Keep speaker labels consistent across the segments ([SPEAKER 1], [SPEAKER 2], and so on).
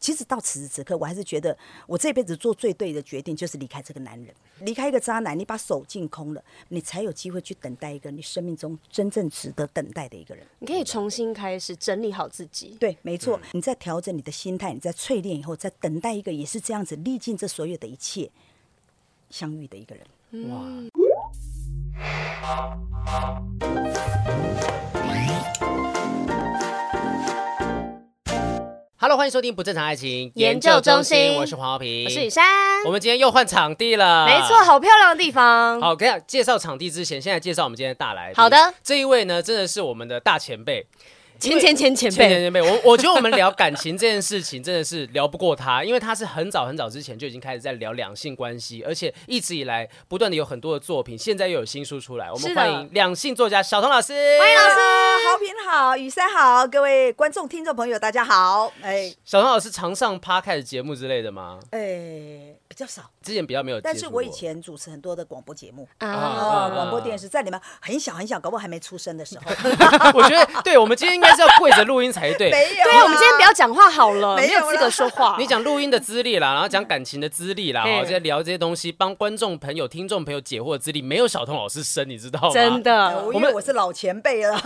[SPEAKER 1] 其实到此时此刻，我还是觉得我这辈子做最对的决定就是离开这个男人，离开一个渣男。你把手进空了，你才有机会去等待一个你生命中真正值得等待的一个人。
[SPEAKER 2] 你可以重新开始，整理好自己。
[SPEAKER 1] 对，没错，你在调整你的心态，你在淬炼以后，在等待一个也是这样子历尽这所有的一切相遇的一个人。
[SPEAKER 3] 哇，Hello，欢迎收听不正常爱情
[SPEAKER 2] 研究中心
[SPEAKER 3] 我是黄浩平，
[SPEAKER 2] 我是雨珊
[SPEAKER 3] 我，们今天又换场地了，
[SPEAKER 2] 没错，。好漂亮的地方。
[SPEAKER 3] 哦好，给大家介绍场地之前，现在介绍我们今天的大来宾。
[SPEAKER 2] 好的，
[SPEAKER 3] 这一位呢，真的是我们的大前辈，
[SPEAKER 2] 前前前前
[SPEAKER 3] 前前
[SPEAKER 2] 辈，
[SPEAKER 3] 前辈。我我觉得我们聊感情这件事情真的是聊不过他，因为他是很早很早之前就已经开始在聊两性关系，而且一直以来不断的有很多的作品，现在又有新书出来。我
[SPEAKER 2] 是
[SPEAKER 3] 们
[SPEAKER 2] 的
[SPEAKER 3] 欢迎两性作家小童老师，
[SPEAKER 1] 欢迎老师，好评好，雨山好，各位观众、听众朋友，大家好。哎
[SPEAKER 3] 小童老师常上趴开始节目之类的吗？
[SPEAKER 1] 哎，比较少，
[SPEAKER 3] 之前比较没有接触过，
[SPEAKER 1] 但是我以前主持很多的广播节目。
[SPEAKER 2] 嗯
[SPEAKER 3] 啊
[SPEAKER 1] 啊，广播电视在你们很小很小，搞不好还没出生的时候，
[SPEAKER 3] 我觉得，对我们今天应该是要跪着录音才对。
[SPEAKER 1] 没有。
[SPEAKER 2] 对啊，我们今天不要讲话好了，
[SPEAKER 1] 没
[SPEAKER 2] 没
[SPEAKER 1] 有
[SPEAKER 2] 有资格说话。
[SPEAKER 3] 你讲录音的资历啦，然后讲感情的资历啦，
[SPEAKER 2] 嗯
[SPEAKER 3] 哦，在聊这些东西，帮观众朋友、听众朋友解惑的资历，没有小童老师深，你知道吗？
[SPEAKER 2] 真，的，
[SPEAKER 1] 哎我
[SPEAKER 3] 我
[SPEAKER 1] 因为
[SPEAKER 3] 们
[SPEAKER 1] 我是老前辈了，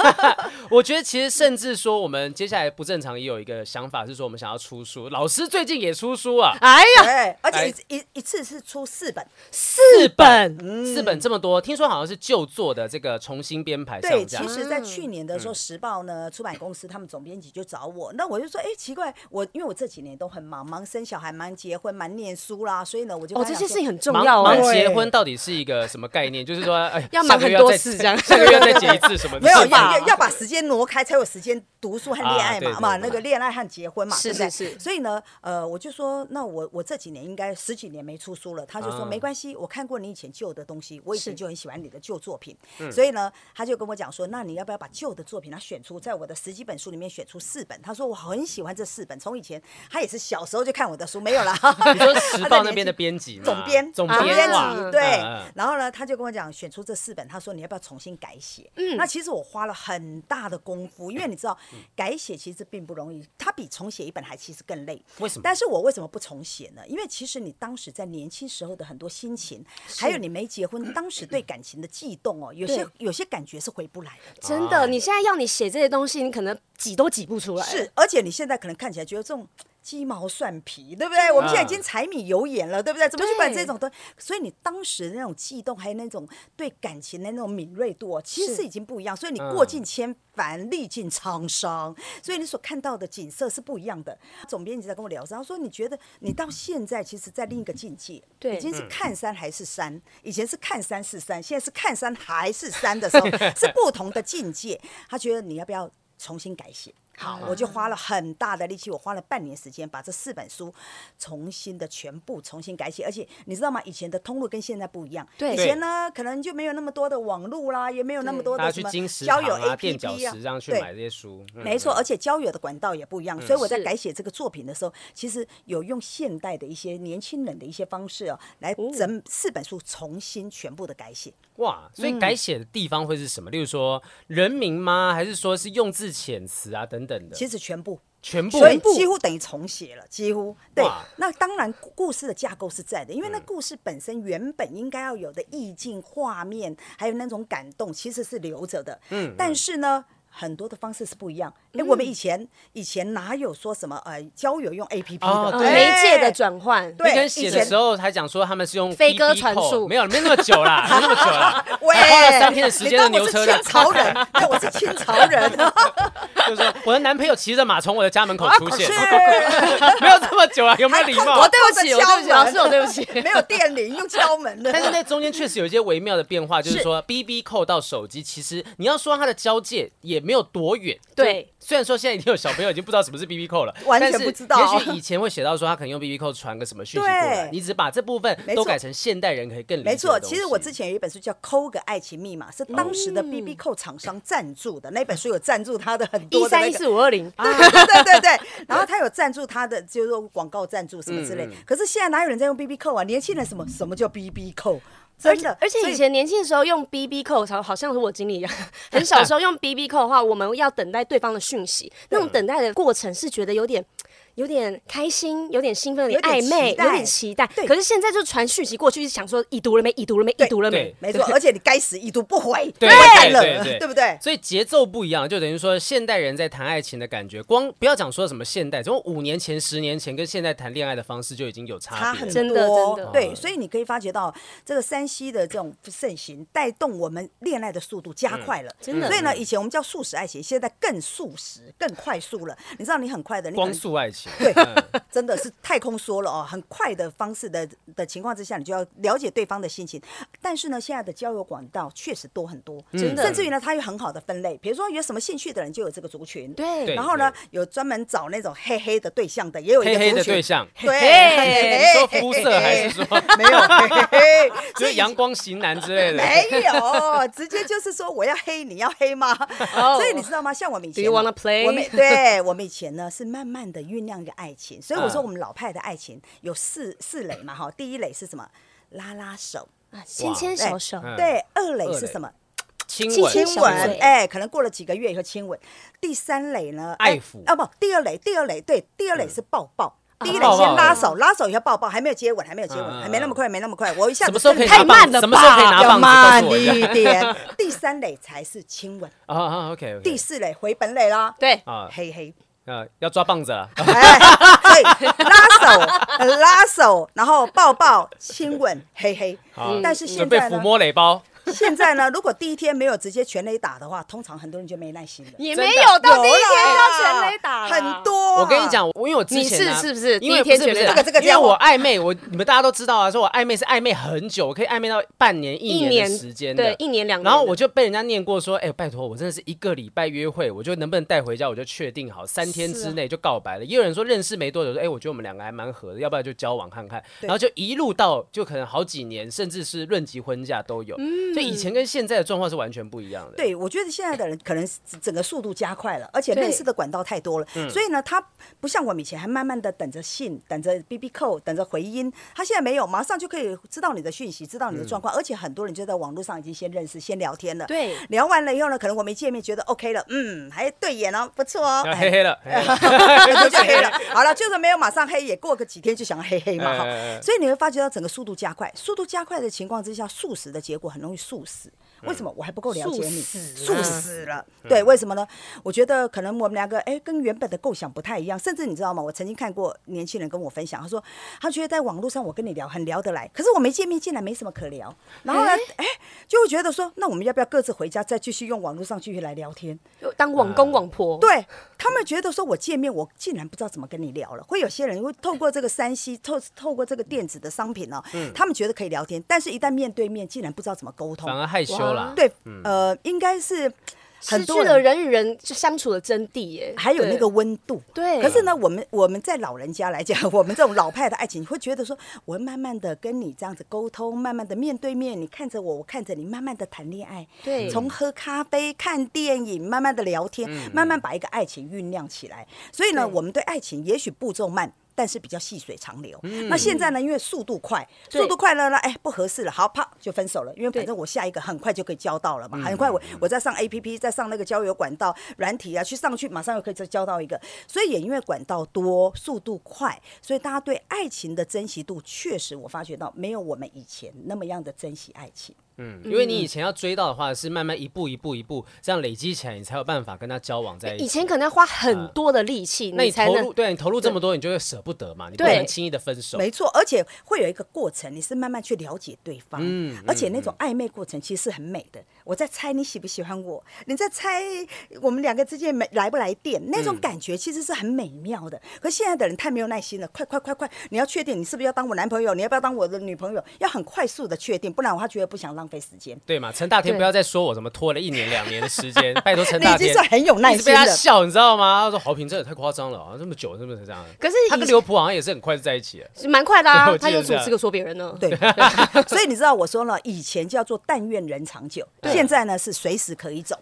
[SPEAKER 3] 我觉得其实甚至说，我们接下来不正常也有一个想法是说，我们想要出书，老师最近也出书啊，
[SPEAKER 2] 哎呀，
[SPEAKER 1] 对， 而
[SPEAKER 3] 来
[SPEAKER 1] 且一一一次是出四本，
[SPEAKER 2] 四本嗯
[SPEAKER 3] 四本这么多，听说好像是旧作的这个重新编排
[SPEAKER 1] 对，
[SPEAKER 3] 上架
[SPEAKER 2] 啊
[SPEAKER 1] 其。实，在去年
[SPEAKER 2] 嗯
[SPEAKER 1] 的时候，《时报》呢，出版公司他们总编辑就找我，那我就说，哎，奇怪，我因为我这几年都很忙，忙生小孩，忙结婚，忙念书啦，所以呢，我就
[SPEAKER 2] 哦，
[SPEAKER 1] 跟
[SPEAKER 2] 这
[SPEAKER 1] 他
[SPEAKER 2] 件
[SPEAKER 1] 讲
[SPEAKER 2] 事
[SPEAKER 1] 说
[SPEAKER 2] 情很重
[SPEAKER 3] 忙
[SPEAKER 2] 要
[SPEAKER 3] 忙
[SPEAKER 2] 哦。
[SPEAKER 3] 结婚到底是一个什么概念？就是说，哎，
[SPEAKER 2] 要
[SPEAKER 3] 下
[SPEAKER 2] 忙
[SPEAKER 3] 个
[SPEAKER 2] 很
[SPEAKER 3] 月要
[SPEAKER 2] 多
[SPEAKER 3] 再
[SPEAKER 2] 次这样
[SPEAKER 3] 下个月要再结一次什 么的？
[SPEAKER 1] 没有
[SPEAKER 2] 是吧
[SPEAKER 1] 要要要把时间挪开，才有时间读书和恋爱嘛
[SPEAKER 3] 啊啊对对
[SPEAKER 1] 嘛，那
[SPEAKER 3] 对
[SPEAKER 1] 个恋爱和结婚嘛，
[SPEAKER 2] 是
[SPEAKER 1] 对不对
[SPEAKER 2] 是是
[SPEAKER 1] 所以呢，呃，我就说，那我我这几年应该十几年没出书了，他就说
[SPEAKER 3] 啊
[SPEAKER 1] 没关系，我看过你以前旧的东西，我以前
[SPEAKER 2] 是
[SPEAKER 1] 就很喜欢你的旧作品，所以呢，他就跟我讲说，那你要不要把旧的作品，他选出在我的十几本书里面选出四本？他说我很喜欢这四本，从以前他也是小时候就看我的书，没有啦。
[SPEAKER 3] 你说《时报》那边的编辑吗
[SPEAKER 1] 总编，啊
[SPEAKER 3] 总
[SPEAKER 1] 编
[SPEAKER 3] 编
[SPEAKER 1] 辑、
[SPEAKER 3] 哇
[SPEAKER 1] 对、
[SPEAKER 3] 嗯嗯
[SPEAKER 1] 然后呢，他就跟我讲，选出这四本，他说你要不要重新改写？嗯，那其实我花了很大的功夫，因为你知道、
[SPEAKER 3] 嗯
[SPEAKER 1] 改写其实并不容易，它比重写一本还其实更累。
[SPEAKER 3] 为什么
[SPEAKER 1] 但是我为什么不重写呢？因为其实你当时在年轻时候的很多心情，还有你没结婚当时对感情的悸动哦，有些
[SPEAKER 2] 对
[SPEAKER 1] 有些感觉是回不来的。
[SPEAKER 2] 真的，你现在要你写这些东西，你可能挤都挤不出来。
[SPEAKER 1] 是，而且你现在可能看起来觉得这种鸡毛蒜皮，对不
[SPEAKER 2] 啊
[SPEAKER 1] 对？我们现在已经柴米油盐了，对不对？怎么去管这种东所以你当时那种悸动，还有那种对感情的那种敏锐度、哦，其实
[SPEAKER 2] 是嗯
[SPEAKER 1] 是已经不一样。所以你过尽千帆，历尽沧桑，所以你所看到的景色是不一样的。总编辑在跟我聊，然后说你觉得你到现在其实，在另一个境界，
[SPEAKER 2] 对
[SPEAKER 1] 已经是看山还是山，以前是看山是山，现在是看山还是山的时 候，是不同的境界。他觉得你要不要重新改
[SPEAKER 3] 嗯
[SPEAKER 1] 写？
[SPEAKER 3] 啊
[SPEAKER 1] 好，我就花了很大的力气，我花了半年时间把这四本书重新的全部重新改写，而且你知道吗？以前的通路跟现在不一样，
[SPEAKER 2] 对
[SPEAKER 1] 以前呢可能就没有那么多的网路啦，也没有那么
[SPEAKER 2] 对
[SPEAKER 1] 多
[SPEAKER 3] 大家
[SPEAKER 1] 的
[SPEAKER 3] 去
[SPEAKER 1] 什
[SPEAKER 3] 金
[SPEAKER 1] 么
[SPEAKER 3] 石
[SPEAKER 1] 交
[SPEAKER 3] 堂
[SPEAKER 1] 友
[SPEAKER 3] 啊、垫脚
[SPEAKER 1] APP
[SPEAKER 3] 石
[SPEAKER 1] 呀，
[SPEAKER 3] 这样去
[SPEAKER 1] 对
[SPEAKER 3] 买这些书，嗯
[SPEAKER 1] 没错，而且交友的管道也不一样，所以我在
[SPEAKER 2] 是
[SPEAKER 1] 改写这个作品的时候，其实有用现代的一些年轻人的一些方式哦，来整四本书重新全部的改写。
[SPEAKER 3] 哇，所
[SPEAKER 1] 嗯
[SPEAKER 3] 以改写的地方会是什么？例如说人名吗？还是说是用字遣词啊等等的？
[SPEAKER 1] 其实全部，
[SPEAKER 3] 全部
[SPEAKER 1] 所以几乎等于重写了，几乎对
[SPEAKER 3] 哇。
[SPEAKER 1] 那当然，故故事的架构是在的，因为那故事本身原本应该要有的意境、画面，还有那种感动，其实是留着的。嗯，但是呢。很多的方式是不一样。哎、我们以前以前哪有说什么呃交友用 A P P 的、
[SPEAKER 3] 哦
[SPEAKER 2] 呃
[SPEAKER 3] 对
[SPEAKER 2] 媒介的转换，
[SPEAKER 1] 对
[SPEAKER 3] 你可能写的时候还讲说他们是用
[SPEAKER 2] 飞鸽
[SPEAKER 3] BB
[SPEAKER 2] 传
[SPEAKER 3] 扣
[SPEAKER 2] 书
[SPEAKER 3] 没有没那么久啦，没那么久啦，
[SPEAKER 1] 喂，
[SPEAKER 3] 花了三天的时间的
[SPEAKER 1] 你当
[SPEAKER 3] 牛
[SPEAKER 1] 我
[SPEAKER 3] 车
[SPEAKER 1] 是
[SPEAKER 3] 站
[SPEAKER 1] 清，朝人，对，我是清朝 人，
[SPEAKER 3] 就是说我的男朋友骑着马从我的家门口出现，
[SPEAKER 1] 哦啊是
[SPEAKER 3] 没有这么久啊，有没有礼貌
[SPEAKER 2] 哦，？对不起，我对不起，老师，我对不起。
[SPEAKER 1] 没有电铃，用敲门 的。
[SPEAKER 3] 但是那中间确实有一些微妙的变化，就是说 B B 扣到手机，其实你要说它的交界也没有多远。
[SPEAKER 2] 对，
[SPEAKER 3] 虽然说现在已经有小朋友已经不知道什么是 B B 扣了，
[SPEAKER 1] 完全
[SPEAKER 3] 但是
[SPEAKER 1] 不知道
[SPEAKER 3] 也许以前会写到说他可能用 B B 扣传个什么讯息过来，
[SPEAKER 1] 对
[SPEAKER 3] 你只把这部分
[SPEAKER 1] 没错
[SPEAKER 3] 都改成现代人可以更理解
[SPEAKER 1] 没
[SPEAKER 3] 的东西。哦
[SPEAKER 1] 错，其实我之前有一本书叫《抠个爱情密码》，是当时的 B B 扣厂商赞助的，那本书有赞助他的很
[SPEAKER 2] 一
[SPEAKER 1] 多的
[SPEAKER 2] 三
[SPEAKER 1] 那
[SPEAKER 2] 一
[SPEAKER 1] 个
[SPEAKER 2] 四五二 零，
[SPEAKER 1] 对对对对对，然后他有赞助他的，就是说广告赞助什么之
[SPEAKER 3] 嗯
[SPEAKER 1] 类。可是现在哪有人在用 B B 扣啊？年轻人什么什么叫 B B 扣？真的，
[SPEAKER 2] 而且
[SPEAKER 1] 所
[SPEAKER 2] 以前年轻的时候用 BB 扣，好好像是我经历 一样，很小
[SPEAKER 1] 嗯
[SPEAKER 2] 时候用 BB 扣的话，我们要等待对方的讯息，那种等待的过程是觉得有点有点开心，有点兴奋，有
[SPEAKER 1] 有
[SPEAKER 2] 点
[SPEAKER 1] 点
[SPEAKER 2] 暧昧，
[SPEAKER 1] 期待
[SPEAKER 2] 有点期待。
[SPEAKER 1] 对
[SPEAKER 2] 可是现在就传讯息过去，想说已读了没？已读了没？已
[SPEAKER 1] 对
[SPEAKER 2] 读了没
[SPEAKER 3] 对？
[SPEAKER 1] 没 错，而且你该死已读不回，
[SPEAKER 3] 对
[SPEAKER 1] 太
[SPEAKER 3] 对
[SPEAKER 1] 冷
[SPEAKER 3] 对
[SPEAKER 1] 了，
[SPEAKER 3] 对
[SPEAKER 1] 对不对？
[SPEAKER 3] 所以节奏不一样，就等于说现代人在谈爱情的感觉，光不要讲说什么现代，从五年前、十年前跟现在谈恋爱的方式就已经有差
[SPEAKER 1] 差
[SPEAKER 3] 别嗯
[SPEAKER 1] 很
[SPEAKER 3] 了。
[SPEAKER 2] 真的
[SPEAKER 1] 多
[SPEAKER 2] 真的
[SPEAKER 1] 对，所以你可以发觉到这个山西的这种盛行，带动我们恋爱的速度加快
[SPEAKER 3] 嗯
[SPEAKER 1] 了。
[SPEAKER 2] 真的
[SPEAKER 1] 所以呢，以前我们叫速食爱情，现在更速食、更快速了。你知道，你很快的，你可
[SPEAKER 3] 光
[SPEAKER 1] 能
[SPEAKER 3] 速嗯 爱情，
[SPEAKER 1] 对，真的是太空说了哦，很快的方式的的情况之下，你就要了解对方的心情。但是呢，现在的交友管道确实多很多，
[SPEAKER 2] 真的
[SPEAKER 1] 甚至于呢，它有很好的分类，比如说有什么兴趣的人就有这个族群，
[SPEAKER 2] 对对
[SPEAKER 1] 然后呢
[SPEAKER 3] 对，
[SPEAKER 1] 有专门找那种黑黑的对象的，也有一个
[SPEAKER 3] 黑
[SPEAKER 1] 族群
[SPEAKER 3] 黑的对，象，
[SPEAKER 1] 对，
[SPEAKER 2] 嘿
[SPEAKER 3] 你说肤色还是说
[SPEAKER 1] 没有，嘿嘿嘿
[SPEAKER 3] 就
[SPEAKER 1] 所
[SPEAKER 3] 是
[SPEAKER 1] 以
[SPEAKER 3] 阳光型男之类的？
[SPEAKER 1] 没有，直接就是说我要黑，你要黑吗？所以你知道吗？像我们以
[SPEAKER 2] Do
[SPEAKER 1] 前
[SPEAKER 2] you
[SPEAKER 1] 呢，
[SPEAKER 2] wanna play？啊
[SPEAKER 1] 我们对我们以前呢是慢慢的酝酿一个爱情，所以我说
[SPEAKER 3] 嗯
[SPEAKER 1] 我们老派的爱情有四四类嘛哈，第一类是什么？拉拉手，
[SPEAKER 2] 啊，牵牵小手，
[SPEAKER 3] 嗯
[SPEAKER 1] 对，二
[SPEAKER 3] 二
[SPEAKER 1] 类是
[SPEAKER 3] 类
[SPEAKER 1] 什么？
[SPEAKER 3] 亲
[SPEAKER 2] 亲
[SPEAKER 3] 吻，
[SPEAKER 2] 亲
[SPEAKER 1] 亲
[SPEAKER 2] 小
[SPEAKER 1] 吻
[SPEAKER 2] 嘴，
[SPEAKER 1] 哎，可能过了几个月以后亲吻。第三类呢，哎
[SPEAKER 3] 爱抚嗯啊
[SPEAKER 1] 啊不，第二类，第二类对，第二类是抱抱。第一类
[SPEAKER 3] 抱抱
[SPEAKER 1] 先拉手，拉手以后抱抱，还没有接吻，还没有接
[SPEAKER 3] 嗯
[SPEAKER 1] 吻，
[SPEAKER 3] 嗯嗯
[SPEAKER 1] 还没那么快，没那么快。我一下
[SPEAKER 3] 什
[SPEAKER 1] 子
[SPEAKER 3] 么时候可以拿
[SPEAKER 2] 太
[SPEAKER 3] 棒
[SPEAKER 2] 慢
[SPEAKER 3] 子
[SPEAKER 2] 了
[SPEAKER 3] 什么时候可以
[SPEAKER 2] 吧
[SPEAKER 3] 拿
[SPEAKER 1] 要
[SPEAKER 3] 棒子？告
[SPEAKER 1] 慢
[SPEAKER 3] 诉我一下
[SPEAKER 1] 一点。第三类才是亲吻，
[SPEAKER 3] 啊啊，OK，
[SPEAKER 1] 第四类回本类啦。
[SPEAKER 2] 对，
[SPEAKER 3] 啊
[SPEAKER 1] 嘿嘿，
[SPEAKER 3] 呃要抓棒子了，
[SPEAKER 1] 哎，所以拉手、拉手，然后抱抱、亲吻，嘿嘿
[SPEAKER 3] 好。嗯
[SPEAKER 1] 但是
[SPEAKER 3] 准
[SPEAKER 1] 现
[SPEAKER 3] 备
[SPEAKER 1] 在
[SPEAKER 3] 抚
[SPEAKER 1] 呢？
[SPEAKER 3] 摸雷包，
[SPEAKER 1] 现在呢？如果第一天没有直接全垒打的话，通常很多人就没耐心了。
[SPEAKER 2] 也
[SPEAKER 3] 真的
[SPEAKER 2] 没有到第一
[SPEAKER 1] 有啦
[SPEAKER 2] 天要全垒打啦，
[SPEAKER 1] 很多啊。
[SPEAKER 3] 我跟你讲，我因为我之前啊、
[SPEAKER 2] 你是是不是
[SPEAKER 3] 因为
[SPEAKER 2] 第一天
[SPEAKER 3] 不是不
[SPEAKER 2] 觉得
[SPEAKER 3] 是
[SPEAKER 1] 这个这个
[SPEAKER 3] 因为
[SPEAKER 1] 这样
[SPEAKER 3] 我
[SPEAKER 1] 我
[SPEAKER 3] 暧昧，我你们大家都知道啊，说我暧昧是暧昧很久，我可以暧昧到半年
[SPEAKER 2] 一
[SPEAKER 3] 年
[SPEAKER 2] 年
[SPEAKER 3] 的时间的
[SPEAKER 2] 对，一年两年的。
[SPEAKER 3] 然后我就被人家念过说，哎、拜托，我真的是一个礼拜约会，我就能不能带回家，我就确定好三天
[SPEAKER 2] 啊
[SPEAKER 3] 之内就告白了。也有人说认识没多久，说，哎、我觉得我们两个还蛮合的，要不然就交往看看。然后就一路到就可能好几年，甚至是论及婚嫁都有。
[SPEAKER 2] 嗯
[SPEAKER 3] 所以以前跟现在的状况是完全不一样的。
[SPEAKER 1] 对，我觉得现在的人可能是整个速度加快了，而且
[SPEAKER 2] 对
[SPEAKER 1] 认识的管道太多了，
[SPEAKER 3] 嗯
[SPEAKER 1] 所以呢，他不像我们以前还慢慢的等着信，等着 B B 扣，等着回音，他现在没有，马上就可以知道你的讯息，知道你的状
[SPEAKER 3] 嗯
[SPEAKER 1] 况，而且很多人就在网络上已经先认识、先聊天了。
[SPEAKER 2] 对
[SPEAKER 1] 聊完了以后呢，可能我没见面，觉得 OK 了，嗯，还对眼哦，不错哦，
[SPEAKER 3] 啊，
[SPEAKER 1] 哎
[SPEAKER 3] 黑黑了，嘿嘿 了
[SPEAKER 1] 就就黑了。 好了，就是没有马上黑，也过个几天就想要黑黑嘛哈
[SPEAKER 3] 哎哎哎。
[SPEAKER 1] 所以你会发觉到整个速度加快，速度加快的情况之下，速死的结果很容易速死。
[SPEAKER 3] 嗯
[SPEAKER 1] 为什么我还不够了解你？
[SPEAKER 2] 速死
[SPEAKER 1] 速
[SPEAKER 2] 啊
[SPEAKER 1] 死了，对，为什么呢？我觉得可能我们两个哎，跟原本的构想不太一样，甚至你知道吗？我曾经看过年轻人跟我分享，他说他觉得在网络上我跟你聊很聊得来，可是我没见面，竟然没什么可聊。然后呢，哎，就会觉得说，那我们要不要各自回家，再继续用网络上继续来聊天？
[SPEAKER 2] 就当网公网婆，
[SPEAKER 1] 嗯对他们觉得说，我见面我竟然不知道怎么跟你聊了。会有些人会透过这个山西，透透过这个电子的商品呢、
[SPEAKER 3] 嗯
[SPEAKER 1] 他们觉得可以聊天，但是一旦面对面，竟然不知道怎么沟
[SPEAKER 3] 反
[SPEAKER 1] 通。
[SPEAKER 3] 而害嗯羞了
[SPEAKER 2] 哇。
[SPEAKER 1] 对，呃，应该是很
[SPEAKER 2] 失
[SPEAKER 1] 多
[SPEAKER 2] 去了
[SPEAKER 1] 人
[SPEAKER 2] 人与人就相处的真谛耶。
[SPEAKER 1] 还有
[SPEAKER 2] 对
[SPEAKER 1] 那个温度。
[SPEAKER 2] 对，
[SPEAKER 1] 可是呢，我们我们在老人家来讲，我们这种老派的爱情，你会觉得说，我慢慢的跟你这样子沟通，慢慢的面对面，你看着我，我看着你，慢慢的谈恋爱，
[SPEAKER 2] 对嗯
[SPEAKER 1] 从喝咖啡、看电影，慢慢的聊天，慢慢把一个爱情酝酿起来。所以呢，
[SPEAKER 2] 对
[SPEAKER 1] 我们对爱情也许步骤慢。但是比较细水长流。那现在呢？因为速度快，
[SPEAKER 2] 嗯对
[SPEAKER 1] 速度快了呢，哎，不合适了，好，啪就分手了。因为
[SPEAKER 2] 对
[SPEAKER 1] 反正我下一个很快就可以交到了嘛，很快我我再上 A P P，再上那个交友管道软体啊，去上去马上又可以再交到一个。所以也因为管道多，速度快，所以大家对爱情的珍惜度确实，我发觉到没有我们以前那么样的珍惜爱情。
[SPEAKER 3] 嗯，因为你以前要追到的话，是慢慢一步一步一步这样累积起来，你才有办法跟他交往在一起。啊
[SPEAKER 2] 以前可能要花很多的力气，
[SPEAKER 3] 那你
[SPEAKER 2] 才
[SPEAKER 3] 投入，
[SPEAKER 2] 能
[SPEAKER 3] 对你投入这么多，你就会舍不得嘛，你不
[SPEAKER 2] 对
[SPEAKER 3] 能轻易的分手。
[SPEAKER 1] 没错，而且会有一个过程，你是慢慢去了解对方，而且那种暧昧过程其实是很美的。我在猜你喜不喜欢我，你在猜我们两个之间没来不来电，那种感觉其实是很美妙的。可现在的人太没有耐心了，快快快快，你要确定你是不是要当我男朋友，你要不要当我的女朋友，要很快速的确定，不然我他觉得不想浪费时间。
[SPEAKER 3] 对嘛？陈大天
[SPEAKER 2] 对
[SPEAKER 3] 不要再说我怎么拖了一年两年的 时间，拜托陈
[SPEAKER 1] 你
[SPEAKER 3] 大
[SPEAKER 1] 已经
[SPEAKER 3] 天，
[SPEAKER 1] 算很有耐
[SPEAKER 3] 一直被
[SPEAKER 1] 心
[SPEAKER 3] 他
[SPEAKER 1] 了。
[SPEAKER 3] 笑，你知道吗？他说好评真的太夸张了啊，这么久是不 是这样？
[SPEAKER 2] 可是
[SPEAKER 3] 他
[SPEAKER 2] 以
[SPEAKER 3] 跟刘璞好像也是很快就在一起了。
[SPEAKER 2] 蛮快的
[SPEAKER 3] 对
[SPEAKER 2] 啊
[SPEAKER 3] 我，记
[SPEAKER 2] 他
[SPEAKER 3] 得
[SPEAKER 2] 有
[SPEAKER 3] 是
[SPEAKER 2] 什
[SPEAKER 3] 这
[SPEAKER 2] 么
[SPEAKER 3] 样
[SPEAKER 2] 资格说别人呢？
[SPEAKER 1] 对，所以你知道我说了，以前叫做但愿人长久，现在呢是随时可以走。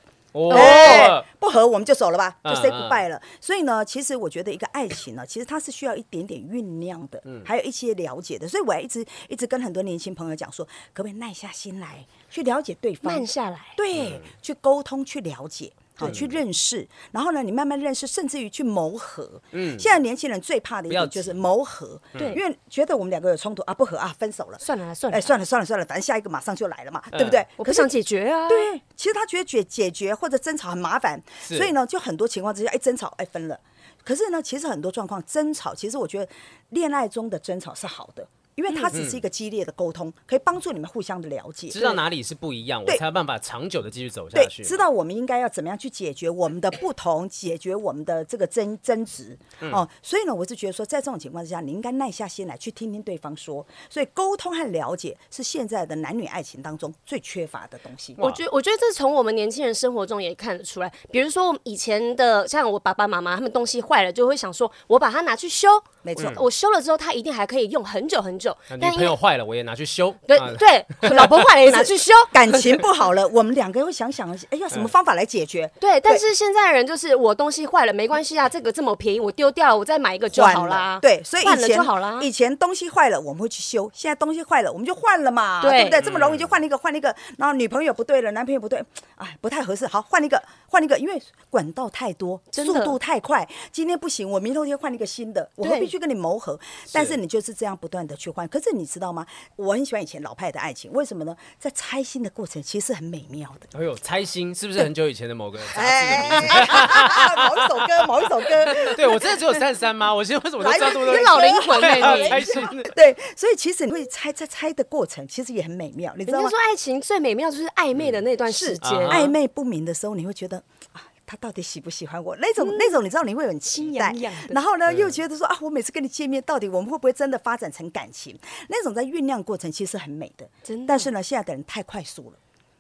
[SPEAKER 1] 哎
[SPEAKER 3] 哦，
[SPEAKER 1] 不合我们就走了吧，就
[SPEAKER 3] 嗯
[SPEAKER 1] say
[SPEAKER 3] 嗯
[SPEAKER 1] goodbye 了。所以呢，其实我觉得一个爱情呢，其实它是需要一点点酝酿的，
[SPEAKER 3] 嗯
[SPEAKER 1] 还有一些了解的。所以我还一直一直跟很多年轻朋友讲说，可不可以耐下心来去了解对方，
[SPEAKER 2] 慢下来，
[SPEAKER 3] 嗯
[SPEAKER 1] 对，去沟通，去了解。好去认识，然后呢，你慢慢认识，甚至于去谋合。嗯，现在年轻人最怕的一
[SPEAKER 3] 不要嗯
[SPEAKER 1] 点就是谋合，
[SPEAKER 2] 对
[SPEAKER 1] 因为觉得我们两个有冲突啊，不合啊，分手了，
[SPEAKER 2] 算了啦算了
[SPEAKER 1] 哎，
[SPEAKER 2] 啦，
[SPEAKER 1] 算了算了算了，反正下一个马上就来了嘛，
[SPEAKER 3] 嗯
[SPEAKER 1] 对不对？
[SPEAKER 2] 我不想解决啊。
[SPEAKER 1] 对，其实他觉得解解决或者争吵很麻烦，
[SPEAKER 3] 是
[SPEAKER 1] 所以呢，就很多情况之下，哎，争吵，哎，分了。可是呢，其实很多状况争吵，其实我觉得恋爱中的争吵是好的，因为它只是一个激烈的沟通，可以帮助你们互相的了解，
[SPEAKER 3] 知道哪里是不一样，我
[SPEAKER 1] 对
[SPEAKER 3] 才有办法长久的继续走下
[SPEAKER 1] 对，
[SPEAKER 3] 去。
[SPEAKER 1] 知道我们应该要怎么样去解决我们的不同，解决我们的这个争争执
[SPEAKER 3] 嗯
[SPEAKER 1] 哦。所以呢，我是觉得说，在这种情况之下，你应该耐下心来去听听对方说。所以，沟通和了解是现在的男女爱情当中最缺乏的东西。
[SPEAKER 3] 哇
[SPEAKER 2] 我觉我觉得这从我们年轻人生活中也看得出来，比如说我们以前的，像我爸爸妈妈他们东西坏了，就会想说，我把它拿去修，
[SPEAKER 1] 没错，
[SPEAKER 2] 我修了之后，它一定还可以用很久很久。
[SPEAKER 3] 啊
[SPEAKER 2] 但
[SPEAKER 3] 女
[SPEAKER 2] 因
[SPEAKER 3] 朋
[SPEAKER 2] 为
[SPEAKER 3] 友坏了，我也拿去修。
[SPEAKER 2] 对
[SPEAKER 3] 啊
[SPEAKER 2] 对，老婆坏了也拿 去修。
[SPEAKER 1] 感情不好了，我们两个会想想，哎，要什么方法来解决？
[SPEAKER 2] 对，但是现在的人就是我东西坏了没关系啊，这个这么便宜，我丢掉我再买一 个就
[SPEAKER 1] 换
[SPEAKER 2] 好
[SPEAKER 1] 了
[SPEAKER 2] 啦。
[SPEAKER 1] 对，所以
[SPEAKER 2] 换
[SPEAKER 1] 以
[SPEAKER 2] 了就
[SPEAKER 1] 前
[SPEAKER 2] 好啦。
[SPEAKER 1] 以前东西坏了我们会去修，现在东西坏了我们就换了嘛，
[SPEAKER 2] 对嗯
[SPEAKER 1] 不对？这么容易就换了一个，换了一个，然后女朋友不对了，男朋友不对，哎，不太合适，好换一个，换一个，因为管道太多，
[SPEAKER 2] 真的
[SPEAKER 1] 速度太快，今天不行，我明后天换一个新的，我会
[SPEAKER 2] 对
[SPEAKER 1] 必须跟你磨合。但是你就是这样不断的去换，可是你知道吗？我很喜欢以前老派的爱情，为什么呢？在拆心的过程其实很美妙的。
[SPEAKER 3] 哎呦，猜心是不是很久以前的某个杂志的名字？
[SPEAKER 1] 哎， 某一首歌，某一首歌，
[SPEAKER 3] 对我真的只有三十三吗？我现在为什么都
[SPEAKER 1] 来
[SPEAKER 3] 知道这么多
[SPEAKER 2] 你老灵 魂
[SPEAKER 3] 对
[SPEAKER 2] 哎
[SPEAKER 3] 啊
[SPEAKER 2] 你
[SPEAKER 3] 猜心？
[SPEAKER 1] 对，所以其实你会猜猜猜的过程，其实也很美妙，你知道
[SPEAKER 2] 人家
[SPEAKER 1] 吗嗯
[SPEAKER 2] 说？爱情最美妙就是暧昧的那段时间，
[SPEAKER 3] 啊
[SPEAKER 1] 暧昧不明的时候，你会觉得啊，他到底喜不喜欢我？那种、那种，你知道你会很期待，
[SPEAKER 2] 嗯心痒痒的嗯
[SPEAKER 1] 然后呢又觉得说啊，我每次跟你见面，到底我们会不会真的发展成感情？那种在酝酿过程其实很美的，
[SPEAKER 2] 真的
[SPEAKER 1] 但是呢，现在的人太快速了。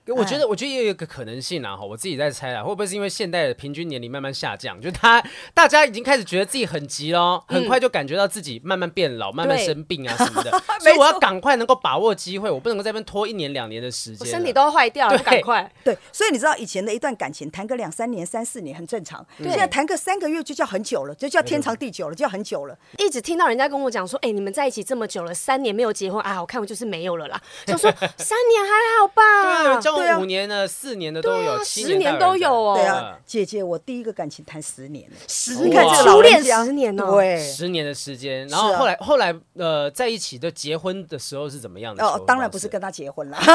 [SPEAKER 3] 我
[SPEAKER 1] 嗯
[SPEAKER 3] 觉得，我觉得也有一个可能性啊，哈，我自己在猜啊，会不会是因为现代的平均年龄慢慢下降，就他大家已经开始觉得自己很急咯，
[SPEAKER 1] 嗯
[SPEAKER 3] 很快就感觉到自己慢慢变老，慢慢
[SPEAKER 2] 对
[SPEAKER 3] 生病啊什么 的，所以我要赶快能够把握机会，我不能够在那边拖一年两年的时
[SPEAKER 2] 我
[SPEAKER 3] 间了，
[SPEAKER 2] 身体都要坏掉了，
[SPEAKER 3] 对
[SPEAKER 2] 赶快。
[SPEAKER 1] 对，所以你知道以前的一段感情谈个两三年、三四年很正常，现在谈个三个月就叫很久了，就叫天长地久了，就叫很久了。
[SPEAKER 2] 一直听到人家跟我讲说，哎、你们在一起这么久了，三年没有结婚啊，我看我就是没 有了啦。就说三年还好
[SPEAKER 3] 对啊，
[SPEAKER 2] 吧，
[SPEAKER 3] 有人交
[SPEAKER 1] 对啊
[SPEAKER 3] 往五年的、四年的都
[SPEAKER 2] 对
[SPEAKER 3] 有，
[SPEAKER 2] 啊
[SPEAKER 3] 七
[SPEAKER 2] 十年
[SPEAKER 3] 大
[SPEAKER 2] 都
[SPEAKER 3] 人
[SPEAKER 2] 有
[SPEAKER 3] 的
[SPEAKER 2] 哦
[SPEAKER 1] 对
[SPEAKER 3] 嗯
[SPEAKER 1] 啊，姐姐，我第一个感情谈十年了，
[SPEAKER 2] 十
[SPEAKER 1] 你
[SPEAKER 2] 年
[SPEAKER 1] 看这个
[SPEAKER 2] 初
[SPEAKER 1] 老人
[SPEAKER 2] 恋
[SPEAKER 1] 家
[SPEAKER 2] 十年哦、
[SPEAKER 1] 对，
[SPEAKER 3] 十年的时间，然
[SPEAKER 1] 是
[SPEAKER 3] 后
[SPEAKER 1] 啊
[SPEAKER 3] 后来后来呃在一起的结婚的时候是怎么样的？
[SPEAKER 1] 哦，当然不是跟他结婚了，
[SPEAKER 3] 初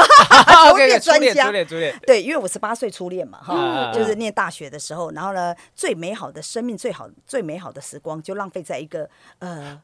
[SPEAKER 1] 初恋专
[SPEAKER 3] 初恋
[SPEAKER 1] 家
[SPEAKER 3] 初恋初恋，
[SPEAKER 1] 对，因为我十八岁初恋嘛，哈、
[SPEAKER 3] 嗯
[SPEAKER 1] 就是念大学的时候，然后呢，最美好的生命，最好最美好的时光，就浪费在一个呃，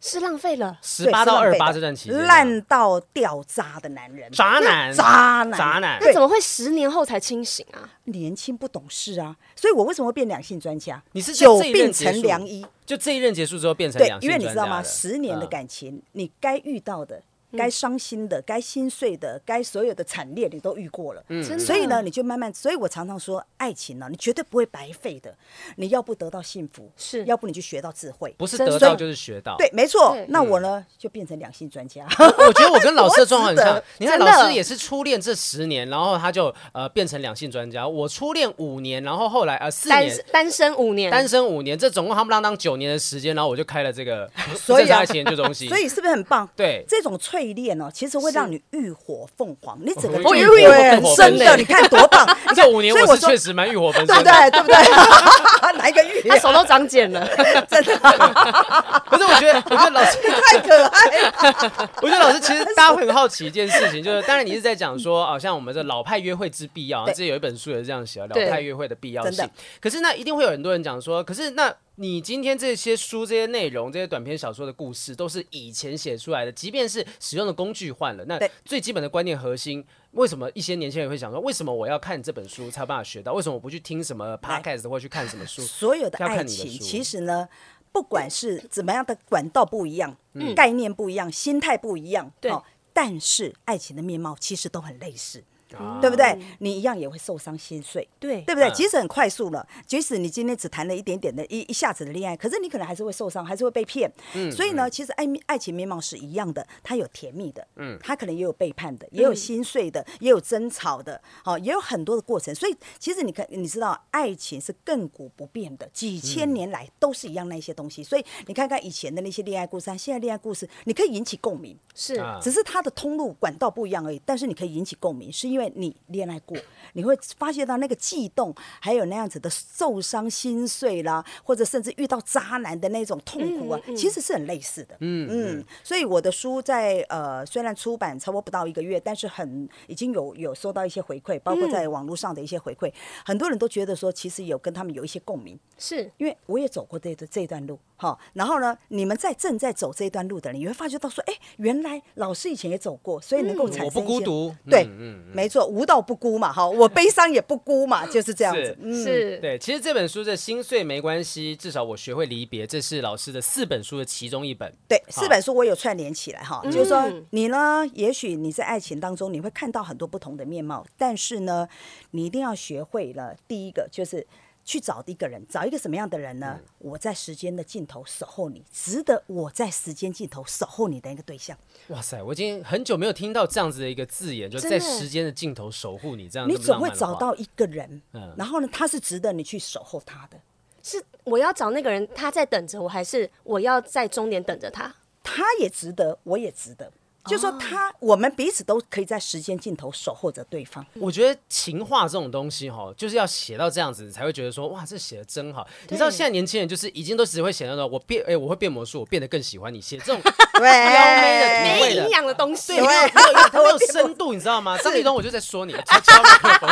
[SPEAKER 2] 是浪费了。
[SPEAKER 3] 十八
[SPEAKER 1] 对
[SPEAKER 3] 到
[SPEAKER 1] 是浪
[SPEAKER 3] 二
[SPEAKER 1] 费
[SPEAKER 3] 八
[SPEAKER 1] 的
[SPEAKER 3] 这段期间，啊
[SPEAKER 1] 烂到掉渣的男人，
[SPEAKER 3] 渣男
[SPEAKER 1] 渣男，
[SPEAKER 3] 渣
[SPEAKER 2] 那
[SPEAKER 3] 男
[SPEAKER 1] 对
[SPEAKER 2] 怎，么会十年后才清醒啊？
[SPEAKER 1] 年轻不懂事啊，所以我为什么会变两性专家？
[SPEAKER 3] 你是在
[SPEAKER 1] 久
[SPEAKER 3] 这一任
[SPEAKER 1] 病
[SPEAKER 3] 结束
[SPEAKER 1] 成良医，
[SPEAKER 3] 就这一任结束之后变成
[SPEAKER 1] 对
[SPEAKER 3] 两，性
[SPEAKER 1] 因为你
[SPEAKER 3] 专
[SPEAKER 1] 知道
[SPEAKER 3] 家
[SPEAKER 1] 吗？
[SPEAKER 3] 了
[SPEAKER 1] 十年的
[SPEAKER 3] 嗯
[SPEAKER 1] 感情，你该遇到的。该伤心的、该心碎的、该所有的惨烈，你都遇过了。
[SPEAKER 3] 嗯
[SPEAKER 2] 真的
[SPEAKER 1] 所以呢，你就慢慢，所以我常常说，爱情呢、你绝对不会白费的。你要不得到幸福，
[SPEAKER 2] 是
[SPEAKER 1] 要不你就学到智慧，
[SPEAKER 3] 不是嗯
[SPEAKER 2] 真
[SPEAKER 3] 得
[SPEAKER 2] 的
[SPEAKER 3] 到就是学到。
[SPEAKER 1] 对，，没错
[SPEAKER 2] 对。
[SPEAKER 1] 那我呢，就变成两性专家。
[SPEAKER 3] 我觉得我跟老师的状况很
[SPEAKER 1] 多值
[SPEAKER 3] 像
[SPEAKER 1] 得。
[SPEAKER 3] 你看，
[SPEAKER 2] 真
[SPEAKER 3] 老
[SPEAKER 2] 的
[SPEAKER 3] 师也是初恋这十年，然后他就呃变成两性专家。我初恋五年，然后后来呃四
[SPEAKER 2] 单
[SPEAKER 3] 年。
[SPEAKER 2] 单身五年，
[SPEAKER 3] 单身五年，这总共他们当当九年的时间，然后我就开了这个
[SPEAKER 1] 所以啊
[SPEAKER 3] 正常爱情研究中心。
[SPEAKER 1] 所以是不是很棒？
[SPEAKER 3] 对
[SPEAKER 1] 这种淬炼哦，其实会让你浴火凤凰，你整个
[SPEAKER 3] 哦
[SPEAKER 1] 人
[SPEAKER 3] 浴火
[SPEAKER 1] 对
[SPEAKER 3] 凤凰
[SPEAKER 1] 真
[SPEAKER 3] 真的
[SPEAKER 1] 的，你看多棒！你看
[SPEAKER 3] 这五年
[SPEAKER 1] 所以
[SPEAKER 3] 我
[SPEAKER 1] 我
[SPEAKER 3] 是
[SPEAKER 1] 说
[SPEAKER 3] 确实蛮欲火 焚
[SPEAKER 1] 对不
[SPEAKER 3] 身的，
[SPEAKER 1] 对？对不对？ 哪一个浴？
[SPEAKER 2] 他手都长茧了。
[SPEAKER 1] 真的
[SPEAKER 3] 可是我觉得，我觉得老师，
[SPEAKER 1] 太可爱了。
[SPEAKER 3] 我觉得老师其实大家会很好奇一件事 情，就是当然你是在讲说，啊，像我们这老派约会之必要，
[SPEAKER 1] 对
[SPEAKER 3] 之前有一本书也是这样写的，
[SPEAKER 2] 对
[SPEAKER 3] 老派约会的必要
[SPEAKER 1] 真
[SPEAKER 3] 性
[SPEAKER 1] 的。
[SPEAKER 3] 可是那一定会有很多人讲说，可是那你今天这些书、这些内容、这些短篇小说的故事，都是以前写出来的，即便是使用的工具换了，那
[SPEAKER 1] 对
[SPEAKER 3] 最基本的观念核心。为什么一些年轻人会想说，为什么我要看这本书才有办法学到？为什么我不去听什么 podcast 或去看什么 书？
[SPEAKER 1] 所有的
[SPEAKER 3] 要看
[SPEAKER 1] 爱
[SPEAKER 3] 你的
[SPEAKER 1] 情
[SPEAKER 3] 书
[SPEAKER 1] 其实呢，不管是怎么样的管道不一样，概念不一样，心态不一样，
[SPEAKER 2] 对
[SPEAKER 1] 哦但是爱情的面貌其实都很类似，
[SPEAKER 3] 啊
[SPEAKER 1] 对不对？你一样也会受伤心碎，
[SPEAKER 2] 对
[SPEAKER 1] 对不对？即使很快速了，即使你今天只谈了一点点的一一下子的恋爱，可是你可能还是会受伤，还是会被骗。所以呢，其实爱面爱情面貌是一样的，它有甜蜜的，嗯，它可能也有背叛的，也有心碎的，也有争吵的，好，也有很多的过程。所以其实你看，你知道，爱情是亘古不变的，几千年来都是一样那些东西。所以你看看以前的那些恋爱故事，和现在恋爱故事，你可以引起共鸣，
[SPEAKER 2] 是
[SPEAKER 3] 啊
[SPEAKER 1] 只是它的通路管道不一样而已，但是你可以引起共鸣，是因因为你恋爱过，你会发现到那个悸动，还有那样子的受伤、心碎啦，或者甚至遇到渣男的那种痛苦啊，其实是很类似的。嗯嗯，所以我的书在呃，虽然出版差不多不到一个月，但是很已经有有收到一些回馈，包括在网络上的一些回馈，很多人都觉得说，其实有跟他们有一些共鸣。
[SPEAKER 2] 是
[SPEAKER 1] 因为我也走过这段这一段路，哈。然后呢，你们在正在走这一段路的人，你会发觉到说，哎，原来老师以前也走过，所以能够产生
[SPEAKER 3] 嗯我不
[SPEAKER 1] 一些
[SPEAKER 3] 孤独
[SPEAKER 1] 对，
[SPEAKER 3] 嗯嗯
[SPEAKER 1] 没错，无道不孤嘛，哈，我悲伤也不孤嘛，就是这样子
[SPEAKER 3] 是，
[SPEAKER 1] 嗯，
[SPEAKER 2] 是，
[SPEAKER 3] 对，其实这本书的心碎没关系，至少我学会离别，这是老师的四本书的其中一本。
[SPEAKER 1] 对，
[SPEAKER 3] 好
[SPEAKER 1] 四本书我有串联起来哈，就是说
[SPEAKER 2] 嗯
[SPEAKER 1] 你呢，也许你在爱情当中你会看到很多不同的面貌，但是呢，你一定要学会了第一个就是去找一个人，找一个什么样的人
[SPEAKER 3] 嗯
[SPEAKER 1] 呢？我在时间的尽头守候你，值得我在时间尽头守候你的一个对象。
[SPEAKER 3] 哇塞，我已经很久没有听到这样子的一个字眼，就
[SPEAKER 2] 真
[SPEAKER 3] 在
[SPEAKER 2] 的
[SPEAKER 3] 时间的尽头守护你这样。
[SPEAKER 1] 你
[SPEAKER 3] 这么
[SPEAKER 1] 总
[SPEAKER 3] 浪
[SPEAKER 1] 会
[SPEAKER 3] 漫的
[SPEAKER 1] 找
[SPEAKER 3] 话
[SPEAKER 1] 到一个人，
[SPEAKER 3] 嗯
[SPEAKER 1] 然后呢，他是值得你去守候他的。
[SPEAKER 2] 是我要找那个人，他在等着我，还是我要在终点等着他？
[SPEAKER 1] 他也值得，我也值得。就
[SPEAKER 3] 哦
[SPEAKER 1] 说他，我们彼此都可以在时间尽头守候着对方。
[SPEAKER 3] 我觉得情话这种东西哈，就是要写到这样子，你才会觉得说哇，这写的真好。你知道现在年轻人就是已经都只会写那种我变哎、我会变魔术，我变得更喜欢你，写这种
[SPEAKER 1] 对，哎
[SPEAKER 3] 妹
[SPEAKER 2] 没营养的东西
[SPEAKER 3] 对，没有没有没有它没有深度，你知道吗？张立东我就在说你，敲敲麦克风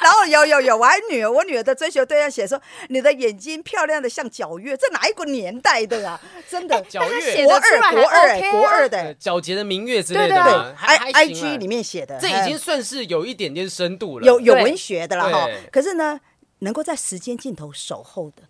[SPEAKER 1] 然后有有有，我还女儿，我女儿的追求对象写说，你的眼睛漂亮的像皎月，这哪一个年代的啊？真的，
[SPEAKER 3] 哎皎
[SPEAKER 2] 他
[SPEAKER 3] 月
[SPEAKER 2] 写
[SPEAKER 1] 国
[SPEAKER 2] 得出来
[SPEAKER 1] 二
[SPEAKER 2] 还
[SPEAKER 1] 国二、
[SPEAKER 2] OK 啊
[SPEAKER 1] 国二的、
[SPEAKER 3] 呃皎洁的明月之类的
[SPEAKER 2] 对对
[SPEAKER 3] 嘛
[SPEAKER 2] 对
[SPEAKER 3] 还
[SPEAKER 1] i
[SPEAKER 3] 还
[SPEAKER 1] I
[SPEAKER 3] 行啊
[SPEAKER 1] G 里面写的，
[SPEAKER 3] 这
[SPEAKER 1] 嗯
[SPEAKER 3] 已经算是有一点点深度了。
[SPEAKER 1] 有有
[SPEAKER 2] 对
[SPEAKER 1] 文学的啦哈
[SPEAKER 3] 对。
[SPEAKER 1] 可是呢，能够在时间尽头守候的，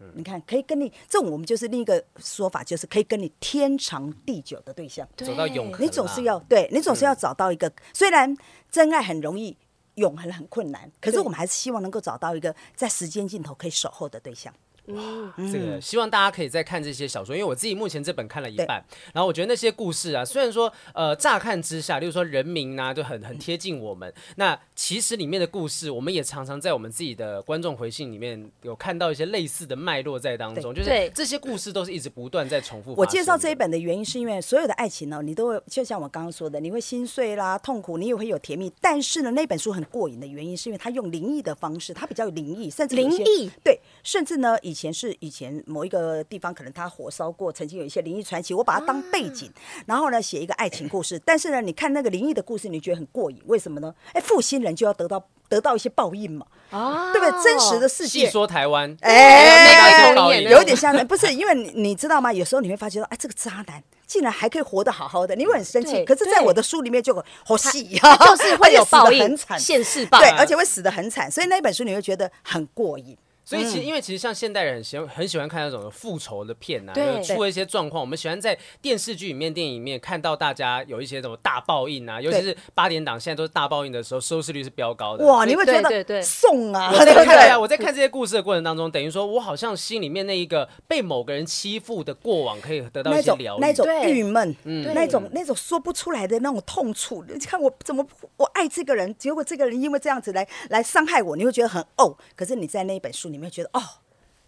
[SPEAKER 3] 嗯
[SPEAKER 1] 你看，可以跟你这种我们就是另一个说法，就是可以跟你天长地久的对象。
[SPEAKER 3] 走到永恒
[SPEAKER 1] 你
[SPEAKER 3] 啦
[SPEAKER 1] 总是要对你总是要找到一个，虽然真爱很容易，永恒很困难，可是
[SPEAKER 2] 对
[SPEAKER 1] 我们还是希望能够找到一个在时间尽头可以守候的对象。
[SPEAKER 3] 这
[SPEAKER 1] 嗯
[SPEAKER 3] 个希望大家可以再看这些小说，因为我自己目前这本看了一半，然后我觉得那些故事啊，虽然说呃乍看之下，例如说人名啊，就很很贴近我们，那其实里面的故事，我们也常常在我们自己的观众回信里面有看到一些类似的脉络在当中，就是
[SPEAKER 2] 对
[SPEAKER 3] 这些故事都是一直不断在重复。
[SPEAKER 1] 我介绍这一，本的原因是因为所有的爱情哦呢，你都会就像我刚刚说的，你会心碎啦、痛苦，你也会有甜蜜。但是呢，那本书很过瘾的原因是因为它用灵异的方式，它比较灵异，甚至有一些
[SPEAKER 2] 灵异
[SPEAKER 1] 对，甚至呢，以前是以前某一个地方可能它火烧过，曾经有一些灵异传奇，我把它当背景，
[SPEAKER 2] 啊
[SPEAKER 1] 然后呢写一个爱情故事。但是呢，你看那个灵异的故事，你觉得很过瘾，为什么呢？哎，负心人就要得到得到一些报应嘛，
[SPEAKER 2] 啊
[SPEAKER 1] 对不对？真实的世
[SPEAKER 3] 细
[SPEAKER 1] 界。
[SPEAKER 3] 说台湾，
[SPEAKER 2] 哎
[SPEAKER 3] 那个导演
[SPEAKER 1] 有点像，不是因为你你知道吗？有时候你会发觉到，哎，这个渣男竟然还可以活得好好的，你会很生气。
[SPEAKER 2] 对
[SPEAKER 1] 可是，在
[SPEAKER 2] 对
[SPEAKER 1] 我的书里面就好细
[SPEAKER 2] 他
[SPEAKER 1] 啊，
[SPEAKER 2] 就是会有报
[SPEAKER 1] 而且死得
[SPEAKER 2] 应
[SPEAKER 1] 很，惨，
[SPEAKER 2] 现世报。啊
[SPEAKER 1] 对，而且会死得很惨。所以那本书你会觉得很过瘾。
[SPEAKER 3] 所以
[SPEAKER 1] 嗯
[SPEAKER 3] 其实，因为其实像现代人很喜欢很喜欢看那种复仇的片啊，
[SPEAKER 2] 对
[SPEAKER 3] 就是出了一些状况，我们喜欢在电视剧里面、电影里面看到大家有一些什么大报应啊，尤其是八点档现在都是大报应的时候，收视率是飙高的。
[SPEAKER 1] 哇，
[SPEAKER 3] 所以
[SPEAKER 1] 你会觉
[SPEAKER 2] 对对对
[SPEAKER 1] 得送啊，
[SPEAKER 3] 我在
[SPEAKER 1] 对不
[SPEAKER 3] 看对啊，
[SPEAKER 1] 对？
[SPEAKER 3] 我在看这些故事的过程当中，等于说我好像心里面那一个被某个人欺负的过往，可以得到一
[SPEAKER 1] 那
[SPEAKER 3] 些
[SPEAKER 1] 种
[SPEAKER 3] 疗愈。
[SPEAKER 1] 那种
[SPEAKER 2] 对嗯
[SPEAKER 1] 郁闷，
[SPEAKER 2] 对
[SPEAKER 1] 那种那种说不出来的那种痛楚，你看我怎么我爱这个人，结果这个人因为这样子来来伤害我，你会觉得很哦。可是你在那一本书里面觉得哦，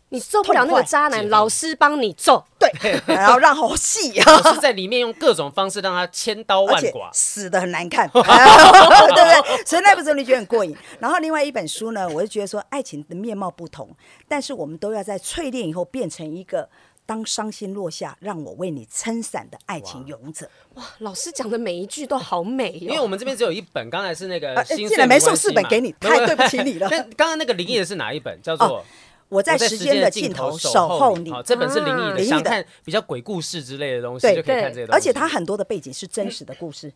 [SPEAKER 2] 你受不了那个渣男，老师帮你揍。
[SPEAKER 1] 对，然后让好细啊，
[SPEAKER 3] 我是在里面用各种方式让他千刀
[SPEAKER 1] 而
[SPEAKER 3] 万
[SPEAKER 1] 且
[SPEAKER 3] 剐。
[SPEAKER 1] 死的很难 看，对不对？所以那本书你觉得很过瘾。然后另外一本书呢，我就觉得说爱情的面貌不同，但是我们都要在淬炼以后变成一个。当伤心落下，让我为你撑伞的爱情勇者，
[SPEAKER 2] 老师讲的每一句都好美哦
[SPEAKER 3] 因为
[SPEAKER 2] 哟、
[SPEAKER 3] 我们这边只有一本，刚才是那个
[SPEAKER 1] 呃
[SPEAKER 3] 新。
[SPEAKER 1] 竟然没送四本给你太对不起你了
[SPEAKER 3] 那刚刚那个灵异的是哪一本？叫做
[SPEAKER 1] 哦我在
[SPEAKER 3] 我在
[SPEAKER 1] 时间的尽头守候你。
[SPEAKER 3] 好，这本是灵异
[SPEAKER 2] 啊
[SPEAKER 3] 的，
[SPEAKER 1] 灵异
[SPEAKER 3] 想
[SPEAKER 1] 的
[SPEAKER 3] 看比较鬼故事之类的东西
[SPEAKER 1] 对
[SPEAKER 3] 就可以看
[SPEAKER 2] 对
[SPEAKER 3] 这个东西。
[SPEAKER 1] 而且它很多的背景是真实的故事。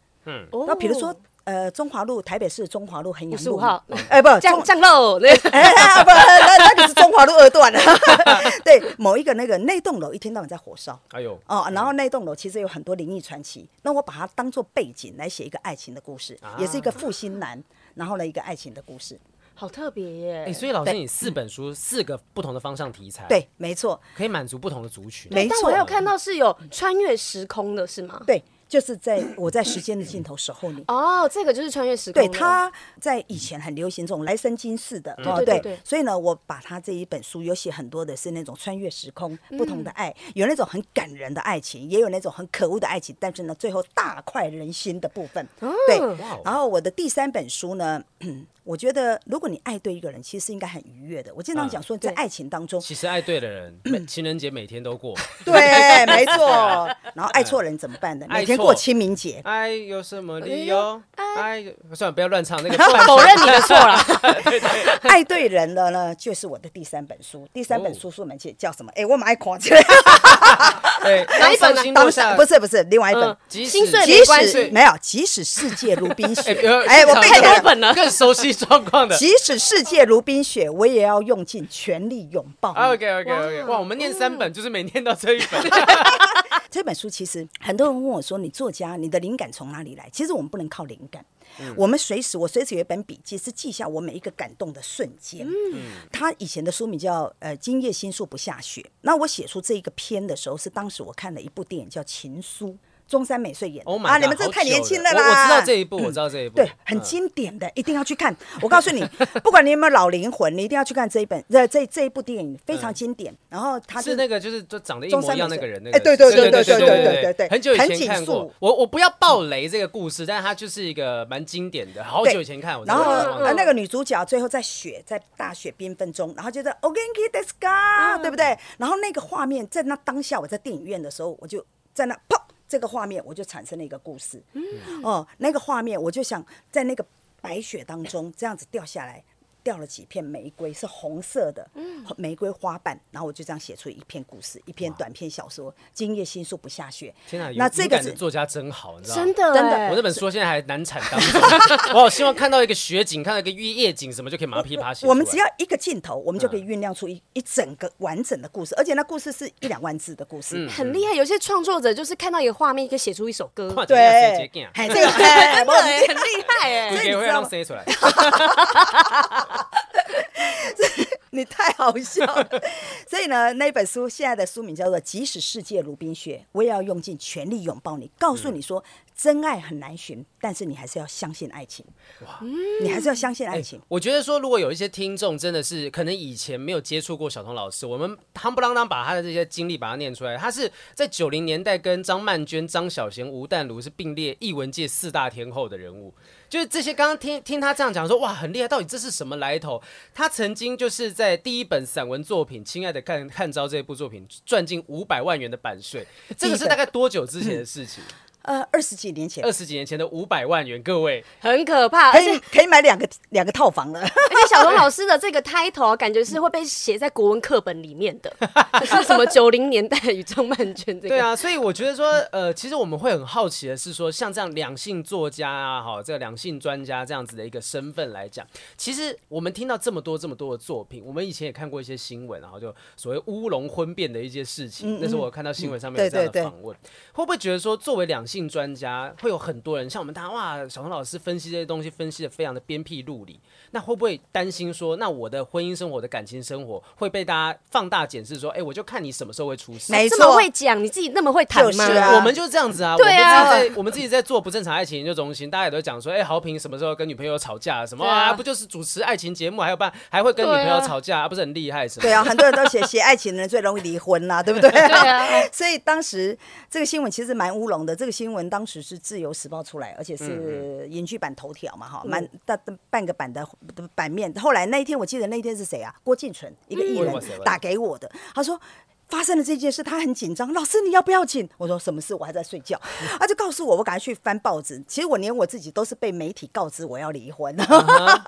[SPEAKER 2] 哦
[SPEAKER 1] 那比如说，呃，中华路台北市中华路衡阳
[SPEAKER 2] 55
[SPEAKER 1] 路
[SPEAKER 2] 号嗯
[SPEAKER 1] 哎、不，中
[SPEAKER 2] 降降漏，那个
[SPEAKER 1] 哎、啊不， 那那个是中华路二段了。 对，某一个那个那栋楼一天到晚在火烧。
[SPEAKER 3] 哎呦，
[SPEAKER 1] 哦，然后那栋楼其实有很多灵异传奇，那我把它当做背景来写一个爱情的故事，也是一个负心男，然后呢一个爱情的故事。
[SPEAKER 2] 好特别耶、
[SPEAKER 3] 哎，所以老师
[SPEAKER 1] 对
[SPEAKER 3] 你四本书四个不同的方向题材，，
[SPEAKER 1] 对，没错，
[SPEAKER 3] 可以满足不同的族群。
[SPEAKER 1] 没
[SPEAKER 2] 但
[SPEAKER 1] 错
[SPEAKER 2] 我还有看到是有穿越时空的，是吗？
[SPEAKER 1] 对，就是在我在时间的尽头守候你。
[SPEAKER 2] 哦，这个就是穿越时空
[SPEAKER 1] 对，
[SPEAKER 2] 了。嗯
[SPEAKER 1] 他在以前很流行这种来生今世的，哦
[SPEAKER 2] 对对对
[SPEAKER 1] 所以呢，我把他这一本书有写很多的是那种穿越时空、不同的爱，有那种很感人的爱情，也有那种很可恶的爱情，但是呢，最后大快人心的部分，对
[SPEAKER 3] 哇哦。
[SPEAKER 1] 然后我的第三本书呢， 我觉得如果你爱对一个人，其实应该很愉悦的。我经常讲说，在
[SPEAKER 2] 对
[SPEAKER 1] 爱情当中，
[SPEAKER 3] 其实爱对的 人，每情人节每天都过。
[SPEAKER 1] 对，没 错。然后爱错人怎么办呢？
[SPEAKER 3] 爱
[SPEAKER 1] 每天
[SPEAKER 3] 错
[SPEAKER 1] 过清明节，
[SPEAKER 3] 爱哎有什么理
[SPEAKER 2] 由。
[SPEAKER 3] 由？
[SPEAKER 1] 哎
[SPEAKER 3] 爱有算了，不要乱唱 那个
[SPEAKER 2] 否认你的错了。
[SPEAKER 1] 爱对人了呢，就是我的第三本书。第三本
[SPEAKER 3] 哦
[SPEAKER 1] 书书名叫叫什么？哎，我蛮爱看这个。
[SPEAKER 3] 对，
[SPEAKER 2] 哪一本啊
[SPEAKER 3] 当上星
[SPEAKER 1] 当
[SPEAKER 3] 落
[SPEAKER 1] 下
[SPEAKER 3] 下
[SPEAKER 1] 不是不是，另外一本
[SPEAKER 2] 嗯，
[SPEAKER 3] 即
[SPEAKER 2] 心
[SPEAKER 3] 使
[SPEAKER 2] 碎
[SPEAKER 1] 即
[SPEAKER 2] 没关
[SPEAKER 1] 使
[SPEAKER 2] 系。
[SPEAKER 1] 没有，即使世界如冰 雪
[SPEAKER 3] 呃，
[SPEAKER 1] 哎，我
[SPEAKER 3] 现
[SPEAKER 1] 背
[SPEAKER 3] 场
[SPEAKER 1] 起来
[SPEAKER 2] 太多本了
[SPEAKER 3] 更熟悉状 况的。
[SPEAKER 1] 即使世界如冰雪，我也要用尽全力拥抱
[SPEAKER 2] 哦
[SPEAKER 1] 你。
[SPEAKER 3] OK OK OK，哇，我啊们念三本，就是每念到这一 本。
[SPEAKER 1] 这本书其实很多人问我说：“你作家，你的灵感从哪里来？”其实我们不能靠灵感，
[SPEAKER 3] 嗯
[SPEAKER 1] 我们随时我随时有一本笔记，是记下我每一个感动的瞬间。
[SPEAKER 3] 嗯
[SPEAKER 1] 他以前的书名叫《呃今夜星宿不下雪》。那我写出这一个篇的时候，是当时我看了一部电影叫《情书》，中山美穗演的。
[SPEAKER 3] Oh my
[SPEAKER 1] 啊，
[SPEAKER 3] god，
[SPEAKER 1] 你们这太年轻了
[SPEAKER 3] 好久
[SPEAKER 1] 啦！
[SPEAKER 3] 我我知道这一部，我知道这一部，
[SPEAKER 1] 对，很
[SPEAKER 3] 嗯
[SPEAKER 1] 经典的，一定要去看。我告诉你，不管你有没有老灵魂，你一定要去看这一本，呃这这这一部电影非常经典。然后它
[SPEAKER 3] 嗯是那个就是就长得一
[SPEAKER 1] 中
[SPEAKER 3] 模
[SPEAKER 1] 山
[SPEAKER 3] 一样
[SPEAKER 1] 美
[SPEAKER 3] 那
[SPEAKER 1] 穗
[SPEAKER 3] 个人，那
[SPEAKER 1] 哎
[SPEAKER 3] 个
[SPEAKER 1] 对
[SPEAKER 3] 对
[SPEAKER 1] 对对对对
[SPEAKER 3] 对对
[SPEAKER 1] 对对
[SPEAKER 3] 对
[SPEAKER 1] 对
[SPEAKER 3] 很久以
[SPEAKER 1] 藤
[SPEAKER 3] 前
[SPEAKER 1] 井
[SPEAKER 3] 看过
[SPEAKER 1] 树。
[SPEAKER 3] 我我不要暴雷这个故事，但是它就是一个蛮经典的，好
[SPEAKER 1] 对
[SPEAKER 3] 久以前看，我真
[SPEAKER 1] 然
[SPEAKER 3] 的
[SPEAKER 1] 后
[SPEAKER 3] 忘了
[SPEAKER 1] 呃，那个女主角最后在雪，在大雪缤纷中，然后就在 o g e n k i d e s k a
[SPEAKER 3] 嗯
[SPEAKER 1] 对不对？然后那个画面，在那当下，我在电影院的时候，我就在那砰，这个画面我就产生了一个故事。
[SPEAKER 3] 嗯
[SPEAKER 1] 哦，那个画面我就想在那个白雪当中这样子掉下来。掉了几片玫瑰，是红色的，
[SPEAKER 3] 嗯
[SPEAKER 1] 玫瑰花瓣，然后我就这样写出一篇故事，一篇短篇小说《今夜星宿不下雪》。
[SPEAKER 3] 天哪，有
[SPEAKER 1] 那这
[SPEAKER 3] 有
[SPEAKER 1] 个
[SPEAKER 3] 感的
[SPEAKER 1] 是
[SPEAKER 3] 作家真好，你知道吗
[SPEAKER 2] 真。的
[SPEAKER 1] 真的
[SPEAKER 2] 哎
[SPEAKER 3] 我那本书现在还难产当中， 我好希望看到一个雪景，看到一个夜景什么就可以马上噼啪写出来。
[SPEAKER 1] 我们只要一个镜头，我们就可以酝酿出一、一整个完整的故事，而且那故事是一两万字的故
[SPEAKER 3] 嗯
[SPEAKER 1] 事。
[SPEAKER 2] 很厉害，有些创作者就是看到一个画面，可以写出一首歌，
[SPEAKER 3] 跨
[SPEAKER 1] 对
[SPEAKER 3] 界要谁接，
[SPEAKER 1] 哎，这 个哎，我
[SPEAKER 2] 哎很厉害 哎、
[SPEAKER 3] 估
[SPEAKER 1] 所以
[SPEAKER 3] 计
[SPEAKER 1] 你
[SPEAKER 3] 啊会
[SPEAKER 1] 知道
[SPEAKER 3] 让
[SPEAKER 1] 吗
[SPEAKER 3] 塞出来。
[SPEAKER 1] 你太好笑了。所以呢，那本书现在的书名叫做《即使世界如冰雪，我也要用尽全力拥抱你》，告诉你说，真爱很难寻，但是你还是要相信爱情。你还是要相信爱情。
[SPEAKER 3] 哎我觉得说，如果有一些听众真的是可能以前没有接触过小童老师，我们夯不啷当把他的这些经历把它念出来。他是在九零年代跟张曼娟、张小娴、吴淡如是并列艺文界四大天后的人物。就是这些，刚刚听听他这样讲说，哇，很厉害，到底这是什么来头？他曾经就是在第一本散文作品《亲爱的看看招》这部作品赚进五百万元的版税，这个是大概多久之前的事情？
[SPEAKER 1] 呃，二十几年前
[SPEAKER 3] 二。十几年前的五百万元，各位，
[SPEAKER 2] 很可怕。而
[SPEAKER 1] 可
[SPEAKER 2] 且
[SPEAKER 1] 以可以买两个两个套房了，
[SPEAKER 2] 而且小龙老师的这个 title 啊感觉是会被写在国文课本里面 的，就是什么九零年代与张曼娟这个。
[SPEAKER 3] 对，啊，所以我觉得说，呃，其实我们会很好奇的是说，像这样两性作家啊，好，这个两性专家这样子的一个身份来讲，其实我们听到这么多这么多的作品，我们以前也看过一些新闻，然后就所谓乌龙婚变的一些事情，那时候我看到新闻上面有
[SPEAKER 1] 嗯对
[SPEAKER 3] 这样
[SPEAKER 1] 对
[SPEAKER 3] 的
[SPEAKER 1] 对
[SPEAKER 3] 访问，会不会觉得说，作为两性专家，会有很多人像我们大家哇，小红老师分析这些东西，分析的非常的鞭辟入里，那会不会担心说，那我的婚姻生活、我的感情生活会被大家放大检视，说，哎、我就看你什么时候会出事。
[SPEAKER 1] 没
[SPEAKER 2] 这么
[SPEAKER 1] 错
[SPEAKER 2] 会讲，你自己那么会谈吗？
[SPEAKER 1] 就是啊
[SPEAKER 3] 我们就是这样子啊。
[SPEAKER 2] 对啊
[SPEAKER 3] 我们自己在我们自己在做不正常爱情研究中心，大家也都讲说，哎、豪平什么时候跟女朋友吵架？什么
[SPEAKER 2] 对啊
[SPEAKER 3] 啊？不就是主持爱情节目，还有办还会跟女
[SPEAKER 2] 对啊
[SPEAKER 3] 朋友吵架，啊不是很厉害什 么？
[SPEAKER 1] 对啊，很多人都写写爱情的人最容易离婚啦、 对不对？
[SPEAKER 2] 对啊，
[SPEAKER 1] 所以当时这个新闻其实蛮乌龙的，这个新闻当时是《自由时报》出来，而且是影剧版头条嘛，哈，蛮大半个版的版面。后来那一天，我记得那一天是谁啊？郭敬淳，一个艺人
[SPEAKER 3] 哇塞哇塞
[SPEAKER 1] 打给我的，他说。发生了这件事，他很紧张。老师，你要不要紧？我说什么事？我还在睡觉。 他就告诉我，我赶快去翻报纸。其实我连我自己都是被媒体告知我要离 婚。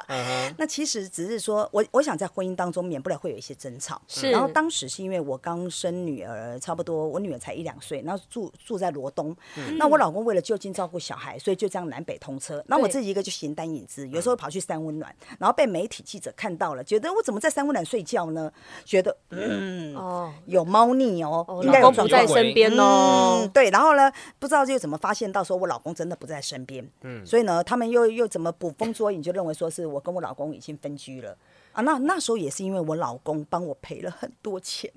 [SPEAKER 2] 嗯
[SPEAKER 1] 那其实只是说，我我想在婚姻当中免不了会有一些争吵。
[SPEAKER 2] 是
[SPEAKER 1] 然后当时是因为我刚生女儿，差不多我女儿才一两岁，然后住住在罗东。
[SPEAKER 2] 嗯
[SPEAKER 1] 那我老公为了就近照顾小孩，所以就这样南北通车。那我自己一个就形单影只，有
[SPEAKER 2] 嗯
[SPEAKER 1] 时候跑去三温暖，然后被媒体记者看到了，觉得我怎么在三温暖睡觉呢？觉得嗯
[SPEAKER 2] 哦，
[SPEAKER 1] 有猫腻哦，应该
[SPEAKER 2] 老
[SPEAKER 1] 有状
[SPEAKER 2] 公不
[SPEAKER 1] 况
[SPEAKER 2] 在身边哦
[SPEAKER 1] 嗯，。对，然后呢，不知道就怎么发现到说我老公真的不在身边，嗯，所以呢，他们又又怎么捕风捉影，就认为说是我跟我老公已经分居了啊。那那时候也是因为我老公帮我赔了很多钱，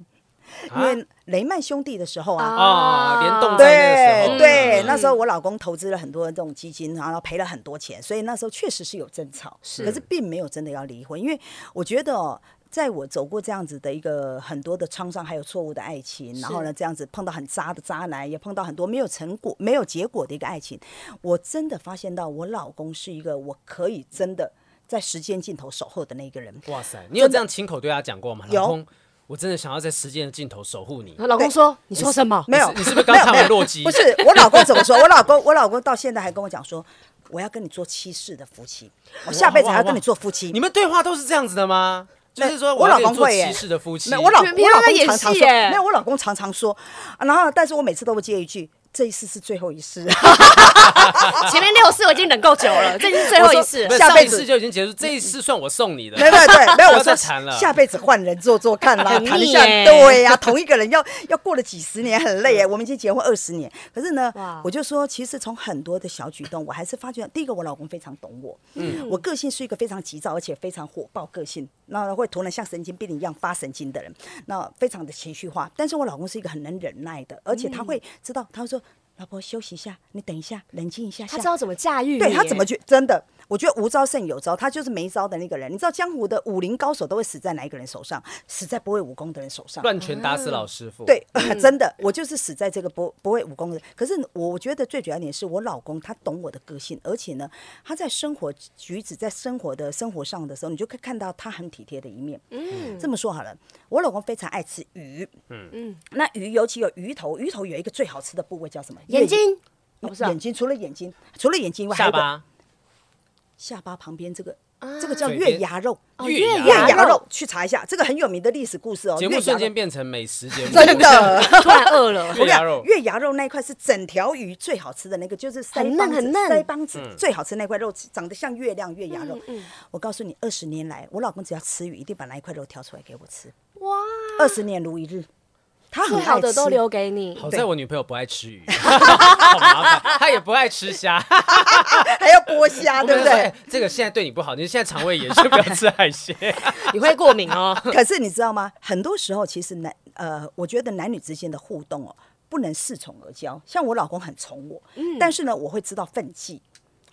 [SPEAKER 1] 因为雷曼兄弟的时候啊，
[SPEAKER 3] 哦，联动在那个时
[SPEAKER 1] 对
[SPEAKER 3] 候，
[SPEAKER 1] 对，
[SPEAKER 3] 嗯
[SPEAKER 1] 那时候我老公投资了很多这种基金，然后赔了很多钱，所以那时候确实是有争吵，可是并没有真的要离婚，因为我觉得哦。在我走过这样子的一个很多的创伤，还有错误的爱情，然后呢，这样子碰到很渣的渣男，也碰到很多没有成果、没有结果的一个爱情，我真的发现到我老公是一个我可以真的在时间尽头守候的那一个人。
[SPEAKER 3] 哇塞，你有这样亲口对他讲过吗？
[SPEAKER 1] 有
[SPEAKER 3] 老公，我真的想要在时间的尽头守护你。
[SPEAKER 2] 嗯老公说：“你说什么？”
[SPEAKER 1] 没有，
[SPEAKER 3] 哦你是不是刚看完洛基？
[SPEAKER 1] 不，是，我老公怎么说？我老公，我老公到现在还跟我讲说，我要跟你做七世的夫妻，我下辈子还要跟你做夫妻
[SPEAKER 3] 你。们对话都是这样子的吗？就是说，
[SPEAKER 1] 我老
[SPEAKER 3] 要跟
[SPEAKER 1] 公
[SPEAKER 3] 你做
[SPEAKER 1] 会耶
[SPEAKER 3] 歧视的夫妻。
[SPEAKER 1] 没有，我老我
[SPEAKER 2] 你们平常
[SPEAKER 1] 老
[SPEAKER 2] 在
[SPEAKER 1] 公
[SPEAKER 2] 演
[SPEAKER 1] 常常
[SPEAKER 2] 戏
[SPEAKER 1] 说，
[SPEAKER 2] 耶
[SPEAKER 1] 没有，我老公常常说，啊然后但是我每次都会接一句，这一世是最后一世，
[SPEAKER 2] 前面六次我已经忍够久了，这已经是最后一次
[SPEAKER 3] 不
[SPEAKER 2] 了
[SPEAKER 3] 是。
[SPEAKER 1] 下
[SPEAKER 3] 上
[SPEAKER 1] 辈
[SPEAKER 3] 一
[SPEAKER 1] 子
[SPEAKER 3] 次就已经结束，这一次算我送你的。
[SPEAKER 1] 没有没有对，没有
[SPEAKER 3] 不要
[SPEAKER 1] 我说
[SPEAKER 3] 再谈了
[SPEAKER 1] 下辈子换人做做看啦，
[SPEAKER 2] 很
[SPEAKER 1] 谈一
[SPEAKER 2] 腻
[SPEAKER 1] 下，
[SPEAKER 2] 耶
[SPEAKER 1] 对呀、同一个人要 要过了几十年，很累耶。
[SPEAKER 3] 嗯
[SPEAKER 1] 我们已经结婚二十年，可是呢
[SPEAKER 2] 哇，
[SPEAKER 1] 我就说，其实从很多的小举动，我还是发觉，第一个我老公非常懂我，嗯，我个性是一个非常急躁而且非常火爆个性，那会突然像神经病一样发神经的人，那非常的情绪化。但是我老公是一个很能忍耐的，而且他会知道，他会说。老婆，休息一下，你等一下，冷静一下。下
[SPEAKER 2] 他知道怎么驾驭你耶，
[SPEAKER 1] 对他怎么去真的。我觉得无招胜有招，他就是没招的那个人。你知道江湖的武林高手都会死在哪一个人手上？死在不会武功的人手上。
[SPEAKER 3] 乱拳打死老师傅。
[SPEAKER 1] 对， 真的，我就是死在这个不不会武功的人。可是我我觉得最主要一点是我老公他懂我的个性，而且呢，他在生活举止、在生活的生活上的时候，你就可以看到他很体贴的一面。嗯，这么说好了，我老公非常爱吃鱼。嗯嗯，那鱼尤其有鱼头，鱼头有一个最好吃的部位叫什么？
[SPEAKER 2] 眼睛
[SPEAKER 1] 眼。
[SPEAKER 2] 不是啊
[SPEAKER 1] 眼睛，除了眼睛，除了眼睛以外，还有
[SPEAKER 3] 下
[SPEAKER 1] 一个
[SPEAKER 3] 巴
[SPEAKER 1] 下巴旁边这个，这个叫
[SPEAKER 3] 嘴
[SPEAKER 1] 月
[SPEAKER 3] 边
[SPEAKER 1] 牙肉，
[SPEAKER 2] 啊哦
[SPEAKER 3] 月
[SPEAKER 2] 月
[SPEAKER 1] 月
[SPEAKER 3] 牙
[SPEAKER 1] 牙
[SPEAKER 2] 牙
[SPEAKER 1] 肉，去查一下，这个很有名的历史故事哦。
[SPEAKER 3] 节
[SPEAKER 1] 月
[SPEAKER 3] 目
[SPEAKER 1] 牙
[SPEAKER 3] 瞬
[SPEAKER 1] 肉
[SPEAKER 3] 间变成美食 节目，
[SPEAKER 1] 真 的，
[SPEAKER 2] 突然饿了，
[SPEAKER 3] 月牙肉。
[SPEAKER 1] 月牙肉那一块是整条鱼最好吃的那个，就是腮
[SPEAKER 2] 很嫩
[SPEAKER 1] 帮子
[SPEAKER 2] 很嫩
[SPEAKER 1] 腮帮子
[SPEAKER 3] 嗯
[SPEAKER 1] 最好吃那块肉，长得像月亮月牙肉。
[SPEAKER 2] 嗯
[SPEAKER 1] 我告诉你，二十年来，我老公只要吃鱼，一定把那一块肉挑出来给我吃。
[SPEAKER 2] 哇，
[SPEAKER 1] 二十年如一日，他很
[SPEAKER 2] 啊最
[SPEAKER 1] 爱
[SPEAKER 2] 好的都
[SPEAKER 1] 吃
[SPEAKER 2] 留给你。
[SPEAKER 3] 好在我女朋友不爱吃鱼， 好麻烦，她也不爱 吃虾，
[SPEAKER 1] 啊还要剥 虾，对不
[SPEAKER 3] 我跟她说
[SPEAKER 1] 对
[SPEAKER 3] 哎？这个现在对你不好，你现在肠胃炎，就不要吃 海鲜。
[SPEAKER 2] 你会过敏哦。
[SPEAKER 1] 可是你知道吗？很多时候其实男呃，我觉得男女之间的互动哦，不能恃宠而骄。像我老公很宠我，但是呢，我会知道分际。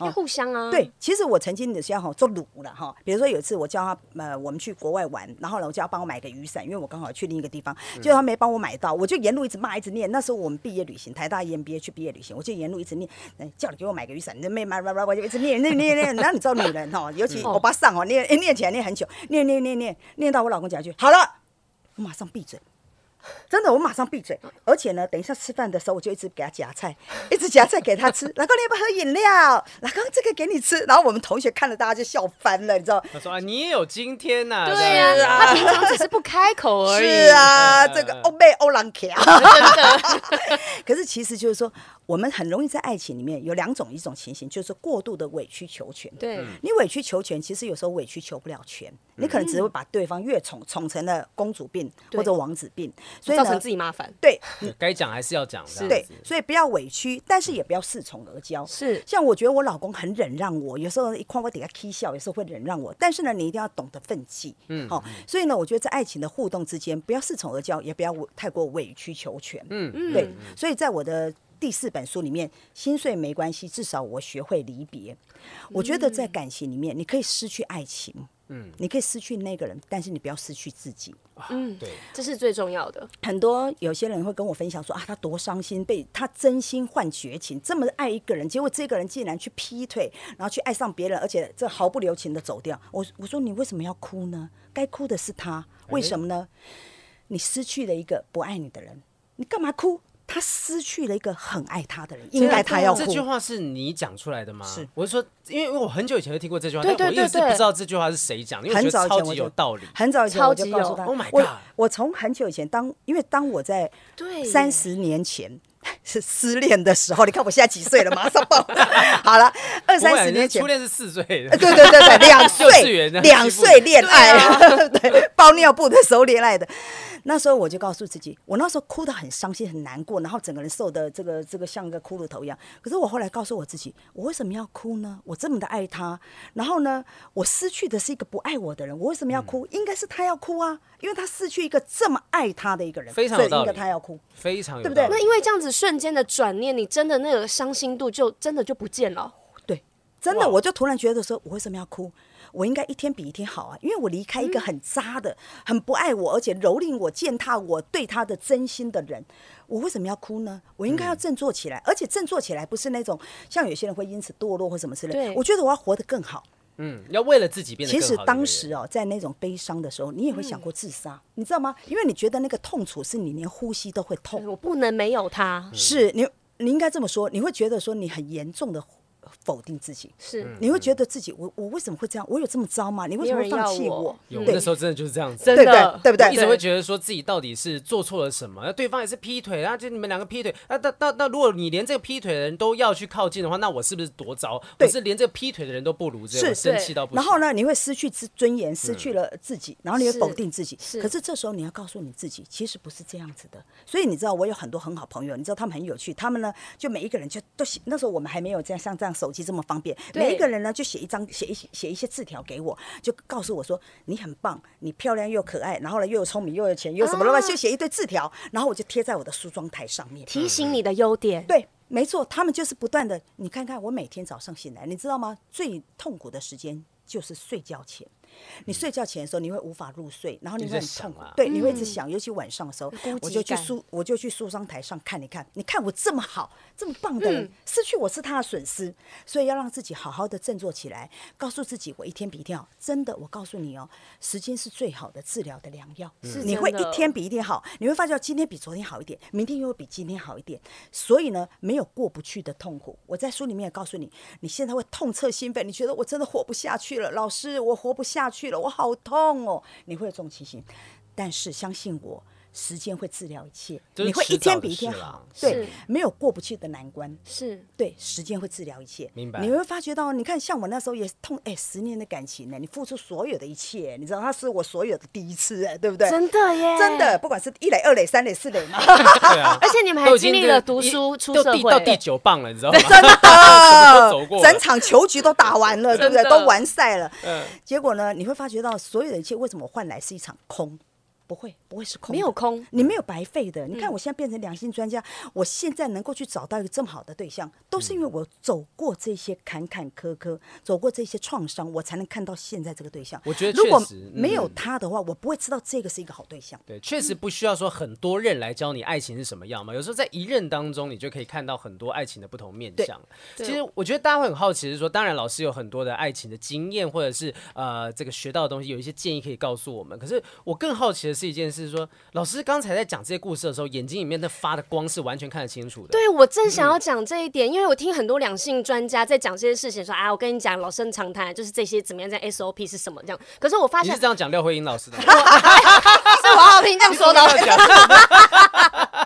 [SPEAKER 2] 要互相啊，
[SPEAKER 1] 对，，其实我曾经有些哈做卤了哈，比如说有一次我叫他呃，我们去国外玩，然后呢，我叫他帮我买个雨伞，因为我刚好去另一个地方，结果他没帮我买到，我就沿路一直骂一直念。那时候我们毕业旅行，台大 EMBA 去毕业旅行，我就沿路一直念，哎叫你给我买个雨伞，你就没买，买买我就一直念念念念。然后你知道女人哈，尤其欧巴桑哦，念哎念起来念很久，念念念念念到我老公讲一句好了，我马上闭嘴。真的，我马上闭嘴。而且呢，等一下吃饭的时候，我就一直给他夹菜， 一直夹菜给他吃。 老公，你要不要喝饮料？老公，这个给你吃。然后我们同学看了，大家就笑翻了，你知道？
[SPEAKER 3] 她说啊，你也有今天呐。
[SPEAKER 2] 对呀、
[SPEAKER 3] 这样
[SPEAKER 2] 他平常只是不开口 而已。
[SPEAKER 1] 是啊，
[SPEAKER 3] 嗯
[SPEAKER 1] 这个
[SPEAKER 3] 嗯
[SPEAKER 1] 欧妹欧郎卡。
[SPEAKER 2] 哎真的，
[SPEAKER 1] 可是其实就是说，我们很容易在爱情里面有两种一种情形，就是过度的委曲求全。
[SPEAKER 2] 对，
[SPEAKER 3] 嗯
[SPEAKER 2] 嗯
[SPEAKER 1] 你委曲求全，其实有时候委曲求不了全，你可能只会把对方越宠宠成了公主病
[SPEAKER 2] 对
[SPEAKER 1] 或者王子病，所以
[SPEAKER 2] 造成
[SPEAKER 1] 呢
[SPEAKER 2] 自，己麻烦。
[SPEAKER 1] 对
[SPEAKER 3] 子 该讲还是要讲，这样
[SPEAKER 1] 对
[SPEAKER 3] 子，
[SPEAKER 1] 所以不要委屈，但是也不要恃宠而骄。
[SPEAKER 2] 是
[SPEAKER 1] 像我觉得我老公很忍让我，有时候一看我底下 k 笑，有时候会忍让我。但是呢，你一定要懂得分际，嗯，好、所以呢，我觉得在爱情的互动之间，不要恃宠而骄，也不要委太过委曲求全，嗯，对。所以在我的第四本书里面，心碎没关系，至少我学会离别。我觉得在感情里面，你可以失去爱情，嗯，你可以失去那个人，但是你不要失去自己。
[SPEAKER 3] 嗯，对，
[SPEAKER 2] 这是最重要的。
[SPEAKER 1] 很多有些人会跟我分享说啊，他多伤心，被他真心换绝情，这么爱一个人，结果这个人竟然去劈腿，然后去爱上别人，而且这毫不留情的走掉。我我说你为什么要哭呢？该哭的是他，为什么呢？你失去了一个不爱你的人，你干嘛哭？他失去了一个很爱他的人，应该他要哭
[SPEAKER 3] 啊这。句话是你讲出来的吗？
[SPEAKER 1] 是
[SPEAKER 3] 我是说，因为我很久以前就听过这句话，
[SPEAKER 2] 对
[SPEAKER 3] 但我
[SPEAKER 2] 对
[SPEAKER 3] 一
[SPEAKER 2] 对
[SPEAKER 3] 直
[SPEAKER 2] 对
[SPEAKER 3] 不知道这句话是谁讲，因为我
[SPEAKER 1] 很
[SPEAKER 3] 觉
[SPEAKER 1] 早
[SPEAKER 3] 得
[SPEAKER 1] 以前
[SPEAKER 3] 超
[SPEAKER 1] 我
[SPEAKER 3] 级
[SPEAKER 1] 就
[SPEAKER 3] 有道理。
[SPEAKER 1] 很早以前我
[SPEAKER 2] 超
[SPEAKER 1] 就
[SPEAKER 2] 级
[SPEAKER 1] 告诉
[SPEAKER 2] 有
[SPEAKER 1] 他
[SPEAKER 3] Oh my
[SPEAKER 1] 我
[SPEAKER 3] God
[SPEAKER 1] 我从很久以前当，因为当我在
[SPEAKER 2] 对耶，
[SPEAKER 1] 三十年前是失恋的时候，你看我现在几岁了，马上报。好了，二
[SPEAKER 3] 不会啊
[SPEAKER 1] 三十
[SPEAKER 3] 你的
[SPEAKER 1] 年前
[SPEAKER 3] 初。恋是四岁
[SPEAKER 1] 呃
[SPEAKER 3] 的，
[SPEAKER 1] 对对对对，两
[SPEAKER 3] 幼稚
[SPEAKER 1] 岁
[SPEAKER 3] 园那样
[SPEAKER 1] 两
[SPEAKER 3] 啊欺负
[SPEAKER 1] 岁
[SPEAKER 3] 你
[SPEAKER 1] 恋爱，对，包尿布的时候恋爱的。那时候我就告诉自己，我那时候哭得很伤心、很难过，然后整个人瘦的这个这个像个骷髅头一样。可是我后来告诉我自己，我为什么要哭呢？我这么的爱他，然后呢，我失去的是一个不爱我的人，我为什么
[SPEAKER 3] 嗯
[SPEAKER 1] 要哭？应该是他要哭啊，因为他失去一个这么爱他的一个人，
[SPEAKER 3] 非常
[SPEAKER 1] 所
[SPEAKER 3] 有
[SPEAKER 1] 以应
[SPEAKER 3] 道
[SPEAKER 1] 该
[SPEAKER 3] 理
[SPEAKER 1] 他要哭。
[SPEAKER 3] 非常有
[SPEAKER 1] 对不对
[SPEAKER 3] 道理
[SPEAKER 2] 那因为这样子瞬间的转念，你真的那个伤心度就真的就不见了。
[SPEAKER 1] 对，真
[SPEAKER 3] 哇
[SPEAKER 1] 的，我就突然觉得说，我为什么要哭？我应该一天比一天好啊，因为我离开一
[SPEAKER 3] 嗯
[SPEAKER 1] 个很渣的、很不爱我，而且蹂躏我、践踏我对他的真心的人，我为什么要哭呢？我应该
[SPEAKER 3] 嗯
[SPEAKER 1] 要振作起来，而且振作起来不是那种像有些人会因此堕落或什么之类
[SPEAKER 2] 对
[SPEAKER 1] 的。我觉得我要活得更好。
[SPEAKER 3] 嗯，要为了自己变得
[SPEAKER 1] 其
[SPEAKER 3] 更好
[SPEAKER 1] 实
[SPEAKER 3] 的一个人
[SPEAKER 1] 当时哦，在那种悲伤的时候，你也会想过
[SPEAKER 3] 嗯
[SPEAKER 1] 自杀，你知道吗？因为你觉得那个痛楚是你连呼吸都会痛
[SPEAKER 2] 对。我不能没有他，
[SPEAKER 3] 嗯
[SPEAKER 1] 是你，你应该这么说，你会觉得说你很严重的否定自己。
[SPEAKER 2] 是、
[SPEAKER 3] 嗯
[SPEAKER 1] 你会觉得自己，我我为什么会这样？我有这么糟吗？你为什么
[SPEAKER 2] 没
[SPEAKER 1] 会
[SPEAKER 2] 有人
[SPEAKER 1] 放
[SPEAKER 2] 要
[SPEAKER 1] 弃
[SPEAKER 2] 我
[SPEAKER 1] 我？
[SPEAKER 3] 有
[SPEAKER 1] 对
[SPEAKER 3] 那时候真的就是这样子，
[SPEAKER 2] 嗯真
[SPEAKER 1] 对不
[SPEAKER 2] 的
[SPEAKER 1] 对？对不对
[SPEAKER 3] 一？直会觉得说自己到底是做错了什么，那对方也是劈腿，啊那就你们两个劈腿，啊那那那那如果你连这个劈腿的人都要去靠近的话，那我是不是多糟？我
[SPEAKER 1] 对
[SPEAKER 3] 是连这个劈腿的人都不如，这样
[SPEAKER 1] 是
[SPEAKER 3] 我生气到不行。
[SPEAKER 1] 然后呢，你会失去自尊严，失去了自己，然后你会
[SPEAKER 2] 是
[SPEAKER 1] 否定自己。
[SPEAKER 2] 是
[SPEAKER 1] 可是这时候你要告诉你自己，其实不是这样子的。所以你知道，我有很多很好朋友，你知道他们很有趣，他们呢就每一个人就都写，那时候我们还没有这样像这样手机这么方便，
[SPEAKER 2] 对
[SPEAKER 1] 每一个人呢就写一张写一写一些字条给我，就告诉我说你很棒，你漂亮又可爱，然后呢又有聪明又有钱又什么了嘛，
[SPEAKER 2] 啊
[SPEAKER 1] 就写一堆字条，然后我就贴在我的梳妆台上面。
[SPEAKER 2] 提
[SPEAKER 3] 嗯
[SPEAKER 2] 醒你的优点。
[SPEAKER 1] 对，没错，他们就是不断的。你看看，我每天早上醒来，你知道吗？最痛苦的时间就是睡觉前。你睡觉前的时候，你会无法入睡，然后你
[SPEAKER 3] 一直
[SPEAKER 1] 会很
[SPEAKER 3] 在
[SPEAKER 1] 痛
[SPEAKER 3] 想
[SPEAKER 1] 苦，
[SPEAKER 3] 啊
[SPEAKER 1] 对，你会一直想。尤其晚上的时候，
[SPEAKER 2] 有孤
[SPEAKER 1] 我
[SPEAKER 2] 寂
[SPEAKER 1] 就去
[SPEAKER 2] 感
[SPEAKER 1] 梳，我就去梳妆台上看一看，你看我这么好，这么棒的人，失去我是他的损失，所以要让自己好好的振作起来，告诉自己我一天比一天好。真的，我告诉你哦，时间是最好的治疗的良药。
[SPEAKER 2] 是
[SPEAKER 1] 你
[SPEAKER 2] 真
[SPEAKER 1] 会
[SPEAKER 2] 的
[SPEAKER 1] 一天比一天好，你会发觉今天比昨天好一点，明天又比今天好一点。所以呢，没有过不去的痛苦。我在书里面也告诉你，你现在会痛彻心扉，你觉得我真的活不下去了，老师，我活不下去了，我好痛哦，你会有这种情形。但是相信我，时间会治疗一切，
[SPEAKER 3] 就是
[SPEAKER 1] 你会
[SPEAKER 3] 迟
[SPEAKER 1] 一天
[SPEAKER 3] 早的
[SPEAKER 1] 比一天
[SPEAKER 3] 事啦
[SPEAKER 1] 好。
[SPEAKER 3] 是
[SPEAKER 1] 对，没有过不去的难关。
[SPEAKER 2] 是
[SPEAKER 1] 对，时间会治疗一切。
[SPEAKER 3] 明白
[SPEAKER 1] 你会发觉到，你看，像我那时候也痛，哎、十年的感情呢，你付出所有的一切，你知道，它是我所有的第一次，哎，对不对？
[SPEAKER 2] 真的耶，
[SPEAKER 1] 真的，。不管是一垒、二垒、三垒、四 垒嘛，
[SPEAKER 3] 对啊，
[SPEAKER 2] 而且你们还
[SPEAKER 3] 都 已
[SPEAKER 2] 经
[SPEAKER 3] 经
[SPEAKER 2] 历
[SPEAKER 3] 这
[SPEAKER 2] 了读书
[SPEAKER 3] 一
[SPEAKER 2] 出
[SPEAKER 3] 都
[SPEAKER 2] 社
[SPEAKER 3] 第
[SPEAKER 2] 会，
[SPEAKER 3] 到第九棒了，你知道吗？
[SPEAKER 1] 啊
[SPEAKER 3] 走过了嗯
[SPEAKER 1] 整场球局都打完 了，对不对？
[SPEAKER 2] 真的
[SPEAKER 1] 都完赛了。结果呢，你会发觉到所有的一切，为什么换来是一场空？不会，不会是空的，
[SPEAKER 2] 没有空
[SPEAKER 1] 你没有白费的。你看，
[SPEAKER 2] 嗯
[SPEAKER 1] 我现在变成良心专家，我现在能够去找到一个这么好的对象，都是因
[SPEAKER 3] 嗯
[SPEAKER 1] 为我走过这些坎坎坷坷，走过这些创伤，我才能看到现在这个对象。
[SPEAKER 3] 我觉得
[SPEAKER 1] 如果
[SPEAKER 3] 确实
[SPEAKER 1] 没有
[SPEAKER 3] 嗯
[SPEAKER 1] 他的话，我不会知道这个是一个好对象。
[SPEAKER 3] 对，确实不需要说很多任来教你爱情是什么样嘛。有时候在一任当中，你就可以看到很多爱情的不同面相。其实我觉得大家会很好奇是说，当然老师有很多的爱情的经验，或者是呃这个学到的东西，有一些建议可以告诉我们。可是我更好奇的是一件事是说，老师刚才在讲这些故事的时候，眼睛里面的发的光是完全看得清楚的。
[SPEAKER 2] 对，我正想要讲这一点，因为我听很多两性专家在讲这些事情，说啊，我跟你讲，老生常谈，就是这些怎么样，这样 SOP 是什么这样。可是我发
[SPEAKER 1] 啊
[SPEAKER 3] 你
[SPEAKER 2] 现
[SPEAKER 3] 是这样讲廖慧英老师的吗？
[SPEAKER 2] 是黄浩平这样说的哦，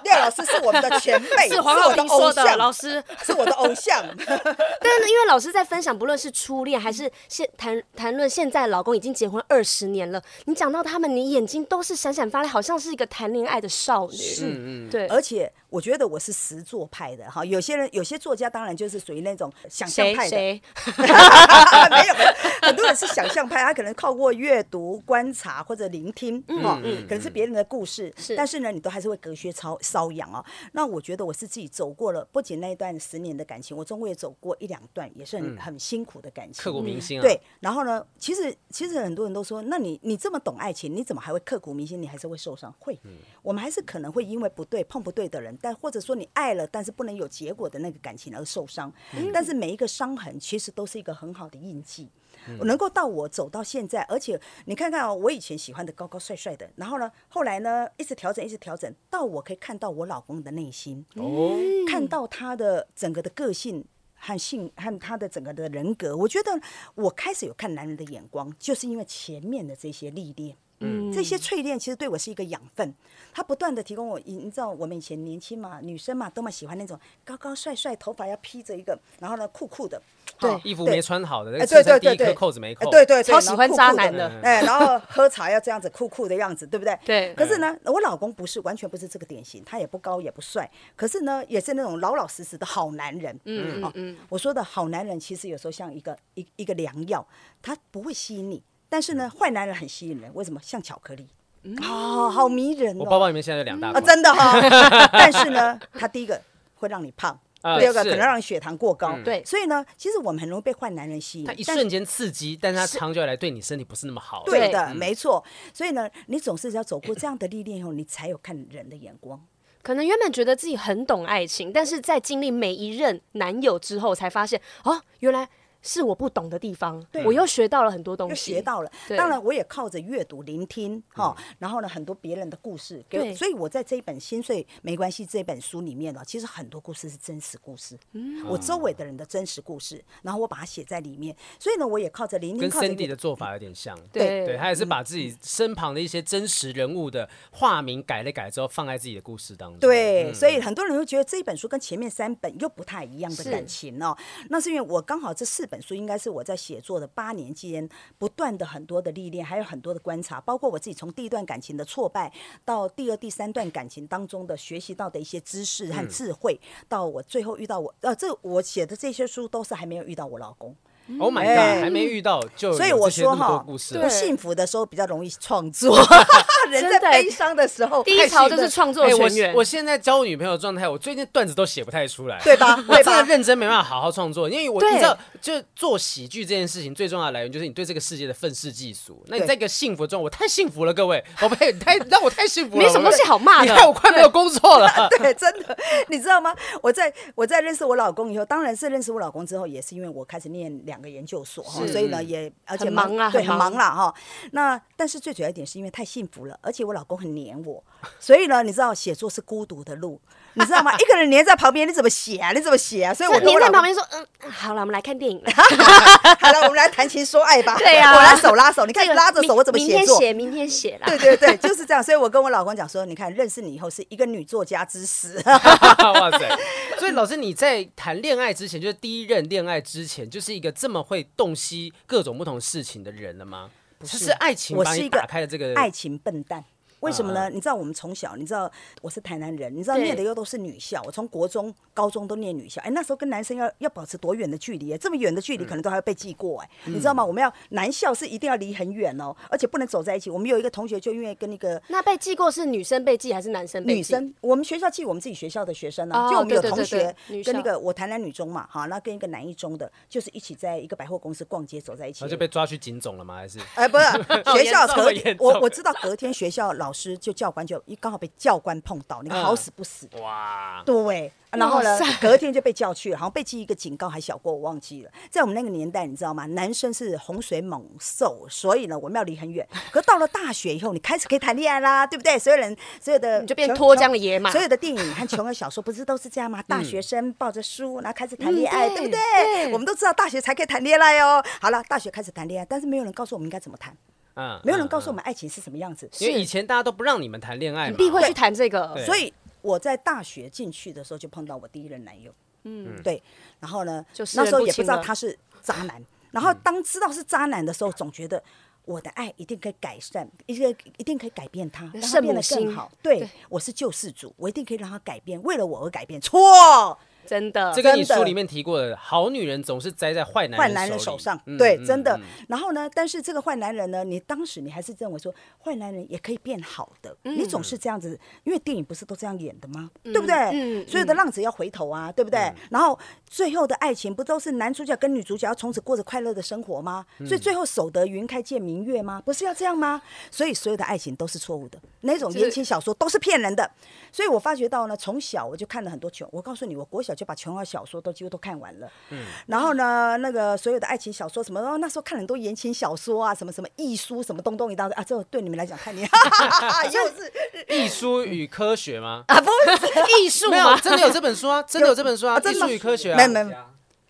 [SPEAKER 1] 廖老师是我们的前辈，
[SPEAKER 2] 是
[SPEAKER 1] 是
[SPEAKER 2] 黄浩
[SPEAKER 1] 我的
[SPEAKER 2] 平
[SPEAKER 1] 偶
[SPEAKER 2] 说的，
[SPEAKER 1] 像，
[SPEAKER 2] 老师。
[SPEAKER 1] 是我的偶像。
[SPEAKER 2] 但是呢因为老师在分享，不论是初恋还是现谈谈论现在老公已经结婚二十年了，你讲到他们，你眼睛都是闪闪发亮，好像是一个谈恋爱的少女。是，对，
[SPEAKER 1] 而且我觉得我是实作派的哈，有些人有些作家当然就是属于那种想象
[SPEAKER 2] 谁
[SPEAKER 1] 派的，
[SPEAKER 2] 谁
[SPEAKER 1] 没有没有，很多人是想象派，他可能靠过阅读、观察或者聆听哈，可能是别人的故事，但是呢，你都还是会隔靴搔搔痒哦。那我觉得我是自己走过了，不仅那一段十年的感情，我中间也走过一两段，也是很、很辛苦的感情，
[SPEAKER 3] 刻骨铭心啊！
[SPEAKER 1] 对，然后呢，其实其实很多人都说，那你你这么懂爱情，你怎么还会刻骨铭心？你还是会受伤？会，
[SPEAKER 3] 嗯
[SPEAKER 1] 我们还是可能会因为不对碰不对的人，但或者说你爱了，但是不能有结果的那个感情而受伤。
[SPEAKER 3] 嗯
[SPEAKER 1] 但是每一个伤痕其实都是一个很好的印记。
[SPEAKER 3] 嗯
[SPEAKER 1] 能够到我走到现在，而且你看看哦，我以前喜欢的高高帅帅的，然后呢，后来呢，一直调整，一直调整，到我可以看到我老公的内心。
[SPEAKER 3] 哦，
[SPEAKER 1] 看到他的整个的个性和性和他的整个的人格，我觉得我开始有看男人的眼光，就是因为前面的这些历练。嗯，这些淬炼其实对我是一个养分，它不断的提供我。你你知道我们以前年轻嘛，女生嘛，多么喜欢那种高高帅帅，头发要披着一个，然后呢酷酷的，
[SPEAKER 2] 对
[SPEAKER 1] 哦
[SPEAKER 3] 衣服没。穿好的，那
[SPEAKER 1] 哎
[SPEAKER 3] 个
[SPEAKER 1] 对对
[SPEAKER 3] 衬衫第
[SPEAKER 1] 对
[SPEAKER 3] 一
[SPEAKER 1] 对，
[SPEAKER 3] 颗扣子没
[SPEAKER 1] 哎
[SPEAKER 3] 扣，
[SPEAKER 1] 对对对，
[SPEAKER 2] 超喜
[SPEAKER 1] 然后
[SPEAKER 2] 欢
[SPEAKER 1] 酷
[SPEAKER 2] 渣
[SPEAKER 1] 酷
[SPEAKER 2] 男的
[SPEAKER 1] 哎，然 后喝茶要这样子酷酷的样子，对不对？
[SPEAKER 2] 对
[SPEAKER 1] 可是呢，我老公不是完全不是这个典型，他也不高也不帅，可是呢，也是那种老老实实的好男人。嗯嗯嗯。我说的好男人，其实有时候像一个一一个良药，他不会吸引你，但是
[SPEAKER 3] 嗯
[SPEAKER 1] 呢，坏男人很吸引人。为什么？像巧克力。
[SPEAKER 2] 嗯
[SPEAKER 1] 哦，好迷人
[SPEAKER 3] 我包
[SPEAKER 1] 哦！
[SPEAKER 3] 包里面现在有两大
[SPEAKER 1] 啊，
[SPEAKER 3] 块，
[SPEAKER 1] 真的哈、 但是呢，他第一个会让你胖，
[SPEAKER 3] 啊
[SPEAKER 1] 第二个
[SPEAKER 3] 是嗯
[SPEAKER 1] 可能让你血糖过高。
[SPEAKER 2] 对
[SPEAKER 1] 所以呢，其实我们很容易被坏男人吸引。
[SPEAKER 3] 它一
[SPEAKER 1] 但
[SPEAKER 3] 瞬间刺激，但是它长久以来对你身体不是那么好。
[SPEAKER 1] 对
[SPEAKER 2] 对
[SPEAKER 1] 的，没错。所以呢，你总是要走过这样的历练以后，你才有看人的眼光。
[SPEAKER 2] 可能原本觉得自己很懂爱情，但是在经历每一任男友之后，才发现哦，原来是我不懂的地方，我又学到了很多东
[SPEAKER 1] 又
[SPEAKER 2] 西，
[SPEAKER 1] 学到了。
[SPEAKER 2] 嗯对
[SPEAKER 1] 当然，我也靠着阅读、聆听，哈、然后呢，很多别人的故事，给
[SPEAKER 2] 对
[SPEAKER 1] 我所以我在这一本《心碎没关系》这本书里面呢，其实很多故事是真实故事，我周围的人的真实故事，然后我把它写在里面。所以呢，我也靠着聆听，
[SPEAKER 3] 跟
[SPEAKER 1] 靠着
[SPEAKER 3] Cindy
[SPEAKER 1] 阅
[SPEAKER 3] 的做法有点像，
[SPEAKER 2] 对
[SPEAKER 3] 对他也是
[SPEAKER 1] 嗯
[SPEAKER 3] 把自己身旁的一些真实人物的化名改了改之后，放在自己的故事当中。，
[SPEAKER 1] 对，所以很多人会觉得这一本书跟前面三本又不太一样的
[SPEAKER 2] 是
[SPEAKER 1] 感情哦。那是因为我刚好这四本书应该是我在写作的八年间不断的很多的历练，还有很多的观察，包括我自己从第一段感情的挫败到第二、第三段感情当中的学习到的一些知识
[SPEAKER 3] 嗯
[SPEAKER 1] 和智慧，到我最后遇到我呃，这我写的这些书都是还没有遇到我老公。
[SPEAKER 3] ，Oh my
[SPEAKER 1] 哎
[SPEAKER 3] god，还没遇到哦就有
[SPEAKER 1] 所以我
[SPEAKER 3] 这些
[SPEAKER 1] 说
[SPEAKER 3] 那么多
[SPEAKER 1] 哈
[SPEAKER 3] 故事
[SPEAKER 2] 对
[SPEAKER 1] 不幸福的时候比较容易创 作，人
[SPEAKER 2] 真的
[SPEAKER 1] 在悲伤的时候
[SPEAKER 2] 低潮就是
[SPEAKER 1] 太幸福
[SPEAKER 2] 创作
[SPEAKER 3] 哎
[SPEAKER 2] 成
[SPEAKER 3] 我
[SPEAKER 2] 员。
[SPEAKER 3] 我现在交女朋友的状态，我最近段子都写不太出来。
[SPEAKER 1] 对吧？
[SPEAKER 3] 我
[SPEAKER 1] 对
[SPEAKER 3] 真的
[SPEAKER 1] 吧？
[SPEAKER 3] 认真没办法好好创作，因为我
[SPEAKER 2] 对
[SPEAKER 3] 你知道，就是做喜剧这件事情最重要的来源就是你对这个世界的愤世嫉俗。那你
[SPEAKER 1] 对
[SPEAKER 3] 在一个幸福中，我太幸福了，各位，我被太让我太幸福了，
[SPEAKER 2] 没什么东西好骂的
[SPEAKER 3] 你看我快没有工作了，
[SPEAKER 1] 对，真的，你知道吗？我在我在认识我老公以后，当然是认识我老公之后，也是因为我开始念两个研究所哈，所以呢也而且
[SPEAKER 2] 嗯很忙啊
[SPEAKER 1] 对，
[SPEAKER 2] 很
[SPEAKER 1] 很
[SPEAKER 2] 忙
[SPEAKER 1] 忙啦哈。那但是最主要一点是因为太幸福了，而且我老公很黏我，所以呢，你知道写作是孤独的路，你知道吗？一个人黏在旁边，你怎么写啊？你怎么写啊？所以我
[SPEAKER 2] 那
[SPEAKER 1] 跟
[SPEAKER 2] 黏
[SPEAKER 1] 我
[SPEAKER 2] 在
[SPEAKER 1] 老
[SPEAKER 2] 旁
[SPEAKER 1] 公，
[SPEAKER 2] 边说，嗯，好了，我们来看 电影了。
[SPEAKER 1] 好了，我们来谈情说爱吧。
[SPEAKER 2] 对呀
[SPEAKER 1] 我来手拉手，你看
[SPEAKER 2] 这个
[SPEAKER 1] 拉着手我怎么
[SPEAKER 2] 明
[SPEAKER 1] 写
[SPEAKER 2] 明天
[SPEAKER 1] 作？
[SPEAKER 2] 写，明天写啦。
[SPEAKER 1] 对对对，就是这样。所以我跟我老公讲说，你看认识你以后是一个女作家之死。
[SPEAKER 3] 哇塞！所以老师，你在谈恋爱之前，就是第一任恋爱之前，就是一个这么会洞悉各种不同事情的人了吗？不
[SPEAKER 1] 是
[SPEAKER 3] 是爱情
[SPEAKER 1] 我
[SPEAKER 3] 把
[SPEAKER 1] 是
[SPEAKER 3] 你
[SPEAKER 1] 一个
[SPEAKER 3] 打开了这个
[SPEAKER 1] 爱情笨蛋。为什么呢？你知道我们从小，你知道我是台南人，你知道
[SPEAKER 2] 对
[SPEAKER 1] 念的又都是女校，我从国中、高中都念女校。哎，那时候跟男生要要保持多远的距离？啊这么远的距离，可能都还要被记过哎，你知道吗？我们要男校是一定要离很远哦，而且不能走在一起。我们有一个同学就因为跟那个
[SPEAKER 2] 那被记过是女生被记还是男生被记？
[SPEAKER 1] 女生，我们学校记我们自己学校的学生
[SPEAKER 2] 哦
[SPEAKER 1] 啊，就我们有
[SPEAKER 2] 对对
[SPEAKER 1] 同
[SPEAKER 2] 对
[SPEAKER 1] 学
[SPEAKER 2] 对女
[SPEAKER 1] 跟那
[SPEAKER 2] 校
[SPEAKER 1] 个我台南女中嘛，哈，那跟一个南一中的，就是一起在一个百货公司逛街，走在一起
[SPEAKER 3] 哦然后就
[SPEAKER 1] 而已。
[SPEAKER 3] 被抓去警总了吗？还是
[SPEAKER 1] 哎， 不是学校
[SPEAKER 3] 严重
[SPEAKER 1] 隔
[SPEAKER 3] 严
[SPEAKER 1] 天，
[SPEAKER 3] 重
[SPEAKER 1] 我我知道隔天学校老师就教官就刚好被教官碰到，你看
[SPEAKER 3] 嗯
[SPEAKER 1] 好死不死，
[SPEAKER 3] 哇？
[SPEAKER 1] 对。然后呢
[SPEAKER 2] 哇塞，
[SPEAKER 1] 隔天就被叫去了，好像被记一个警告还小过，我忘记了。在我们那个年代，你知道吗？男生是洪水猛兽，所以呢，我们要离很远。可到了大学以后，你开始可以谈恋爱啦，对不对？所有人，所有的
[SPEAKER 2] 你就变
[SPEAKER 1] 穷
[SPEAKER 2] 脱缰的野马嗯
[SPEAKER 1] 所有的电影和琼瑶小说不是都是这样吗？大学生抱着书，然后开始谈恋爱，
[SPEAKER 2] 嗯对
[SPEAKER 1] 对不
[SPEAKER 2] 对
[SPEAKER 1] 对？我们都知道大学才可以谈恋爱哦。好了，大学开始谈恋爱，但是没有人告诉我们应该怎么谈。
[SPEAKER 3] 嗯
[SPEAKER 1] 没有人告诉我
[SPEAKER 3] 们，
[SPEAKER 1] 们爱情是什么样子。
[SPEAKER 3] 嗯因为以前大家都不让你们谈恋爱
[SPEAKER 2] 你
[SPEAKER 3] 嘛，
[SPEAKER 2] 必会去谈这个
[SPEAKER 3] 对，
[SPEAKER 1] 所以我在大学进去的时候就碰到我第一任男友，嗯，对，然后呢，
[SPEAKER 2] 就世人
[SPEAKER 1] 那时候
[SPEAKER 2] 不
[SPEAKER 1] 也不
[SPEAKER 2] 清
[SPEAKER 1] 知道
[SPEAKER 2] 了
[SPEAKER 1] 他是渣 男，然后当知道是渣男的时候，总觉得。我的爱一定可以改善，一个一定可以改变他，让他
[SPEAKER 2] 圣母
[SPEAKER 1] 变得更
[SPEAKER 2] 心
[SPEAKER 1] 好。对，
[SPEAKER 2] 对
[SPEAKER 1] 我是救世主，我一定可以让他改变，为了我而改变。错，
[SPEAKER 2] 真的。
[SPEAKER 3] 这跟你
[SPEAKER 1] 真的
[SPEAKER 3] 书里面提过的，好女人总是栽在坏男
[SPEAKER 1] 坏男人
[SPEAKER 3] 手
[SPEAKER 1] 手
[SPEAKER 3] 里
[SPEAKER 1] 上，
[SPEAKER 3] 嗯
[SPEAKER 1] 对，
[SPEAKER 3] 嗯
[SPEAKER 1] 真的
[SPEAKER 3] 嗯。
[SPEAKER 1] 然后呢，但是这个坏男人呢，你当时你还是认为说坏男人也可以变好的，
[SPEAKER 3] 嗯
[SPEAKER 1] 你总是这样子，因为电影不是都这样演的吗？对不对？
[SPEAKER 2] 嗯
[SPEAKER 1] 所有的浪子要回头啊，对不对？
[SPEAKER 3] 嗯
[SPEAKER 1] 然后最后的爱情不都是男主角跟女主角要从此过着快乐的生活吗？
[SPEAKER 3] 嗯
[SPEAKER 1] 所以最后守得云开见明月吗？不是要这样吗？所以所有的爱情都是错误的，那种
[SPEAKER 2] 就是
[SPEAKER 1] 言情小说都是骗人的。所以我发觉到呢，从小我就看了很多琼，我告诉你，我国小就把琼瑶小说都几乎都看完了。然后呢，那个所有的爱情小说什么，哦，那时候看很多言情小说啊，什么什么艺书什么东东一大堆啊，这对你们来讲太厉害， 又是
[SPEAKER 3] 艺术与科学吗？
[SPEAKER 1] 啊，不是
[SPEAKER 2] 艺术
[SPEAKER 3] 没有，
[SPEAKER 2] 吗？
[SPEAKER 3] 真的有这本书啊，真的有这本书啊，
[SPEAKER 1] 啊
[SPEAKER 3] 《艺
[SPEAKER 1] 真
[SPEAKER 3] 术
[SPEAKER 1] 的
[SPEAKER 3] 与科学》啊，哦
[SPEAKER 1] 没有没有。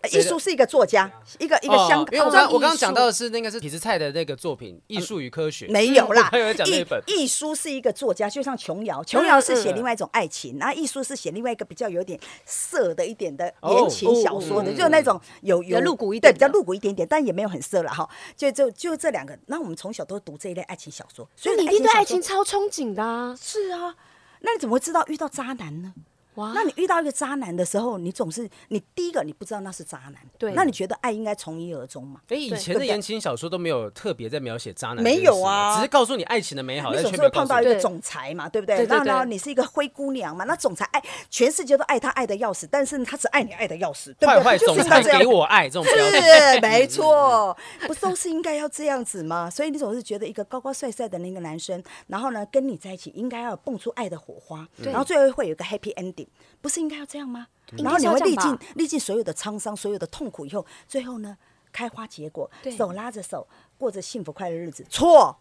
[SPEAKER 1] 呃艺术是一个作家，一个一个香
[SPEAKER 3] 因为我
[SPEAKER 1] 港专艺术。
[SPEAKER 3] 刚我刚刚讲到的是那个是痞子蔡的那个作品《艺术与科学》，
[SPEAKER 1] 没有啦
[SPEAKER 3] 他有讲那一
[SPEAKER 1] 艺
[SPEAKER 3] 本啊嗯
[SPEAKER 1] 艺书是一个作家，就像琼瑶，琼瑶是写另外一种爱情，然后艺术是写另外一个比较有点色的一点的
[SPEAKER 3] 哦
[SPEAKER 1] 言情小说的，
[SPEAKER 3] 嗯
[SPEAKER 1] 就那种有有
[SPEAKER 2] 比较露骨一
[SPEAKER 1] 对，
[SPEAKER 2] 点的
[SPEAKER 1] 比较露骨一点点，但也没有很色了哈。就就就这两个，那我们从小都读这一类爱情小说，所
[SPEAKER 2] 所
[SPEAKER 1] 以
[SPEAKER 2] 以你一定对
[SPEAKER 1] 小
[SPEAKER 2] 爱情
[SPEAKER 1] 说
[SPEAKER 2] 超憧憬的啊！
[SPEAKER 1] 是啊，那你怎么会知道遇到渣男呢？
[SPEAKER 3] 啊
[SPEAKER 2] 哇，
[SPEAKER 1] 那你遇到一个渣男的时候，你总是你第一个你不知道那是渣男，
[SPEAKER 2] 对
[SPEAKER 1] 那你觉得爱应该从一而终嘛？
[SPEAKER 3] 哎，以
[SPEAKER 2] 对
[SPEAKER 3] 前
[SPEAKER 1] 对
[SPEAKER 3] 的
[SPEAKER 1] 不对
[SPEAKER 3] 言情小说都没有特别在描写渣男这件
[SPEAKER 1] 没
[SPEAKER 3] 事，
[SPEAKER 1] 有啊
[SPEAKER 3] 只是告诉你爱情的美好，
[SPEAKER 1] 你
[SPEAKER 3] 但
[SPEAKER 1] 总
[SPEAKER 3] 却
[SPEAKER 1] 是会
[SPEAKER 3] 没有告
[SPEAKER 1] 碰
[SPEAKER 3] 诉
[SPEAKER 1] 到一
[SPEAKER 3] 你
[SPEAKER 1] 个
[SPEAKER 2] 对
[SPEAKER 1] 总裁嘛，对不对？
[SPEAKER 2] 对对
[SPEAKER 1] 那那
[SPEAKER 2] 对
[SPEAKER 1] 你是一个灰姑娘嘛，那总裁爱全世界都爱他爱的要死，但是他只爱你爱的要死，对不
[SPEAKER 3] 坏
[SPEAKER 1] 对？
[SPEAKER 3] 坏
[SPEAKER 1] 就
[SPEAKER 3] 总
[SPEAKER 1] 是应
[SPEAKER 3] 裁
[SPEAKER 1] 该这样
[SPEAKER 3] 给。我爱这
[SPEAKER 2] 嗯
[SPEAKER 3] 种标签。
[SPEAKER 1] 是，没错，不都是应该要这样子吗？所以你总是觉得一个高高帅帅的那个男生，然后呢跟你在一起，应该要蹦出爱的火花，然后最后会有一个 happy ending，不是应该要这样吗？
[SPEAKER 2] 应
[SPEAKER 1] 然
[SPEAKER 2] 该
[SPEAKER 1] 后
[SPEAKER 2] 是
[SPEAKER 1] 你
[SPEAKER 2] 要
[SPEAKER 1] 会
[SPEAKER 2] 这样
[SPEAKER 1] 历尽
[SPEAKER 2] 吧
[SPEAKER 1] 历尽所有的沧桑、所有的痛苦以后，最后呢开花结果
[SPEAKER 2] 对，
[SPEAKER 1] 手拉着手过着幸福快乐日子，错。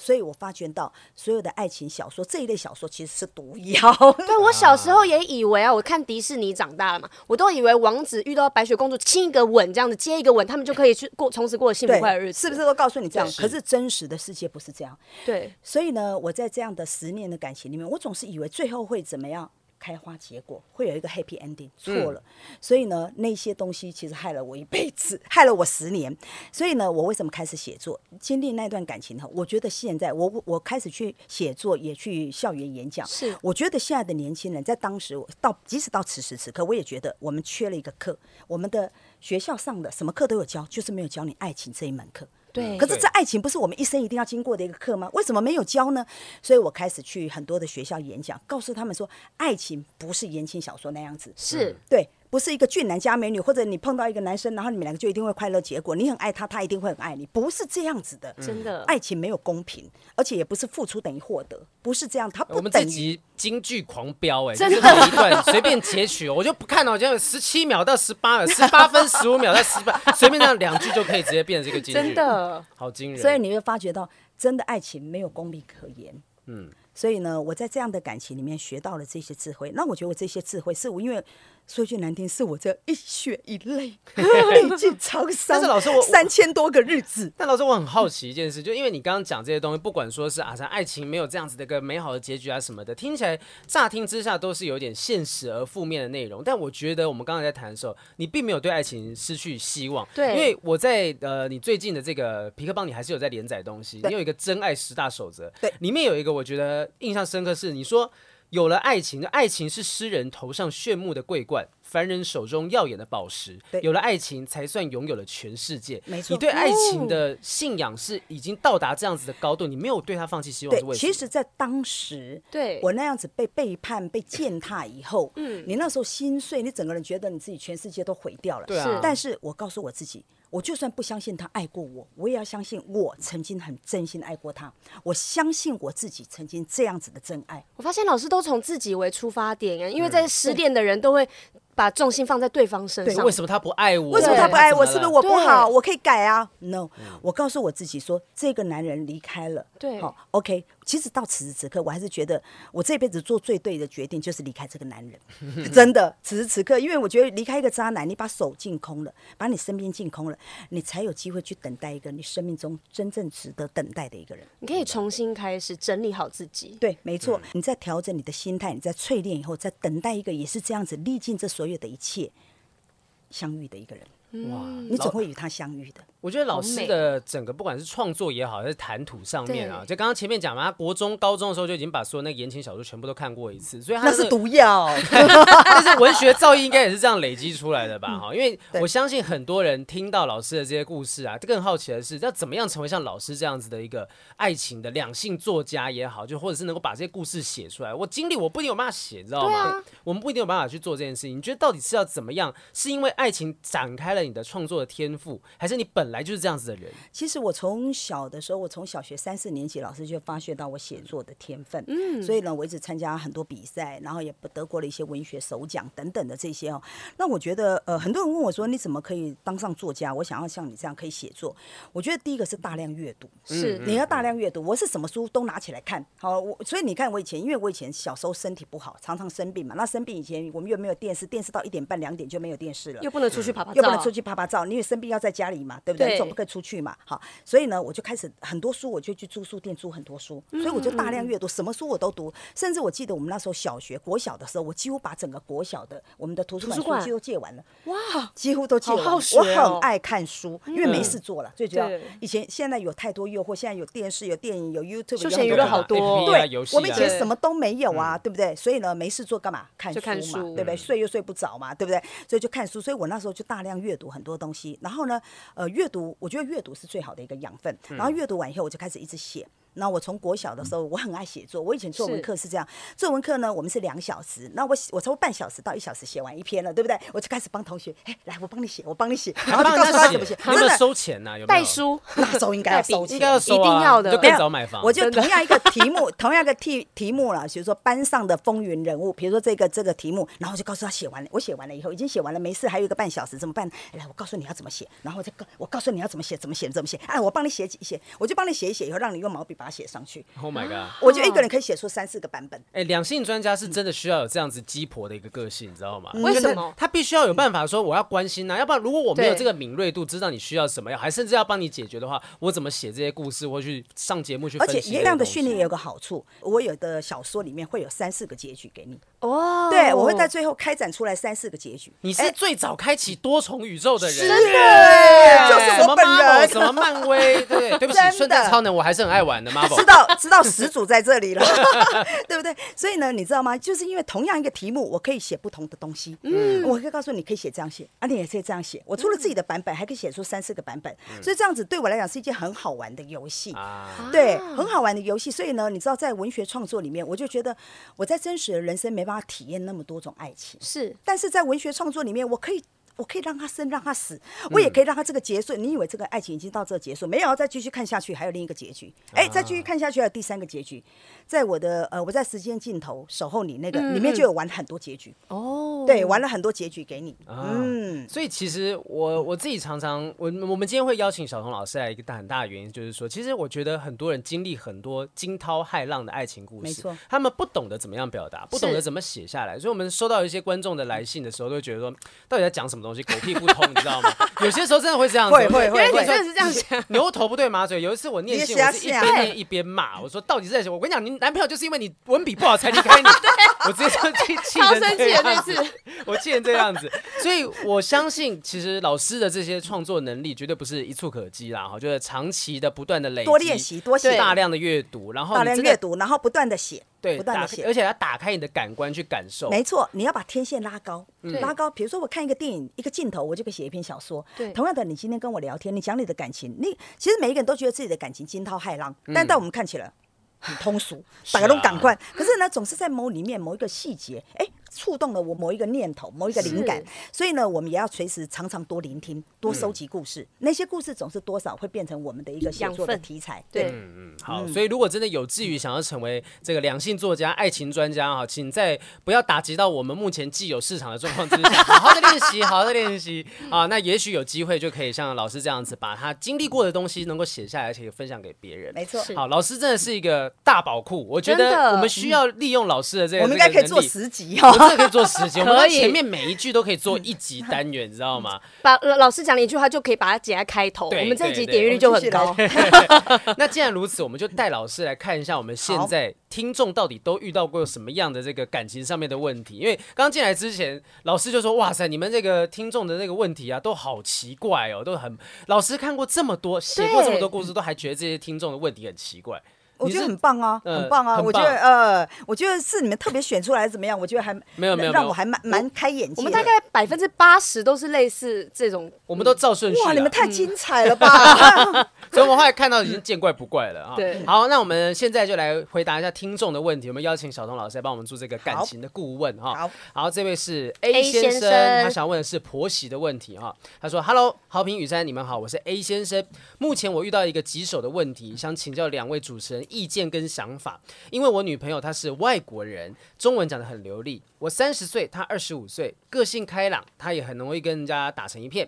[SPEAKER 1] 所以我发觉到，所有的爱情小说这一类小说其实是毒 药。
[SPEAKER 2] 对我小时候也以为啊，我看迪士尼长大了嘛，我都以为王子遇到白雪公主亲一个吻，这样子接一个吻，他们就可以去过从此过幸福快乐日子，
[SPEAKER 1] 是不是？都告诉你这样？
[SPEAKER 3] 是
[SPEAKER 1] 可是真实的世界不是这样。
[SPEAKER 2] 对，
[SPEAKER 1] 所以呢，我在这样的十年的感情里面，我总是以为最后会怎么样开花结果，会有一个 happy ending，错了。所以呢，那些东西其实害了我一辈子，害了我十年。所以呢，我为什么开始写作？经历那段感情后，我觉得现在我我开始去写作，也去校园演讲。
[SPEAKER 2] 是
[SPEAKER 1] 我觉得现在的年轻人，在当时我到即使到此时此刻，我也觉得我们缺了一个课，我们的学校上的什么课都有教，就是没有教你爱情这一门课。
[SPEAKER 2] 对
[SPEAKER 1] 可是这爱情不是我们一生一定要经过的一个课吗？为什么没有教呢？所以我开始去很多的学校演讲，告诉他们说，爱情不是言情小说那样子，
[SPEAKER 2] 是
[SPEAKER 1] 对，不是一个俊男加美女，或者你碰到一个男生，然后你们两个就一定会快乐结果，你很爱他，他一定会很爱你，不是这样子的。
[SPEAKER 2] 真的。
[SPEAKER 1] 爱情没有公平，而且也不是付出等于获得，不是这样，它
[SPEAKER 3] 我
[SPEAKER 1] 不
[SPEAKER 3] 们
[SPEAKER 1] 等
[SPEAKER 3] 这
[SPEAKER 1] 于。
[SPEAKER 3] 集京剧狂飙哎、
[SPEAKER 2] 真
[SPEAKER 3] 就
[SPEAKER 2] 的
[SPEAKER 3] 是每一段随便截取哦，我就不看了，我就十七秒到十八秒，十八分十五秒到十八，随便那两句就可以直接变成这个京剧，
[SPEAKER 2] 真的，
[SPEAKER 3] 好惊人。哦
[SPEAKER 1] 所以你会发觉到，真的爱情没有功利可言。嗯，所以呢，我在这样的感情里面学到了这些智慧。那我觉得我这些智慧是我因为说句难听，是我这一血一泪 历尽沧桑。
[SPEAKER 3] 但是老师我我
[SPEAKER 1] 三千多个日子，
[SPEAKER 3] 但老师，我很好奇一件事，就因为你刚刚讲这些东西，不管说是啊，像爱情没有这样子的一个美好的结局啊什么的，听起来乍听之下都是有点现实而负面的内容。但我觉得我们刚才在谈的时候，你并没有对爱情失去希望，
[SPEAKER 2] 对
[SPEAKER 3] 因为我在呃，你最近的这个皮克邦，你还是有在连载东西，
[SPEAKER 1] 对
[SPEAKER 3] 你有一个真爱十大守则，
[SPEAKER 1] 对
[SPEAKER 3] 里面有一个我觉得印象深刻是你说。有了爱情，爱情是诗人头上炫目的桂冠，凡人手中耀眼的宝石。
[SPEAKER 1] 对
[SPEAKER 3] 有了爱情，才算拥有了全世界。
[SPEAKER 1] 没错哦
[SPEAKER 3] 你对爱情的信仰是已经到达这样子的高度，你没有对他放弃希望，
[SPEAKER 1] 对
[SPEAKER 3] 是，为什么？
[SPEAKER 1] 其实，在当时，
[SPEAKER 2] 对
[SPEAKER 1] 我那样子被背叛、被践踏以后，嗯，你那时候心碎，你整个人觉得你自己全世界都毁掉了。
[SPEAKER 3] 对啊是
[SPEAKER 1] 但是我告诉我自己，我就算不相信他爱过我，我也要相信我曾经很真心地爱过他。我相信我自己曾经这样子的真爱。
[SPEAKER 2] 我发现老师都从自己为出发点啊，
[SPEAKER 1] 嗯
[SPEAKER 2] 因为在失恋的人都会把重心放在对方身上
[SPEAKER 3] 为。什么他不爱我？
[SPEAKER 1] 为什么他不爱我？是
[SPEAKER 3] 怎
[SPEAKER 1] 不是
[SPEAKER 3] 么了
[SPEAKER 1] 我不好？
[SPEAKER 2] 对
[SPEAKER 1] 我可以改啊。No，我告诉我自己说，这个男人离开了，
[SPEAKER 2] 对
[SPEAKER 1] 好，OK。其实到此时此刻，我还是觉得我这辈子做最对的决定就是离开这个男人，真的。此时此刻，因为我觉得离开一个渣男，你把手净空了，把你身边净空了，你才有机会去等待一个你生命中真正值得等待的一个人。
[SPEAKER 2] 你可以重新开始，整理好自己。
[SPEAKER 1] 对，没错，你在调整你的心态，你在淬炼以后，在等待一个也是这样子历尽这所有的一切相遇的一个人，
[SPEAKER 3] 哇，
[SPEAKER 1] 嗯你总
[SPEAKER 3] 老
[SPEAKER 1] 会与他相遇的。
[SPEAKER 3] 我觉得老师
[SPEAKER 2] 美
[SPEAKER 3] 的整个不管是创作也好，还是谈吐上面啊，
[SPEAKER 2] 对
[SPEAKER 3] 就刚刚前面讲嘛，他国中、高中的时候就已经把所有那个言情小说全部都看过一次，所以他
[SPEAKER 1] 那
[SPEAKER 3] 的
[SPEAKER 1] 是毒药。
[SPEAKER 3] 但是 文学造诣应该也是这样累积出来的
[SPEAKER 1] 嗯
[SPEAKER 3] 吧？哈、因为我相信很多人听到老师的这些故事啊，更好奇的是，要怎么样成为像老师这样子的一个爱情的两性作家也好，就或者是能够把这些故事写出来。我经历我不一定有办法写，知道吗？
[SPEAKER 2] 对啊
[SPEAKER 3] 我们不一定有办法去做这件事情。你觉得到底是要怎么样？是因为爱情展开了你的创作的天赋，还是你本本来就是这样子的人，
[SPEAKER 1] 其实我从小的时候，我从小学三四年级，老师就发掘到我写作的天分，嗯，所以呢，我一直参加很多比赛，然后也得过了一些文学首奖等等的这些哦。那我觉得，呃，很多人问我说，你怎么可以当上作家？我想要像你这样可以写作。我觉得第一个是大量阅读，
[SPEAKER 2] 是
[SPEAKER 1] 你要大量阅读。我是什么书都拿起来看，好，我所以你看我以前，因为我以前小时候身体不好，常常生病嘛。那生病以前，我们又没有电视，电视到一点半两点就没有电视了
[SPEAKER 2] 又。不能出去爬爬
[SPEAKER 1] 又
[SPEAKER 2] 照，
[SPEAKER 1] 不能出去拍拍照，因为生病要在家里嘛，对不对？
[SPEAKER 2] 对
[SPEAKER 1] 你总不可以出去嘛，好，所以呢，我就开始很多书，我就去租书店租很多书，
[SPEAKER 2] 嗯
[SPEAKER 1] 所以我就大量阅读，什么书我都读，甚至我记得我们那时候小学、国小的时候，我几乎把整个国小的我们的图书
[SPEAKER 2] 图
[SPEAKER 1] 馆
[SPEAKER 2] 书馆
[SPEAKER 1] 书几乎借完了，
[SPEAKER 2] 哇，
[SPEAKER 1] 几乎都借完了。
[SPEAKER 2] 好好学
[SPEAKER 1] 我
[SPEAKER 2] 哦
[SPEAKER 1] 很爱看书，因为没事做了，最主要
[SPEAKER 2] 对
[SPEAKER 1] 以前现在有太多诱惑，现在有电视、有电影、有 YouTube，
[SPEAKER 2] 休
[SPEAKER 1] 有
[SPEAKER 2] 闲
[SPEAKER 1] 很
[SPEAKER 2] 娱
[SPEAKER 1] 多
[SPEAKER 2] 乐
[SPEAKER 1] 东
[SPEAKER 2] 好
[SPEAKER 1] 西
[SPEAKER 2] 多哦
[SPEAKER 3] APP 啊游戏啊
[SPEAKER 1] 我们以前
[SPEAKER 2] 对
[SPEAKER 1] 什么都没有啊，对不对？所以呢，没事做干嘛？看
[SPEAKER 2] 就
[SPEAKER 1] 书
[SPEAKER 2] 看
[SPEAKER 1] 嘛，
[SPEAKER 2] 书
[SPEAKER 1] 对不对？睡又睡不着嘛，对不对？所以就看书。所以我那时候就大量阅读很多东西。然后呢，呃，阅读，我觉得阅读是最好的一个养分。然后阅读完以后，我就开始一直写。那我从国小的时候，我很爱写作。我以前作文
[SPEAKER 2] 是
[SPEAKER 1] 课是这样，作文课呢，我们是两小时，那我写我差不多半小时到一小时写完一篇了，对不对？我就开始帮同学，哎，来，我帮你写，我帮你写，然后就 告诉他怎么写。
[SPEAKER 3] 有没
[SPEAKER 1] 真
[SPEAKER 3] 有
[SPEAKER 1] 的
[SPEAKER 3] 收钱啊呐？有没
[SPEAKER 2] 带
[SPEAKER 3] 有？
[SPEAKER 2] 书，
[SPEAKER 1] 那时候应该要收
[SPEAKER 2] 带笔
[SPEAKER 1] 钱
[SPEAKER 3] 应该，要收啊，
[SPEAKER 2] 一定要的
[SPEAKER 3] 就
[SPEAKER 1] 没
[SPEAKER 3] 更
[SPEAKER 1] 有
[SPEAKER 3] 早买房。
[SPEAKER 1] 我就同样一个题目，同样一个题题目了，比如说班上的风云人物，比如说这个这个题目，然后就告诉他写完了，我写完了以后已经写完了，没事，还有一个半小时怎么办？来，我告诉你要怎么写，然后我再告我告诉你要怎么写，怎么写，怎么写，哎，我帮你写几写，我就帮你写一写，以后让你用毛笔把它写上去。
[SPEAKER 3] Oh my god！
[SPEAKER 1] 我就一个人可以写出三四个版本，
[SPEAKER 3] 哎，两性专家是真的需要有这样子鸡婆的一个个性，你知道吗？
[SPEAKER 1] 嗯
[SPEAKER 2] 为什么
[SPEAKER 3] 就是他他必须要有办法说我要关心呐、啊要不然如果我没有
[SPEAKER 2] 对
[SPEAKER 3] 这个敏锐度，知道你需要什么，还甚至要帮你解决的话，我怎么写这些故事或去上节目去
[SPEAKER 1] 而
[SPEAKER 3] 分析
[SPEAKER 1] 且
[SPEAKER 3] 这些东西？啊
[SPEAKER 1] 一样的训练也有个好处，我有的小说里面会有三四个结局给你，
[SPEAKER 2] 哦，
[SPEAKER 1] 对我会在最后开展出来三四个结局。
[SPEAKER 3] 你是最早开启多重宇宙的人，
[SPEAKER 1] 真哎的
[SPEAKER 3] 对
[SPEAKER 1] 就是
[SPEAKER 3] 什么
[SPEAKER 1] 我本
[SPEAKER 3] Marvel，
[SPEAKER 1] 人
[SPEAKER 3] 什么漫威，对对不起
[SPEAKER 1] 真，的
[SPEAKER 3] 顺带超能我还是很爱玩的 Marvel
[SPEAKER 1] 知。道知道始祖在这里了， 对不对？所以呢，你知道吗？就是因为同样一个题目，我可以写不同的东西。嗯，我可以告诉你，可以写这样写，啊，你也可以这样写。我出了自己的版本，还可以写出三四个版本，所以这样子对我来讲是一件很好玩的游戏。
[SPEAKER 3] 啊，
[SPEAKER 1] 对，很好玩的游戏。所以呢，你知道，在文学创作里面，我就觉得我在真实的人生没办法体验那么多种爱情。
[SPEAKER 2] 是
[SPEAKER 1] 但是在文学创作里面，我可以。我可以让他生，让他死，
[SPEAKER 3] 嗯
[SPEAKER 1] 我也可以让他这个结束。你以为这个爱情已经到这结束，没有，再继续看下去，还有另一个结局。
[SPEAKER 3] 啊
[SPEAKER 1] 哎、再继续看下去，还有第三个结局。在我的呃，我在时间尽头守候你那
[SPEAKER 3] 嗯
[SPEAKER 1] 个、里面就有玩很多结局，
[SPEAKER 2] 哦，
[SPEAKER 1] 对，玩了很多结局给你。
[SPEAKER 3] 嗯，所以其实我我自己常常，我我们今天会邀请小童老师来一个大很大的原因，就是说，其实我觉得很多人经历很多惊涛骇浪的爱情故事，
[SPEAKER 1] 没错
[SPEAKER 3] 他们不懂得怎么样表达，不懂得怎么写下来，所以我们收到一些观众的来信的时候，都会觉得说，到底在讲什么东西，狗屁不通，你知道吗？有些时候真的会这样子，
[SPEAKER 1] 会会会
[SPEAKER 3] 因为
[SPEAKER 1] 会
[SPEAKER 3] 你
[SPEAKER 2] 真的是这样想，
[SPEAKER 3] 牛头不对马嘴。有一次我念信，
[SPEAKER 1] 你也瞎
[SPEAKER 3] 我是一
[SPEAKER 1] 想
[SPEAKER 3] 边念一 边骂，我说到底是在什么？我跟你讲，你男朋友就是因为你文笔不好才 离开你，
[SPEAKER 1] 啊
[SPEAKER 3] 我直接就气气
[SPEAKER 2] 超
[SPEAKER 3] 成
[SPEAKER 2] 生气
[SPEAKER 3] 这
[SPEAKER 2] 的
[SPEAKER 3] 样
[SPEAKER 2] 那
[SPEAKER 3] 子
[SPEAKER 2] 次，，
[SPEAKER 3] 我气成这样子。所以我相信，其实老师的这些创作能力绝对不是一触可及啦，哈，就是长期的不断的累积，
[SPEAKER 1] 多练习多写
[SPEAKER 3] 大量的阅读，然后
[SPEAKER 1] 大
[SPEAKER 3] 哦你
[SPEAKER 1] 量
[SPEAKER 3] 真的
[SPEAKER 1] 阅读，然后不断的写，
[SPEAKER 3] 对，
[SPEAKER 1] 不断
[SPEAKER 3] 打
[SPEAKER 1] 的
[SPEAKER 3] 开
[SPEAKER 1] 写
[SPEAKER 3] 而。且要打开你的感官去感受。
[SPEAKER 1] 没错，你要把天线拉高，
[SPEAKER 3] 嗯
[SPEAKER 2] 对
[SPEAKER 1] 拉高。比如说，我看一个电影，一个镜头，我就可以写一篇小说。
[SPEAKER 2] 对
[SPEAKER 1] 同样的，你今天跟我聊天，你讲你的感情，你其实每一个人都觉得自己的感情
[SPEAKER 3] 嗯
[SPEAKER 1] 惊涛骇浪，但到我们看起来很通俗，
[SPEAKER 3] 啊
[SPEAKER 1] 大家都赶快。可是呢，总是在某里面某一个细节，哎。触动了我某一个念头，某一个灵感
[SPEAKER 2] 是，
[SPEAKER 3] 嗯
[SPEAKER 1] 所以呢，我们也要随时常常多聆听，多收集故
[SPEAKER 3] 嗯
[SPEAKER 1] 事。那些故事总是多少会变成我们的一个写
[SPEAKER 2] 养
[SPEAKER 1] 作的
[SPEAKER 2] 分
[SPEAKER 1] 题材。
[SPEAKER 2] 对，
[SPEAKER 3] 好，
[SPEAKER 1] 嗯
[SPEAKER 3] 所以如果真的有志于想要成为这个两性作家、爱情专家哈，请在不要打击到我们目前既有市场的状况之下，好好的练习，好好的练习 啊。那也许有机会就可以像老师这样子，把他经历过的东西能够写下来，而且分享给别人。
[SPEAKER 1] 没错，
[SPEAKER 2] 是
[SPEAKER 3] 好，老师真的是一个大宝库，我觉
[SPEAKER 2] 真
[SPEAKER 3] 得
[SPEAKER 2] 的
[SPEAKER 3] 我们需要利用老师的这个，
[SPEAKER 1] 我们应该可以
[SPEAKER 3] 这
[SPEAKER 1] 做
[SPEAKER 3] 个能力。
[SPEAKER 1] 十集
[SPEAKER 3] 我
[SPEAKER 1] 哦。
[SPEAKER 3] 们真的可以做十集，我 们
[SPEAKER 2] 可
[SPEAKER 3] 到
[SPEAKER 2] 以
[SPEAKER 3] 前面每一句都可以做一集单元，你知道吗？
[SPEAKER 2] 把呃老师讲了一句话就可以把它解在开头，
[SPEAKER 3] 对
[SPEAKER 2] 我们这一集
[SPEAKER 3] 对对
[SPEAKER 2] 点阅率就很高
[SPEAKER 1] 我们，
[SPEAKER 3] 那既然如此，我们就带老师来看一下我们现在听众到底都遇到过什么样的这个感情上面的问题。因为刚进来之前，老师就说：“哇塞，你们这个听众的那个问题啊，都好奇
[SPEAKER 1] 嗯
[SPEAKER 3] 怪哦，都很……老师看过这么多，写过这么多故事，都还觉得这些听众的问题很奇怪。
[SPEAKER 1] 我
[SPEAKER 3] 你
[SPEAKER 1] 觉得
[SPEAKER 3] 是
[SPEAKER 1] 很棒啊，
[SPEAKER 3] 呃
[SPEAKER 1] 很棒啊！
[SPEAKER 3] 很
[SPEAKER 1] 我觉得
[SPEAKER 3] 棒
[SPEAKER 1] 呃，我觉得是你们特别选出来怎么样？我觉得还
[SPEAKER 3] 没有没有
[SPEAKER 1] 让
[SPEAKER 3] 没有
[SPEAKER 1] 我还蛮蛮开眼界的。
[SPEAKER 2] 我们大概百分之八十都是类似这种，
[SPEAKER 3] 我们都照顺序啦。啊
[SPEAKER 1] 哇，你们太精彩了 吧！
[SPEAKER 3] 所以我们后来看到已经见怪不怪 了啊。
[SPEAKER 2] 对
[SPEAKER 3] 好，那我们现在就来回答一下听众的问题。我们邀请小童老师来帮我们做这个感情的顾问哈。
[SPEAKER 1] 好，
[SPEAKER 3] 好，这位是 A
[SPEAKER 2] 先
[SPEAKER 3] 先
[SPEAKER 2] 生
[SPEAKER 3] 生，他想问的是婆媳的问题哈。他说：“Hello，豪平雨山，你们好，我是 A 先生。目前我遇到一个棘手的问题，想请教两位主持人意见跟想法。因为我女朋友她是外国人，中文讲得很流利。我三十岁，她二十五岁，个性开朗，她也很容易跟人家打成一片。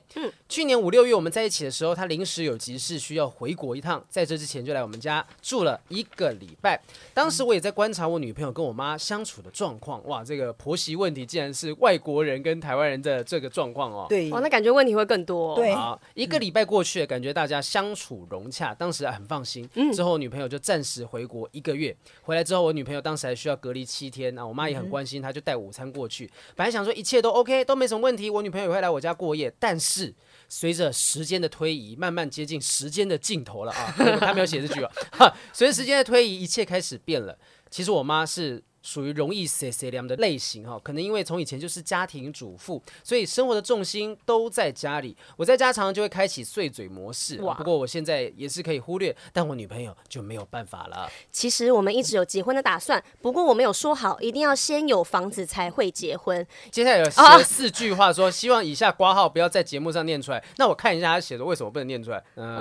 [SPEAKER 3] 去年五六月我们在一起的时候，她临时有急事需要回国一趟，在这之前就来我们家住了一个礼拜。当时我也在观察我女朋友跟我妈相处的状况，哇，这个婆媳问题竟然是外国人跟台湾人的这个状况哦。
[SPEAKER 1] 对
[SPEAKER 2] 哇，那感觉问题会更多、哦。
[SPEAKER 1] 嗯对
[SPEAKER 3] 好，一个礼拜过去了，感觉大家相处融洽，当时很放心。之后女朋友就暂时回国一个月，回来之后我女朋友当时还需要隔离七天啊，我妈也很关心，她就带午餐过去。本来想说一切都 OK，都没什么问题，我女朋友也会来我家过夜，但是。随着时间的推移，慢慢接近时间的尽头了啊！她没有写这句啊。哈随着时间的推移，一切开始变了。其实我妈是属于容易 C C 凉的类型哈，可能因为从以前就是家庭主妇，所以生活的重心都在家里。我在家常常就会开启碎嘴模式，啊
[SPEAKER 2] 哇
[SPEAKER 3] 不过我现在也是可以忽略，但我女朋友就没有办法了。
[SPEAKER 2] 其实我们一直有结婚的打算，不过我们有说好，一定要先有房子才会结婚。
[SPEAKER 3] 接下来有写四句话说，希望以下挂号不要在节目上念出来。那我看一下他写的为什么不能念出来？嗯、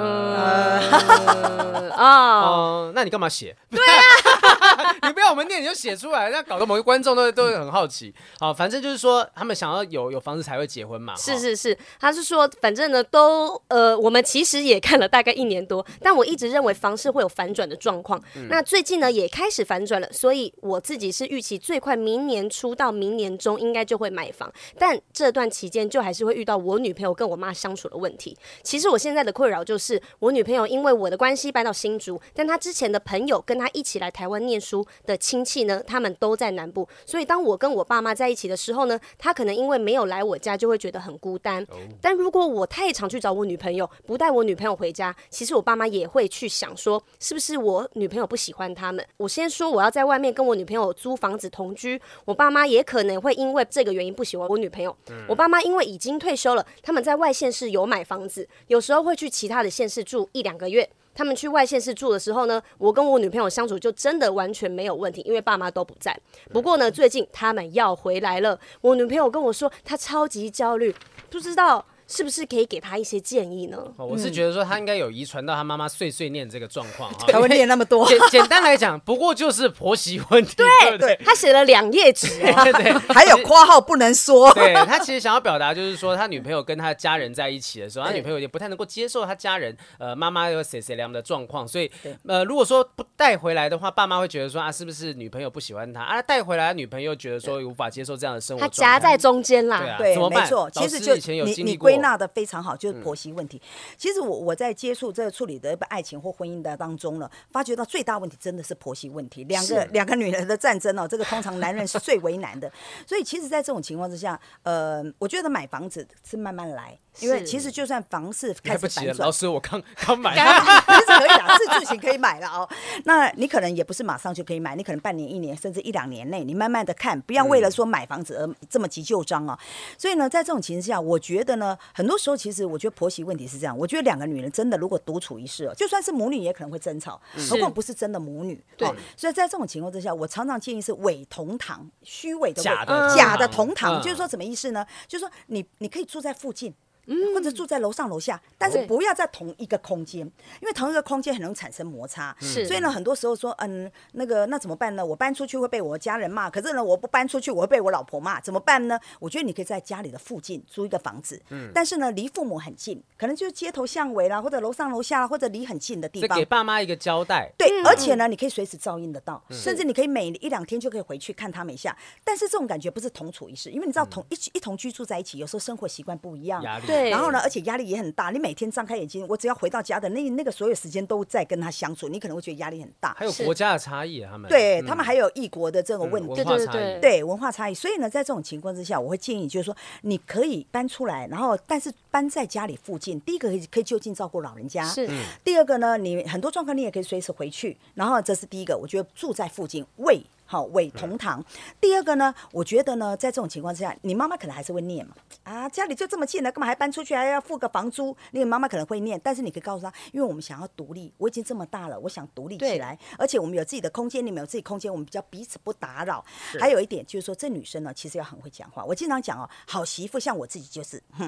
[SPEAKER 2] 呃 啊，
[SPEAKER 3] 哦，那你干嘛写？对啊， 你不要我们念，你就写出来，那搞得某个观众都都会很好奇。好，反正就是说他们想要有有房子才会结婚嘛。哈
[SPEAKER 2] 是是是，他是说，反正呢，都呃，我们其实也看了大概一年多，但我一直认为房市会有反转的状况。那最近呢，也开始反转了，所以我自己是预期最快明年初到明年中应该就会买房，但这段期间就还是会遇到我女朋友跟我妈相处的问题。其实我现在的困扰就是，我女朋友因为我的关系搬到新竹，但她之前的朋友跟她一起来台湾念书的亲戚呢，他们都在南部，所以当我跟我爸妈在一起的时候呢，她可能因为没有来我家，就会觉得很孤单。但如果我太常去找我女朋友，不带我女朋友回家，其实我爸妈也会去想说，是不是我女朋友不喜欢他们？我先说我要在外面跟我女朋友租房子同居，我爸妈也可能会因为这个原因不喜欢我女朋友。我爸妈因为已经退休了，他们在外县市有买房子，有时候会去其他的县市住一两个月。他们去外县市住的时候呢，我跟我女朋友相处就真的完全没有问题，因为爸妈都不在。不过呢，最近他们要回来了，我女朋友跟我说她超级焦虑，不知道是不是可以给她一些建议呢？
[SPEAKER 3] 哦我是觉得说他应该有遗传到他妈妈碎碎念这个状况哈。
[SPEAKER 1] 才会念那么多，
[SPEAKER 3] 简简单来讲，不过就是婆媳问题，对不对？
[SPEAKER 2] 她写了两页纸 哦、
[SPEAKER 3] 对对
[SPEAKER 1] 还有括号不能 说。
[SPEAKER 3] 对他其实想要表达就是说，他女朋友跟他家人在一起的时候，他女朋友也不太能够接受他家人呃妈妈有谁谁凉的状况，所以呃如果说不带回来的话，爸妈会觉得说啊是不是女朋友不喜欢他啊？带回来女朋友觉得说无法接受这样的生活
[SPEAKER 2] 她
[SPEAKER 3] 状
[SPEAKER 2] 夹
[SPEAKER 3] 态，
[SPEAKER 2] 在中间啦。
[SPEAKER 3] 对啊
[SPEAKER 1] 对
[SPEAKER 3] 怎么，办
[SPEAKER 1] 没错，
[SPEAKER 3] 老
[SPEAKER 1] 其
[SPEAKER 3] 师
[SPEAKER 1] 实就
[SPEAKER 3] 以前有
[SPEAKER 1] 你
[SPEAKER 3] 经历
[SPEAKER 1] 你
[SPEAKER 3] 过
[SPEAKER 1] 归
[SPEAKER 3] 嗯
[SPEAKER 1] 纳的非常好，就是婆媳问题。其实我我在接触这个处理的爱情或婚姻的当中呢，发觉到最大问题真的是婆媳问题，两个两个女人的战争哦，这个通常男人是最为难的。所以其实，在这种情况之下，呃，我觉得买房子是慢慢来，因为
[SPEAKER 2] 是
[SPEAKER 1] 其实就算房市
[SPEAKER 3] 来
[SPEAKER 1] 开
[SPEAKER 3] 不
[SPEAKER 1] 始
[SPEAKER 3] 及
[SPEAKER 1] 反
[SPEAKER 3] 了，
[SPEAKER 1] 转
[SPEAKER 3] 老，师我刚刚买。
[SPEAKER 1] 其实可以啦，自住型可以买了哦。那你可能也不是马上就可以买，你可能半年、一年甚至一两年内，你慢慢的看，不要为了说买房子而这么急就章哦。所以呢，在这种情况下，我觉得呢，很多时候其实我觉得婆媳问题是这样，我觉得两个女人真的如果独处一室哦，就算是母女也可能会争吵，
[SPEAKER 3] 嗯
[SPEAKER 1] 何况不是真的母女。
[SPEAKER 2] 对
[SPEAKER 1] 哦所以在这种情况之下，我常常建议是伪同堂，虚伪的伪
[SPEAKER 3] 假的
[SPEAKER 1] 假的
[SPEAKER 3] 同
[SPEAKER 1] 同
[SPEAKER 3] 堂
[SPEAKER 1] 堂，
[SPEAKER 3] 嗯
[SPEAKER 1] 就是说什么意思呢？就是说你你可以住在附近。或
[SPEAKER 3] 嗯
[SPEAKER 1] 者住在楼上楼下，但是
[SPEAKER 2] 对
[SPEAKER 1] 不要在同一个空间，因为同一个空间很容易产生摩擦。
[SPEAKER 2] 是
[SPEAKER 1] 所以呢，很多时候说，嗯，那个那怎么办呢？我搬出去会被我家人骂，可是呢，我不搬出去，我会被我老婆骂，怎么办呢？我觉得你可以在家里的附近租一个房子，
[SPEAKER 3] 嗯
[SPEAKER 1] 但是呢，离父母很近，可能就是街头巷尾啦，或者楼上楼下啦，或者离很近的地
[SPEAKER 3] 这
[SPEAKER 1] 方
[SPEAKER 3] 给。嗯爸妈一个交代，
[SPEAKER 1] 对，而且呢，你可以随时照应得到，
[SPEAKER 3] 嗯
[SPEAKER 1] 甚至你可以每一两天就可以回去看他们一下。但是这种感觉不是同处一室，因为你知道同一起一同居住在一起，有时候生活习惯不一样
[SPEAKER 3] 嗯压力，
[SPEAKER 2] 对
[SPEAKER 1] 然后呢，而且压力也很大。你每天张开眼睛，我只要回到家的那那个所有时间都在跟他相处，你可能会觉得压力很大。
[SPEAKER 3] 还有国家的差异啊，他们
[SPEAKER 1] 对、
[SPEAKER 3] 嗯
[SPEAKER 1] 他们还有异国的这个
[SPEAKER 3] 嗯
[SPEAKER 1] 问题。
[SPEAKER 3] 文化
[SPEAKER 2] 对对
[SPEAKER 3] 差异，
[SPEAKER 2] 对
[SPEAKER 1] 对文化差异，所以呢，在这种情况之下，我会建议就是说，你可以搬出来，然后但是搬在家里附近。第一个可以可以就近照顾老人家，
[SPEAKER 2] 是嗯
[SPEAKER 1] 第二个呢，你很多状况你也可以随时回去。然后这是第一个，我觉得住在附近为好为同堂。第二个呢，我觉得呢，在这种情况之下，你妈妈可能还是会念嘛，啊，家里就这么近了，干嘛还搬出去，还要付个房租？你妈妈可能会念，但是你可以告诉她，因为我们想要独立，我已经这么大了，我想独立
[SPEAKER 2] 对
[SPEAKER 1] 起来，而且我们有自己的空间，你们有自己空间，我们比较彼此不打扰。还有一点就是说，这女生呢，其实要很会讲话。我经常讲哦，好媳妇像我自己就是，哼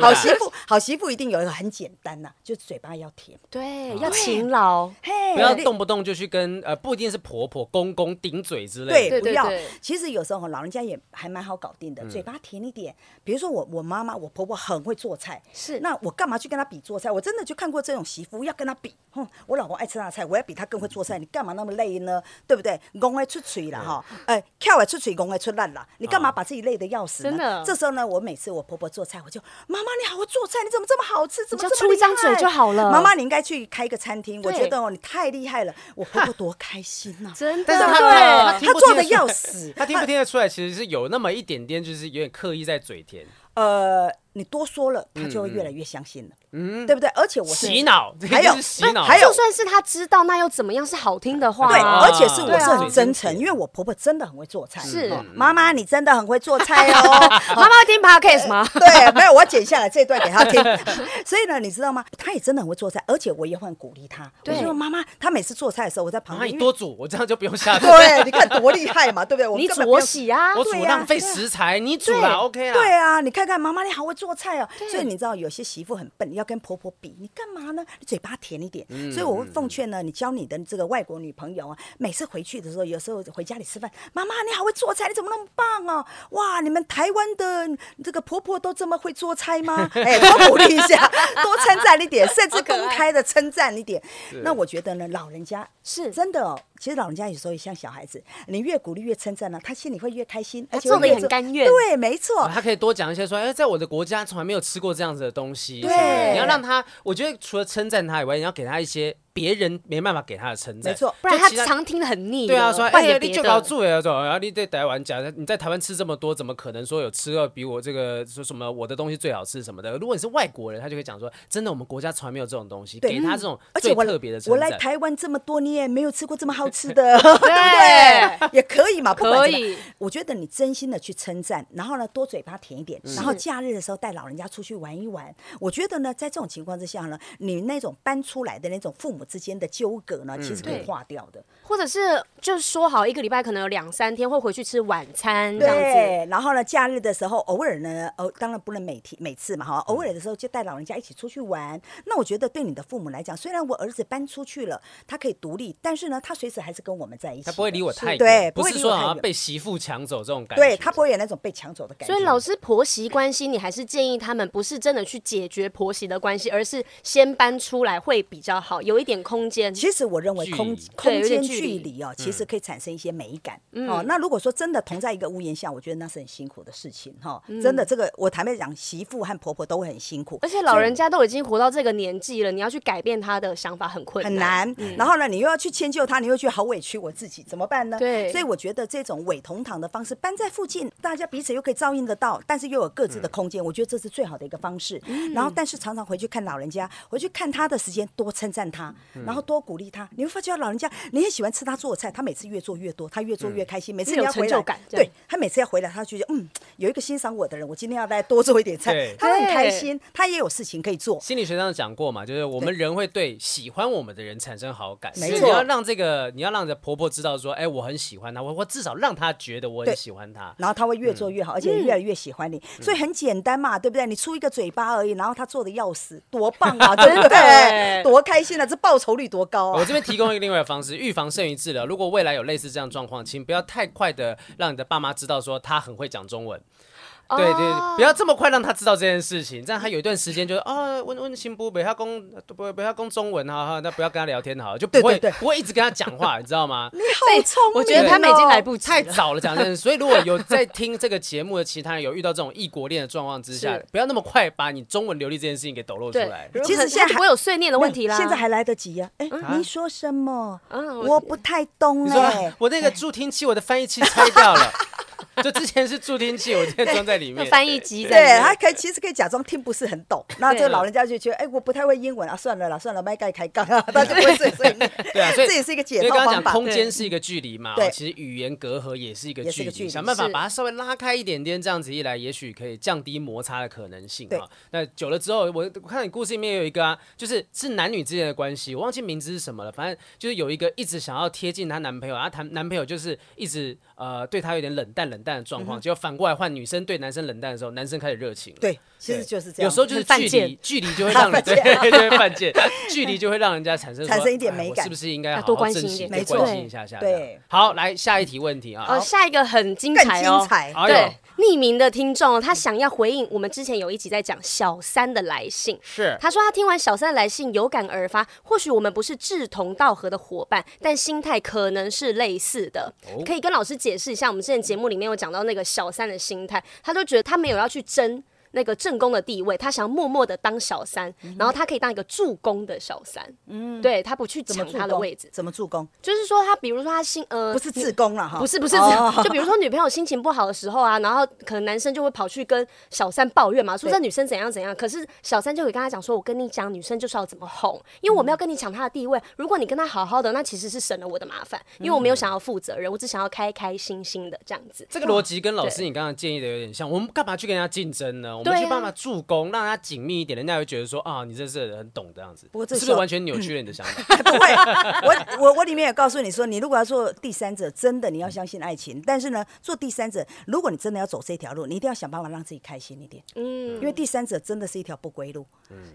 [SPEAKER 1] 好媳
[SPEAKER 2] 啊
[SPEAKER 1] 妇，好媳妇一定有一个很简单呐、就嘴巴要甜。
[SPEAKER 3] 哦
[SPEAKER 2] 对，要勤劳，
[SPEAKER 1] 嘿
[SPEAKER 3] 不要
[SPEAKER 1] 你
[SPEAKER 3] 动不动就去跟呃，不一定是婆婆、公公顶嘴之类
[SPEAKER 1] 对，
[SPEAKER 3] 的。
[SPEAKER 2] 对
[SPEAKER 1] 不要
[SPEAKER 2] 对。
[SPEAKER 1] 其实有时候老人家也还蛮好搞定
[SPEAKER 3] 嗯
[SPEAKER 1] 的，嘴巴甜一点。比如说我我妈妈我婆婆很会做菜，
[SPEAKER 2] 是
[SPEAKER 1] 那我干嘛去跟她比做菜？我真的就看过这种媳妇要跟她比，哼，我老公爱吃她的菜，我要比她更会做菜，你干嘛那么累呢？对不对？公会出嘴了哈，哎，跳会出嘴，公会出烂了，你干嘛把自己累得要死呢？
[SPEAKER 2] 啊真的
[SPEAKER 1] 这时候呢，我每次我婆婆做菜，我就妈妈你好会做菜，你怎么这么好吃？怎么
[SPEAKER 2] 你就
[SPEAKER 1] 这么
[SPEAKER 2] 出一张
[SPEAKER 1] 厉害
[SPEAKER 2] 嘴就好了
[SPEAKER 1] 妈妈你应该去开一个餐厅，我
[SPEAKER 2] 对
[SPEAKER 1] 觉得哦你太厉害了，我婆婆多开心呐、
[SPEAKER 2] 真
[SPEAKER 3] 但是
[SPEAKER 2] 的
[SPEAKER 3] 他
[SPEAKER 2] 对
[SPEAKER 3] 他
[SPEAKER 1] 他做的要死
[SPEAKER 3] 他听不听得出来，其实是有那么一点点，就是有点刻意在嘴甜，
[SPEAKER 1] 呃，你多说了，他就会越来越相信了，嗯，对不对？而且我是
[SPEAKER 3] 洗，脑，
[SPEAKER 1] 还有
[SPEAKER 3] 这就是洗脑，
[SPEAKER 1] 还有
[SPEAKER 2] 就算是他知道，那又怎么样？是好听的话、
[SPEAKER 1] 对，
[SPEAKER 2] 啊，
[SPEAKER 3] 哦
[SPEAKER 1] 而且是我
[SPEAKER 2] 对
[SPEAKER 1] 是
[SPEAKER 2] 啊
[SPEAKER 1] 很真诚，因为我婆婆真的很会做菜，
[SPEAKER 2] 是
[SPEAKER 1] 哦妈妈，你真的很会做菜哦，
[SPEAKER 2] 妈妈会听 podcast 吗？
[SPEAKER 1] 对，没有，我要剪下来这一段给他听。 所以呢，你知道吗？他也真的很会做菜，而且我也很鼓励他。我
[SPEAKER 2] 对
[SPEAKER 1] 就说妈妈，他每次做菜的时候，我在旁
[SPEAKER 3] 妈，
[SPEAKER 1] 边，
[SPEAKER 3] 啊你
[SPEAKER 1] 因为
[SPEAKER 3] 多煮，我这样就不 用下厨，
[SPEAKER 1] 对，你看多厉害嘛，对不对？我
[SPEAKER 2] 你
[SPEAKER 1] 根
[SPEAKER 2] 煮
[SPEAKER 1] 本不
[SPEAKER 2] 我
[SPEAKER 1] 用
[SPEAKER 2] 洗啊，
[SPEAKER 3] 我煮
[SPEAKER 1] 对呀
[SPEAKER 3] 浪费
[SPEAKER 1] 对
[SPEAKER 3] 食材，你煮
[SPEAKER 2] 对
[SPEAKER 3] 啦，OK 啦，
[SPEAKER 1] 对啊，你看看妈妈你好会做菜哦。
[SPEAKER 2] 对
[SPEAKER 1] 所以你知道有些媳妇很笨，要跟婆婆比，你干嘛呢？你嘴巴甜一点。
[SPEAKER 3] 嗯
[SPEAKER 1] 所以我会奉劝呢，你教你的这个外国女朋友啊，每次回去的时候，有时候回家里吃饭，妈妈你好会做菜，你怎么那么棒哦？哇，你们台湾的这个婆婆都这么会做菜 吗？哎，多鼓励一下，多称赞一点，甚至公开的称赞一点。那我觉得呢，老人家
[SPEAKER 2] 是
[SPEAKER 1] 真的哦。其实老人家有时候也像小孩子，你越鼓励越称赞呢，他心里会越开心，而且
[SPEAKER 2] 哎做
[SPEAKER 1] 会
[SPEAKER 2] 得
[SPEAKER 1] 越
[SPEAKER 2] 也很甘愿
[SPEAKER 1] 对，没错
[SPEAKER 3] 啊，他可以多讲一些说，哎、在我的国家从来没有吃过这样子的东西。
[SPEAKER 1] 对
[SPEAKER 3] 什么的你要让他，我觉得除了称赞他以外，你要给他一些别人没办法给他的称赞。
[SPEAKER 1] 没错
[SPEAKER 2] 不然他
[SPEAKER 3] 就其
[SPEAKER 2] 常听得很腻了。
[SPEAKER 3] 对啊，说
[SPEAKER 2] 换
[SPEAKER 3] 哎、
[SPEAKER 2] 点
[SPEAKER 3] 你
[SPEAKER 2] 别
[SPEAKER 3] 就
[SPEAKER 2] 的。
[SPEAKER 3] 搞住哎，说然后你对台湾讲，你在台湾吃这么多，怎么可能说有吃到比我这个说什么我的东西最好吃什么的？如果你是外国人，他就会讲说，真的，我们国家从来没有这种东西，
[SPEAKER 1] 对嗯
[SPEAKER 3] 给他这种
[SPEAKER 1] 而且
[SPEAKER 3] 最
[SPEAKER 1] 我
[SPEAKER 3] 特别的称
[SPEAKER 1] 我
[SPEAKER 3] 赞
[SPEAKER 1] 来。台湾这么多年，没有吃过这么好吃 的，对不对？也可以嘛，不管
[SPEAKER 2] 可
[SPEAKER 1] 怎么样
[SPEAKER 2] 以。
[SPEAKER 1] 我觉得你真心的去称赞，然后呢，多嘴巴甜一点，
[SPEAKER 3] 嗯
[SPEAKER 1] 然后假日的时候带老人家出去玩一玩。我觉得呢，在这种情况之下呢，你那种搬出来的那种父母之间的纠葛
[SPEAKER 3] 嗯
[SPEAKER 1] 呢，其实可以
[SPEAKER 2] 对
[SPEAKER 1] 化掉的。
[SPEAKER 2] 或者是就是说好一个礼拜可能有两三天会回去吃晚餐这样子。
[SPEAKER 1] 对，然后呢，假日的时候偶尔呢，哦，当然不能每天每次嘛哈，
[SPEAKER 3] 嗯
[SPEAKER 1] 偶尔的时候就带老人家一起出去玩。那我觉得对你的父母来讲，虽然我儿子搬出去了，他可以独立，但是呢，他随时还是跟我们在一起的，
[SPEAKER 3] 他不会离我太远，
[SPEAKER 1] 对，
[SPEAKER 3] 不
[SPEAKER 1] 会
[SPEAKER 3] 是
[SPEAKER 1] 离
[SPEAKER 3] 说
[SPEAKER 1] 我
[SPEAKER 3] 好
[SPEAKER 1] 太
[SPEAKER 3] 像
[SPEAKER 1] 远。
[SPEAKER 3] 被媳妇抢走这种感觉。
[SPEAKER 1] 对他不会有那种被抢走的感觉。
[SPEAKER 2] 所以老师婆媳关系，你还是建议他们不是真的去解决婆媳的关系，而是先搬出来会比较好，有一点空间。
[SPEAKER 1] 其实我认为
[SPEAKER 3] 距离嗯
[SPEAKER 1] 空
[SPEAKER 2] 对
[SPEAKER 1] 空
[SPEAKER 2] 有
[SPEAKER 1] 间
[SPEAKER 2] 点距离
[SPEAKER 1] 距离哦，其实可以产生一些美感、哦。那如果说真的同在一个屋檐下，我觉得那是很辛苦的事情哈、
[SPEAKER 3] 嗯
[SPEAKER 1] 真的，这个我坦白讲，媳妇和婆婆都会很辛苦，
[SPEAKER 2] 而且老人家都已经活到这个年纪了，你要去改变他的想法很困
[SPEAKER 1] 很
[SPEAKER 2] 难。嗯
[SPEAKER 1] 难。然后呢，你又要去迁就他，你又觉得好委屈我自己，怎么办呢？
[SPEAKER 2] 对
[SPEAKER 1] 所以我觉得这种伪同堂的方式搬在附近，大家彼此又可以照应得到，但是又有各自的空间，我觉得这是最好的一个方式。
[SPEAKER 2] 嗯
[SPEAKER 1] 然后，但是常常回去看老人家，回去看他的时间，多称赞他，
[SPEAKER 2] 嗯
[SPEAKER 1] 然后多鼓励他。你会发觉老人家，你很喜欢吃他做的菜，他每次越做越多，他越做越开心，每次
[SPEAKER 2] 越
[SPEAKER 1] 你
[SPEAKER 2] 有
[SPEAKER 1] 要回
[SPEAKER 2] 成
[SPEAKER 1] 来
[SPEAKER 2] 就感，这样
[SPEAKER 1] 对他每次要回来，他就觉得嗯，有一个欣赏我的人，我今天要再多做一点菜
[SPEAKER 3] 对，
[SPEAKER 1] 他会很开
[SPEAKER 2] 对
[SPEAKER 1] 心，他也有事情可以做。
[SPEAKER 3] 心理学上讲过嘛，就是我们人会对喜欢我们的人产生好感，
[SPEAKER 1] 没
[SPEAKER 3] 所以
[SPEAKER 1] 错
[SPEAKER 3] 你要让这个，你要让你的婆婆知道说，哎、我很喜欢她，我我至少让她觉得我很
[SPEAKER 1] 对
[SPEAKER 3] 喜欢她。
[SPEAKER 1] 然后他会越
[SPEAKER 2] 嗯
[SPEAKER 1] 做越好，而且越来越喜欢你，所以很简单嘛，对不对？你出一个嘴巴而已，然后他做的要死，多棒 啊，对不
[SPEAKER 2] 真的哦耶
[SPEAKER 1] 对？多开心啊，这报酬率多高
[SPEAKER 3] 我
[SPEAKER 1] 啊！
[SPEAKER 3] 这边提供一个另外的方式，预 防胜于治疗。如果未来有类似这样的状况，请不要太快的让你的爸妈知道说他很会讲中文，对对对，不要这么快让他知道这件事情，这样他有一段时间就啊问问心不，不要攻不不要攻中文哈哈，那不要跟他聊天好了，就不
[SPEAKER 1] 对对
[SPEAKER 3] 会
[SPEAKER 1] 对
[SPEAKER 3] 不会一直跟他讲话，你知道吗？
[SPEAKER 1] 好聪明哦，
[SPEAKER 2] 我觉得他们已经来不及
[SPEAKER 3] 太
[SPEAKER 2] 了。
[SPEAKER 3] 早了，讲真的。所以如果有在听这个节目的其他人有遇到这种异国恋的状况之下
[SPEAKER 2] 是，
[SPEAKER 3] 不要那么快把你中文流利这件事情给抖露出
[SPEAKER 2] 对
[SPEAKER 3] 来。，
[SPEAKER 1] 其实
[SPEAKER 2] 很
[SPEAKER 1] 现在
[SPEAKER 2] 他就
[SPEAKER 1] 还
[SPEAKER 2] 不会有碎念的问题啦。
[SPEAKER 1] 现在还来得及呀、哎、你说什么？
[SPEAKER 2] 嗯我
[SPEAKER 1] 我不太懂
[SPEAKER 3] 你
[SPEAKER 1] 哎、
[SPEAKER 3] 说我那个助听器，我的翻译器拆 掉了，就之前是助听器，我现在装在里面。
[SPEAKER 2] 翻译机在
[SPEAKER 1] 对，他
[SPEAKER 2] 那边，
[SPEAKER 1] 可以其实可以假装听不是很懂，那这个
[SPEAKER 2] 对
[SPEAKER 1] 老人家就觉得，哎、我不太会英文啊，算了啦，算了，麦盖开杠 啊，他就不会碎碎念。
[SPEAKER 3] 对啊，所以
[SPEAKER 1] 这也是一个解
[SPEAKER 3] 因为
[SPEAKER 1] 套
[SPEAKER 3] 刚刚
[SPEAKER 1] 方
[SPEAKER 3] 讲
[SPEAKER 1] 法。
[SPEAKER 3] 空间是一个距离嘛，
[SPEAKER 1] 对
[SPEAKER 3] 哦其实语言隔阂也是一个
[SPEAKER 1] 也是
[SPEAKER 3] 距
[SPEAKER 1] 一个距
[SPEAKER 3] 离，
[SPEAKER 1] 离
[SPEAKER 3] 想办法
[SPEAKER 2] 是
[SPEAKER 3] 把它稍微拉开一点点，这样子一来，也许可以降低摩擦的可能性
[SPEAKER 1] 对
[SPEAKER 3] 啊。那久了之后，我我看你故事里面有一个啊，就是是男女之间的关系，我忘记名字是什么了，反正就是有一个一直想要贴近她男朋友，然后她男朋友就是一直呃对她有点冷淡冷淡的状况，结果反过来换女生对男生冷淡的时候，男生开始热情了。
[SPEAKER 1] 嗯对，其实就是这样。
[SPEAKER 3] 有时候就是
[SPEAKER 2] 很犯
[SPEAKER 3] 距离
[SPEAKER 2] 贱，
[SPEAKER 3] 距离就 会让人 对就会犯贱，距离就会让人家产生说
[SPEAKER 1] 产生一点美
[SPEAKER 3] 哎我
[SPEAKER 1] 感
[SPEAKER 3] 是不是应该
[SPEAKER 2] 要
[SPEAKER 3] 好好
[SPEAKER 2] 多关
[SPEAKER 3] 珍
[SPEAKER 2] 心一
[SPEAKER 3] 惜
[SPEAKER 2] 点
[SPEAKER 3] 多
[SPEAKER 1] 没错
[SPEAKER 3] 关心一下下？
[SPEAKER 1] 对
[SPEAKER 3] 这样好，来下一题问题啊
[SPEAKER 2] 哦，，下一个很精
[SPEAKER 1] 更
[SPEAKER 2] 彩哦，
[SPEAKER 1] 精彩。
[SPEAKER 3] 哎呦
[SPEAKER 2] 对，匿名的听众，他想要回应我们之前有一集在讲小三的来信。
[SPEAKER 3] 是
[SPEAKER 2] 他说他听完小三的来信有感而发，或许我们不是志同道合的伙伴，但心态可能是类似的。
[SPEAKER 1] 哦
[SPEAKER 2] 可以跟老师解释一下，我们之前节目里面有讲到那个小三的心态，他就觉得他没有要去争。那个正宫的地位，他想要默默的当小三，
[SPEAKER 1] 嗯
[SPEAKER 2] 然后他可以当一个助攻的小三，嗯，对他不去
[SPEAKER 1] 怎么
[SPEAKER 2] 抢
[SPEAKER 1] 助
[SPEAKER 2] 他的
[SPEAKER 1] 攻
[SPEAKER 2] 位置，
[SPEAKER 1] 怎么助攻？
[SPEAKER 2] 就是说他比如说他心呃
[SPEAKER 1] 不是自宫了哈，哦
[SPEAKER 2] 不是不是， 就比如说女朋友心情不好的时候啊，然后可能男生就会跑去跟小三抱怨嘛，说
[SPEAKER 1] 对
[SPEAKER 2] 这女生怎样怎样。可是小三就会跟他讲说，我跟你讲，女生就是要怎么哄，因为我们要跟你抢她的地位。如果你跟她好好的，那其实是省了我的麻烦，因为我没有想要负责任，我只想要开开心心的这样子。
[SPEAKER 3] 这个逻辑跟老师
[SPEAKER 2] 对
[SPEAKER 3] 你刚刚建议的有点像，我们干嘛去跟人家竞争呢？我
[SPEAKER 2] 对啊
[SPEAKER 3] 们去帮他助攻，让他紧密一点，人家会觉得说啊，你这是很懂这样子。
[SPEAKER 1] 不过这
[SPEAKER 3] 是不
[SPEAKER 1] 时
[SPEAKER 3] 是
[SPEAKER 1] 候
[SPEAKER 3] 完全扭曲了你的想法？
[SPEAKER 1] 不会， 我我我里面也告诉你说，你如果要做第三者，真的你要相信爱情。但是呢，做第三者，如果你真的要走这条路，你一定要想办法让自己开心一点。
[SPEAKER 2] 嗯
[SPEAKER 1] 因，为第三者真的是一条不归路，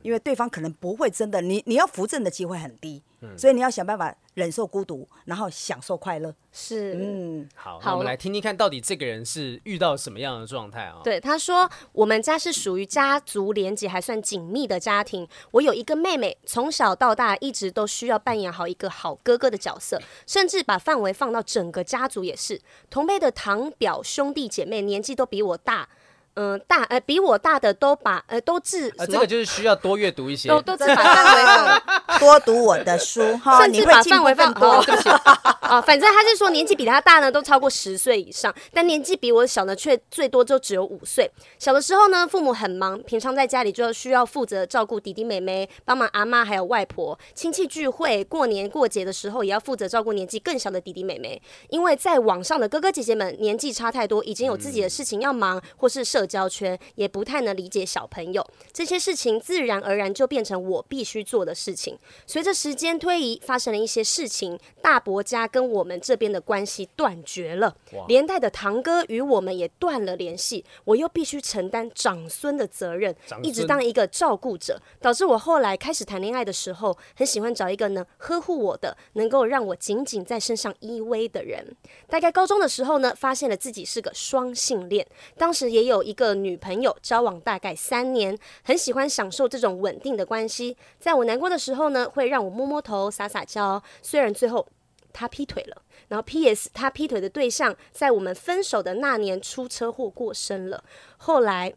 [SPEAKER 1] 因为对方可能不会真的，你你要扶正的机会很低，所以你要想办法忍受孤独，然后享受快乐。
[SPEAKER 2] 是，
[SPEAKER 1] 嗯，
[SPEAKER 3] 好，那
[SPEAKER 2] 好
[SPEAKER 3] 我们
[SPEAKER 2] 了
[SPEAKER 3] 来听听看到底这个人是遇到什么样的状态啊？
[SPEAKER 2] 对，他说我们家是属于家族连结还算紧密的家庭。我有一个妹妹，从小到大一直都需要扮演好一个好哥哥的角色，甚至把范围放到整个家族也是。同辈的堂表兄弟姐妹年纪都比我大，嗯、大呃比我大的都把呃都至
[SPEAKER 3] 啊，
[SPEAKER 2] 什
[SPEAKER 3] 这
[SPEAKER 2] 么、哦
[SPEAKER 3] 个就是需要多阅读一些。
[SPEAKER 2] 都都只把范围放
[SPEAKER 1] 范围多读我的书哈，
[SPEAKER 2] 甚
[SPEAKER 1] 你
[SPEAKER 2] 至
[SPEAKER 1] 会
[SPEAKER 2] 把
[SPEAKER 1] 进
[SPEAKER 2] 范
[SPEAKER 1] 步
[SPEAKER 2] 围放
[SPEAKER 1] 更多
[SPEAKER 2] 哦。对不起啊，反正他是说年纪比他大呢，都超过十岁以上，但年纪比我小呢，却最多就只有五岁。小的时候呢，父母很忙，平常在家里就需要负责照顾弟弟妹妹，帮忙阿妈还有外婆。亲戚聚会、过年过节的时候，也要负责照顾年纪更小的弟弟妹妹，因为在网上的哥哥姐姐们年纪差太多，已经有自己的事情要忙，或是社交圈，也不太能理解小朋友。这些事情自然而然就变成我必须做的事情。随着时间推移，发生了一些事情，大伯家跟我们这边的关系断绝了，连带的堂哥与我们也断了联系。我又必须承担长孙的责任
[SPEAKER 3] 长，孙
[SPEAKER 2] 一直当一个照顾者，导致我后来开始谈恋爱的时候，很喜欢找一个能呵护我的，能够让我紧紧在身上依偎的人。大概高中的时候呢，发现了自己是个双性恋，当时也有一个女朋友，交往大概三年，很喜欢享受这种稳定的关系。在我难过的时候呢，会让我摸摸头、撒撒娇。虽然最后他劈腿了，然后 P.S. 他劈腿的对象在我们分手的那年出车祸过身了，后来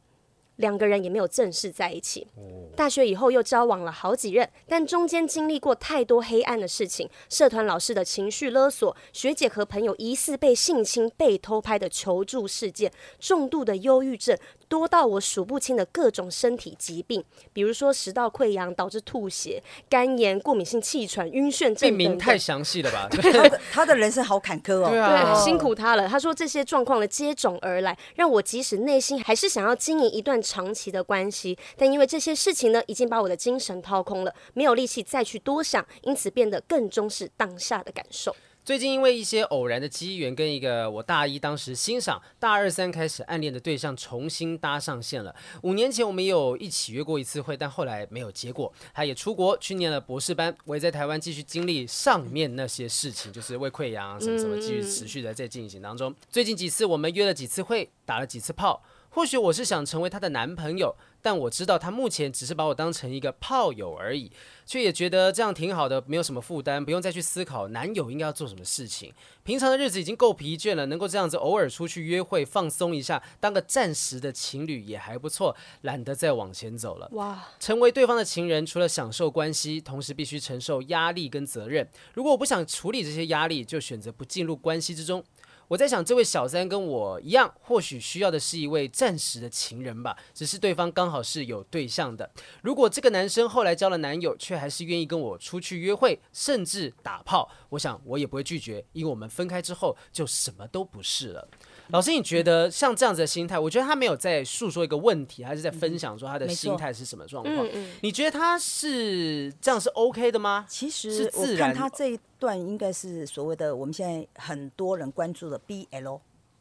[SPEAKER 2] 两个人也没有正式在一起。
[SPEAKER 3] 哦
[SPEAKER 2] 大学以后又交往了好几任，但中间经历过太多黑暗的事情，社团老师的情绪勒索，学姐和朋友疑似被性侵、被偷拍的求助事件，重度的忧郁症，多到我数不清的各种身体疾病，比如说食道溃疡导致吐血、肝炎、过敏性气喘、晕眩症等
[SPEAKER 3] 病名
[SPEAKER 2] 等
[SPEAKER 3] 太详细 了吧？
[SPEAKER 1] 他的他的人生好坎坷
[SPEAKER 3] 对
[SPEAKER 1] 哦。
[SPEAKER 3] 啊
[SPEAKER 2] 对，，辛苦他了。他说这些状况的接踵而来，让我即使内心还是想要经营一段长期的关系，但因为这些事情呢，已经把我的精神掏空了，没有力气再去多想，因此变得更重视当下的感受。
[SPEAKER 3] 最近因为一些偶然的机缘，跟一个我大一当时欣赏、大二三开始暗恋的对象重新搭上线了。五年前我们也有一起约过一次会，但后来没有结果。他也出国去念了博士班，我也在台湾继续经历上面那些事情，就是胃溃疡啊什么什么，继续持续的在进行当中。最近几次我们约了几次会，打了几次炮。或许我是想成为她的男朋友，但我知道她目前只是把我当成一个炮友而已，却也觉得这样挺好的，没有什么负担，不用再去思考男友应该要做什么事情。平常的日子已经够疲倦了，能够这样子偶尔出去约会放松一下，当个暂时的情侣也还不错，懒得再往前走了。
[SPEAKER 2] 哇，
[SPEAKER 3] 成为对方的情人，除了享受关系，同时必须承受压力跟责任。如果我不想处理这些压力，就选择不进入关系之中。我在想，这位小三跟我一样，或许需要的是一位暂时的情人吧，只是对方刚好是有对象的。如果这个男生后来交了男友，却还是愿意跟我出去约会，甚至打炮，我想我也不会拒绝，因为我们分开之后就什么都不是了。老师，你觉得像这样子的心态，我觉得他没有在诉说一个问题，还是在分享说他的
[SPEAKER 1] 嗯没错
[SPEAKER 3] 心态是什么状
[SPEAKER 2] 嗯
[SPEAKER 3] 况？你觉得他是这样是 OK 的吗？
[SPEAKER 1] 其
[SPEAKER 3] 是
[SPEAKER 1] 实我
[SPEAKER 3] 自然
[SPEAKER 1] 看他这一段应该是所谓的我们现在很多人关注的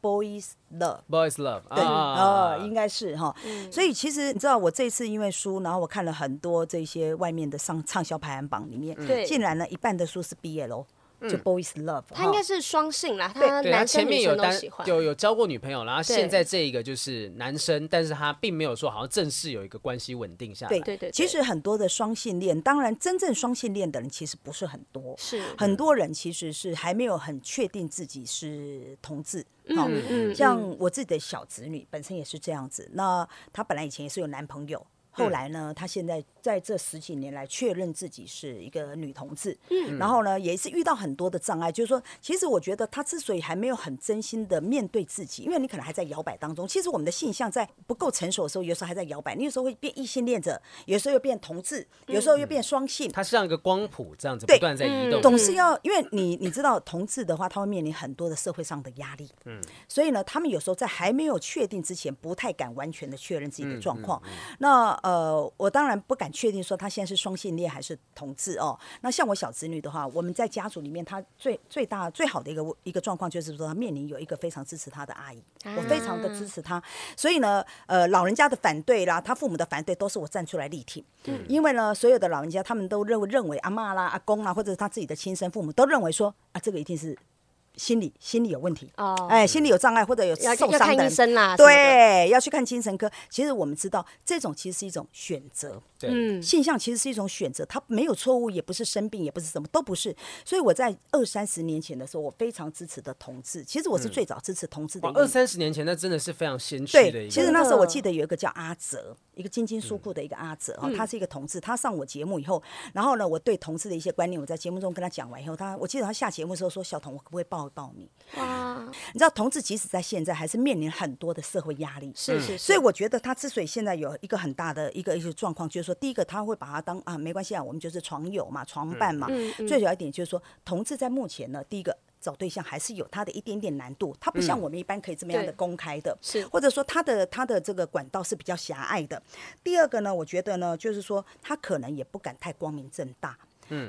[SPEAKER 1] BL，Boys Love。
[SPEAKER 3] boys love
[SPEAKER 1] 对，
[SPEAKER 3] 啊
[SPEAKER 1] 呃，，
[SPEAKER 3] 嗯
[SPEAKER 1] 应该是哈。所以其实你知道，我这一次因为书，然后我看了很多这些外面的上畅销排行榜里面，
[SPEAKER 3] 嗯
[SPEAKER 2] 对
[SPEAKER 1] 竟然呢一半的书是 BL，就 Boys Love 哈。
[SPEAKER 2] 他应该是双性啦，
[SPEAKER 1] 对
[SPEAKER 2] 他
[SPEAKER 3] 对他
[SPEAKER 2] 呃男
[SPEAKER 3] 前
[SPEAKER 2] 生
[SPEAKER 3] 面
[SPEAKER 2] 女
[SPEAKER 3] 有
[SPEAKER 2] 生都
[SPEAKER 3] 单
[SPEAKER 2] 喜欢。
[SPEAKER 3] 有有交过女朋友，然后
[SPEAKER 2] 对
[SPEAKER 3] 现在这一个就是男生，但是他并没有说好像正式有一个关系稳定下来。
[SPEAKER 1] 对
[SPEAKER 2] 对对对
[SPEAKER 1] 其实很多的双性恋，当然真正双性恋的人其实不是很多，
[SPEAKER 2] 是
[SPEAKER 1] 很多人其实是还没有很确定自己是同志。好
[SPEAKER 2] 嗯嗯
[SPEAKER 1] 像我自己的小侄女本身也是这样子。那她本来以前也是有男朋友，
[SPEAKER 2] 嗯
[SPEAKER 1] 后来呢，她现在在这十几年来确认自己是一个女同志。嗯，然后呢，也是遇到很多的障碍，就是说，其实我觉得她之所以还没有很真心的面对自己，因为你可能还在摇摆当中。其实我们的性向在不够成熟的时候，有时候还在摇摆，你有时候会变异性恋者，有时候又变同志，有时候又变双性。
[SPEAKER 3] 它是让一个光谱这样子
[SPEAKER 1] 对
[SPEAKER 3] 不断在移
[SPEAKER 2] 嗯
[SPEAKER 3] 动。
[SPEAKER 1] 总是要，因为你你知道，同志的话，他会面临很多的社会上的压力，嗯，所以呢，他们有时候在还没有确定之前，不太敢完全的确认自己的状况。那呃，我当然不敢确定说他现在是双性恋还是同志哦。那像我小侄女的话，我们在家族里面，她最最大最好的一个一个状况就是说，她面临有一个非常支持她的阿姨，我非常的支持她。所以呢，呃，老人家的反对啦，他父母的反对都是我站出来力挺，因为呢，所有的老人家他们都认为认为阿嬷啦、阿公啦，或者是他自己的亲生父母都认为说啊，这个一定是心理心理有问题，
[SPEAKER 2] 哦
[SPEAKER 1] 哎，心理有障碍或者有
[SPEAKER 2] 要
[SPEAKER 1] 受
[SPEAKER 2] 要
[SPEAKER 1] 伤
[SPEAKER 2] 看
[SPEAKER 1] 的
[SPEAKER 2] 医
[SPEAKER 1] 人。
[SPEAKER 2] 生啊啦，什么的，
[SPEAKER 1] 对，要去看精神科。其实我们知道，这种其实是一种选择，
[SPEAKER 3] 对，
[SPEAKER 2] 嗯，
[SPEAKER 1] 性向其实是一种选择，它没有错误，也不是生病，也不是什么，都不是。所以我在二三十年前的时候，我非常支持的同志，其实我是最早支持同志的
[SPEAKER 3] 嗯哇，
[SPEAKER 1] 原
[SPEAKER 3] 二
[SPEAKER 1] 因。
[SPEAKER 3] 三十年前那真的是非常先驱的一
[SPEAKER 1] 对，
[SPEAKER 3] 个。嗯
[SPEAKER 1] 其实那时
[SPEAKER 2] 嗯
[SPEAKER 1] 候我记得有一个叫阿哲，一个金金书库的一个阿哲
[SPEAKER 2] 嗯
[SPEAKER 1] 哦，他是一个同志，他上我节目以后，然后呢，我对同志的一些观念，我在节目中跟他讲完以后，他我记得他下节目的时候说：“小童，我可不可以抱一抱你？”
[SPEAKER 2] 哇，
[SPEAKER 1] 你知道，同志即使在现在，还是面临很多的社会压力。嗯
[SPEAKER 2] 是是，
[SPEAKER 1] 所以我觉得他之所以现在有一个很大的一个一个状况，就是说，第一个他会把他当啊没关系啊，我们就是床友嘛、床伴嘛。
[SPEAKER 2] 嗯
[SPEAKER 1] 最主要一点就是说，同志在目前呢，第一个。找对象还是有他的一点点难度，他不像我们一般可以这么样的
[SPEAKER 2] 嗯对
[SPEAKER 1] 公开的，
[SPEAKER 2] 是
[SPEAKER 1] 或者说他的他的这个管道是比较狭隘的。第二个呢，我觉得呢，就是说他可能也不敢太光明正大，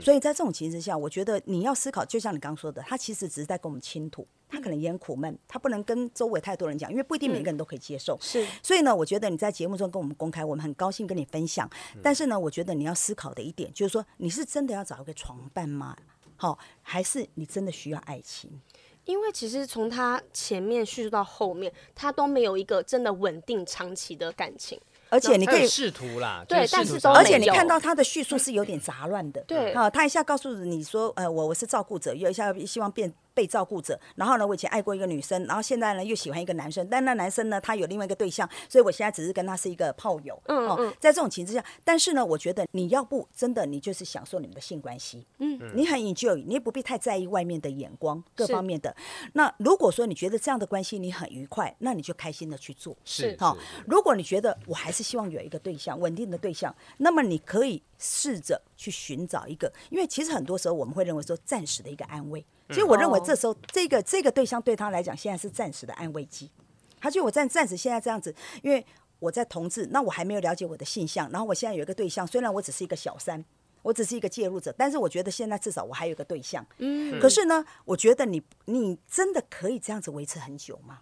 [SPEAKER 1] 所以在这种情形下，我觉得你要思考，就像你刚刚说的，他其实只是在跟我们倾吐，他可能也很苦闷，嗯他不能跟周围太多人讲，因为不一定每个人都可以接受。
[SPEAKER 2] 是
[SPEAKER 1] 所以呢，我觉得你在节目中跟我们公开，我们很高兴跟你分享。但是呢，我觉得你要思考的一点就是说，你是真的要找一个床伴吗？好、还是你真的需要爱情？
[SPEAKER 2] 因为其实从他前面叙述到后面，他都没有一个真的稳定长期的感情。
[SPEAKER 1] 而且你
[SPEAKER 3] 你
[SPEAKER 1] 可
[SPEAKER 3] 可
[SPEAKER 1] 以
[SPEAKER 3] 以试图啦，
[SPEAKER 2] 对
[SPEAKER 3] 就试
[SPEAKER 2] 但
[SPEAKER 3] 图
[SPEAKER 2] 是
[SPEAKER 3] 想
[SPEAKER 2] 都
[SPEAKER 3] 要
[SPEAKER 1] 而且
[SPEAKER 2] 没
[SPEAKER 1] 你
[SPEAKER 2] 有嗯
[SPEAKER 1] 看到他的叙述是有点杂乱的，
[SPEAKER 2] 对
[SPEAKER 1] 好、他一下告诉你说，呃，我我是照顾者，又一下希望变被照顾者，然后呢，我以前爱过一个女生，然后现在呢又喜欢一个男生，但那男生呢他有另外一个对象，所以我现在只是跟他是一个炮友，嗯哦，在这种情况下，但是呢，我觉得你要不真的你就是享受你们的性关系，嗯，你很 enjoy，你也不必太在意外面的眼光各
[SPEAKER 2] 是
[SPEAKER 1] 方面的。那如果说你觉得这样的关系你很愉快，那你就开心的去做，
[SPEAKER 3] 是
[SPEAKER 1] 好
[SPEAKER 3] 是，
[SPEAKER 1] 如果你觉得我还是希望有一个对象，稳定的对象，那么你可以试着去寻找一个，因为其实很多时候我们会认为说暂时的一个安慰，
[SPEAKER 3] 嗯
[SPEAKER 1] 所以我认为
[SPEAKER 2] 哦
[SPEAKER 1] 这时候这个这个对象对他来讲现在是暂时的安慰剂，
[SPEAKER 3] 嗯
[SPEAKER 1] 他觉得我暂暂时现在这样子，因为我在同志，那我还没有了解我的性向，然后我现在有一个对象，虽然我只是一个小三。我只是一个介入者，但是我觉得现在至少我还有一个对象。嗯，可是呢，我觉得你你真的可以这样子维持很久吗？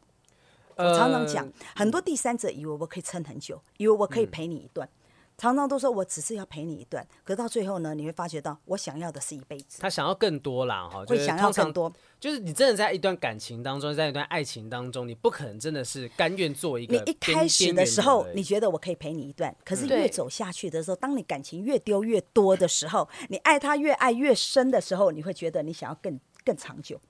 [SPEAKER 3] 呃嗯
[SPEAKER 1] 常常讲，很多第三者以为我可以撑很久，以为我可以陪你一段。常常都说我只是要陪你一段，可到最后呢，你会发觉到我想要的是一辈子，
[SPEAKER 3] 他想要更多啦，哈，就
[SPEAKER 1] 会
[SPEAKER 3] 是
[SPEAKER 1] 想
[SPEAKER 3] 通
[SPEAKER 1] 要
[SPEAKER 3] 常
[SPEAKER 1] 更多。
[SPEAKER 3] 就是你真的在一段感情当中，在一段爱情当中，你不可能真的是甘愿做一个
[SPEAKER 1] 你
[SPEAKER 3] 边。
[SPEAKER 1] 一开始的时候
[SPEAKER 3] 边缘人而，已
[SPEAKER 1] 你觉得我可以陪你一段，可是
[SPEAKER 2] 对
[SPEAKER 1] 越走下去的时候，当你感情越丢越多的时候，你爱他越爱越深的时候，你会觉得你想要更更长久。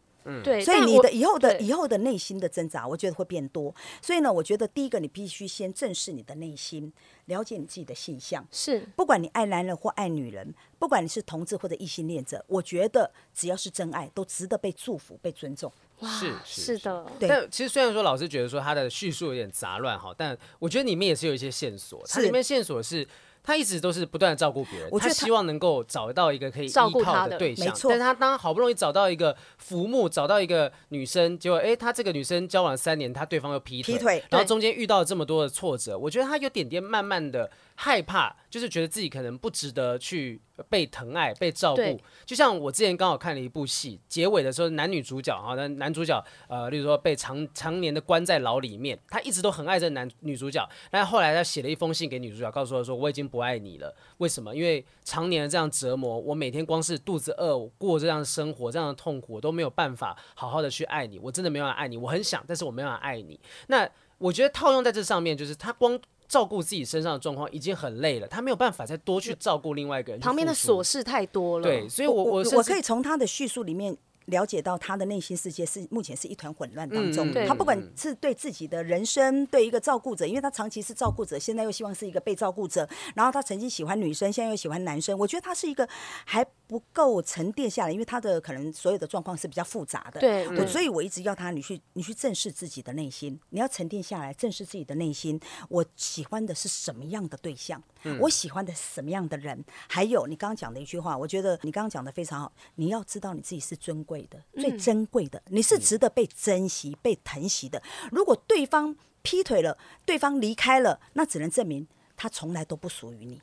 [SPEAKER 2] 对，
[SPEAKER 1] 所以
[SPEAKER 2] 但
[SPEAKER 1] 你
[SPEAKER 2] 我
[SPEAKER 1] 的以后的
[SPEAKER 2] 对
[SPEAKER 1] 以后的内心的挣扎，我觉得会变多。所以呢，我觉得第一个你必须先正视你的内心，了解你自己的性向。
[SPEAKER 2] 是
[SPEAKER 1] 不管你爱男人或爱女人，不管你是同志或者异性恋者，我觉得只要是真爱，都值得被祝福、被尊重。
[SPEAKER 2] 哇
[SPEAKER 3] 是是
[SPEAKER 2] 是的，
[SPEAKER 1] 对
[SPEAKER 3] 但其实虽然说老师觉得说他的叙述有点杂乱哈，但我觉得里面也是有一些线索。它
[SPEAKER 1] 是
[SPEAKER 3] 里面线索是他一直都是不断的照顾别人，
[SPEAKER 1] 我觉
[SPEAKER 3] 他
[SPEAKER 1] 得他
[SPEAKER 3] 希望能够找到一个可以依
[SPEAKER 2] 照顾
[SPEAKER 3] 靠
[SPEAKER 2] 他
[SPEAKER 3] 的
[SPEAKER 2] 的
[SPEAKER 3] 对象。
[SPEAKER 1] 没错
[SPEAKER 3] 但是他当好不容易找到一个浮木，找到一个女生，结果哎、他这个女生交往了三年，他对方又劈腿，
[SPEAKER 1] 劈腿
[SPEAKER 3] 然后
[SPEAKER 2] 对
[SPEAKER 3] 中间遇到了这么多的挫折，我觉得他有点点慢慢的害怕，就是觉得自己可能不值得去被疼爱、被照顾
[SPEAKER 2] 对。
[SPEAKER 3] 就像我之前刚好看了一部戏，结尾的时候男女主角哈，那男主角呃，例如说被常常年的关在牢里面，他一直都很爱这男女主角，但后来他写了一封信给女主角，告诉她说我已经不爱你了。为什么？因为常年的这样折磨，我每天光是肚子饿，我过这样的生活，这样的痛苦，我都没有办法好好的去爱你。我真的没有办法爱你，我很想，但是我没有办法爱你。那我觉得套用在这上面，就是他光。照顾自己身上的状况已经很累了，他没有办法再多去照顾另外一个人。
[SPEAKER 2] 旁边的
[SPEAKER 3] 去付出
[SPEAKER 2] 琐事太多了，
[SPEAKER 3] 对，，所以我我
[SPEAKER 1] 我
[SPEAKER 3] 甚至
[SPEAKER 1] 可以从他的叙述里面。了解到他的内心世界是目前是一团混乱当
[SPEAKER 3] 嗯
[SPEAKER 1] 中，
[SPEAKER 3] 对
[SPEAKER 1] 他不管是对自己的人生，对一个照顾者，因为他长期是照顾者，现在又希望是一个被照顾者，然后他曾经喜欢女生，现在又喜欢男生，我觉得他是一个还不够沉淀下来，因为他的可能所有的状况是比较复杂的。
[SPEAKER 2] 对
[SPEAKER 1] 我
[SPEAKER 2] 嗯
[SPEAKER 1] 所以我一直要他，你去你去正视自己的内心，你要沉淀下来，正视自己的内心，我喜欢的是什么样的对象，我喜欢的是什么样的人，还有你刚刚讲的一句话，我觉得你刚刚讲的非常好，你要知道你自己是尊贵的，最珍贵的，你是值得被珍惜、被疼惜的。如果对方劈腿了，对方离开了，那只能证明。他从来都不属于你，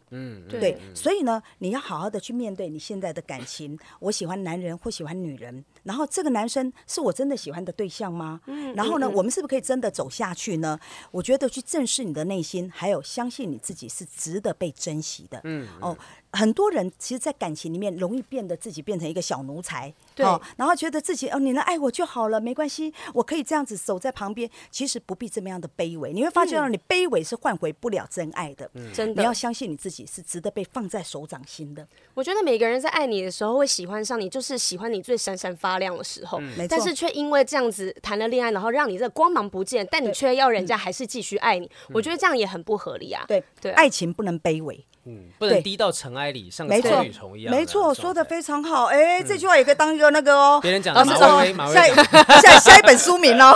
[SPEAKER 1] 对，所以呢，你要好好的去面对你现在的感情。我喜欢男人或喜欢女人，然后这个男生是我真的喜欢的对象吗？然后呢，我们是不是可以真的走下去呢？我觉得去正视你的内心，还有相信你自己是值得被珍惜的。嗯，哦，很多人其实，在感情里面容易变得自己变成一个小奴才，
[SPEAKER 2] 对
[SPEAKER 1] 哦，然后觉得自己哦，你能爱我就好了，没关系，我可以这样子走在旁边。其实不必这么样的卑微，你会发觉到你卑微是换回不了真爱的。嗯
[SPEAKER 2] 真
[SPEAKER 1] 你要
[SPEAKER 2] 的，
[SPEAKER 1] 相信你自己是值得被放在手掌心的，
[SPEAKER 2] 我觉得每个人在爱你的时候会喜欢上你，就是喜欢你最闪闪发亮的时候，
[SPEAKER 1] 没错
[SPEAKER 2] 但是却因为这样子谈了恋爱，然后让你这光芒不见，但你却要人家还是继续爱你，我觉得这样也很不合理啊。
[SPEAKER 1] 对哎
[SPEAKER 2] 对啊
[SPEAKER 1] 爱情不能卑微，
[SPEAKER 3] 嗯不能
[SPEAKER 1] 对
[SPEAKER 3] 低到尘埃里，像
[SPEAKER 1] 没
[SPEAKER 3] 草
[SPEAKER 1] 错
[SPEAKER 3] 履虫一，样。
[SPEAKER 1] 没错，说的
[SPEAKER 3] 的嗯
[SPEAKER 1] 非常好，哎，这句话也可以当一个那个哦，
[SPEAKER 3] 别人讲的
[SPEAKER 1] 老师
[SPEAKER 3] 马
[SPEAKER 1] 哦
[SPEAKER 3] 薇薇马薇
[SPEAKER 1] 下一下下一本书名 哦，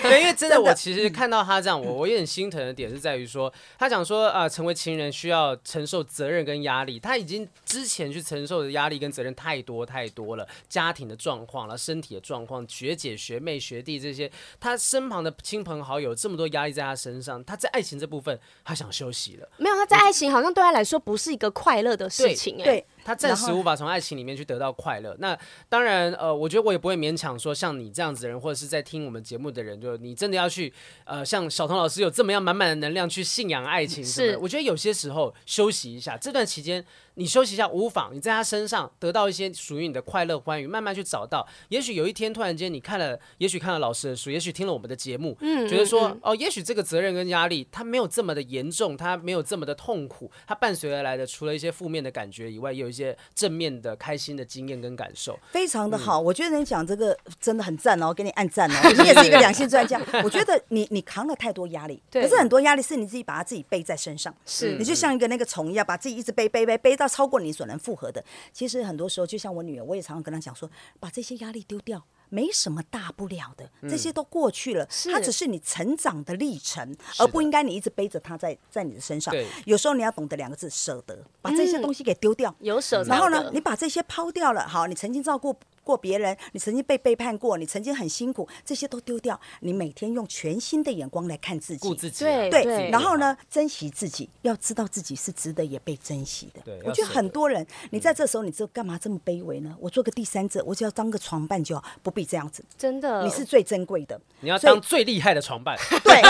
[SPEAKER 3] 对，因为真的，
[SPEAKER 1] 真的
[SPEAKER 3] 我其实看到他这样，我我有点心疼的点是在于说，他讲说啊、呃成为情人需要承受责任跟压力，他已经之前去承受的压力跟责任太多太多了，家庭的状况，然后身体的状况，学姐、学妹、学弟这些，他身旁的亲朋好友这么多压力在他身上，他在爱情这部分，他想休息了，
[SPEAKER 2] 没有他在爱情好像对他来说不是一个快乐的事情、哎，
[SPEAKER 1] 对，
[SPEAKER 3] 他暂
[SPEAKER 1] 然
[SPEAKER 3] 时
[SPEAKER 1] 后
[SPEAKER 3] 无法从爱情里面去得到快乐。那当然，呃，我觉得我也不会勉强说像你这样子的人，或者是在听我们节目的人，就你真的要去，呃，像小童老师有这么样满满的能量去信仰爱情什么的。
[SPEAKER 2] 是
[SPEAKER 3] 我觉得有些时候休息一下，这段期间你休息一下无妨，你在他身上得到一些属于你的快乐欢愉，慢慢去找到。也许有一天突然间你看了，也许看了老师的书，也许听了我们的节目，嗯，觉得说、哦，也许这个责任跟压力它没有这么的严重，它没有这么的痛苦，它伴随而来的除了一些负面的感觉以外，也有一些正面的开心的经验跟感受。
[SPEAKER 1] 非常
[SPEAKER 2] 嗯
[SPEAKER 1] 的好，我觉得你讲这个真的很赞哦，给你按赞 哦，你也是一个两性专家，我觉得你你扛了太多压力，
[SPEAKER 2] 对
[SPEAKER 1] 可是很多压力是你自己把它自己背在身上，
[SPEAKER 2] 是
[SPEAKER 1] 你就像一个那个虫一样，把自己一直背背背背到超过你所能负荷的。其实很多时候，就像我女儿，我也常常跟她讲说，把这些压力丢掉。没什么大不了的，这些都过去了，
[SPEAKER 2] 嗯是
[SPEAKER 1] 它只是你成长的历程，而不应该你一直背着它在在你的身上
[SPEAKER 3] 对。
[SPEAKER 1] 有时候你要懂得两个
[SPEAKER 2] 嗯
[SPEAKER 1] 字舍得，把这些东西给丢掉。
[SPEAKER 2] 有舍才
[SPEAKER 1] 然后
[SPEAKER 2] 有
[SPEAKER 1] 呢
[SPEAKER 2] 得，
[SPEAKER 1] 你把这些抛掉了，好，你曾经照顾过别人，你曾经被背叛过，你曾经很辛苦，这些都丢掉，你每天用全新的眼光来看自
[SPEAKER 3] 顾
[SPEAKER 1] 己。
[SPEAKER 3] 自己啊，
[SPEAKER 2] 对
[SPEAKER 3] 顾
[SPEAKER 1] 对，
[SPEAKER 3] 自己
[SPEAKER 1] 然后呢，珍惜自己，要知道自己是值得也被珍惜的。
[SPEAKER 3] 对
[SPEAKER 1] 我
[SPEAKER 3] 要
[SPEAKER 1] 觉得
[SPEAKER 3] 舍
[SPEAKER 1] 很
[SPEAKER 3] 得
[SPEAKER 1] 多人，你在这时候，你这干嘛这么卑微呢？我做个第三者，我只要当个床伴就好，不必这样子。
[SPEAKER 2] 真的，
[SPEAKER 1] 你是最珍贵的，
[SPEAKER 3] 嗯你要
[SPEAKER 1] 所以
[SPEAKER 3] 当最厉害的床伴，
[SPEAKER 1] 对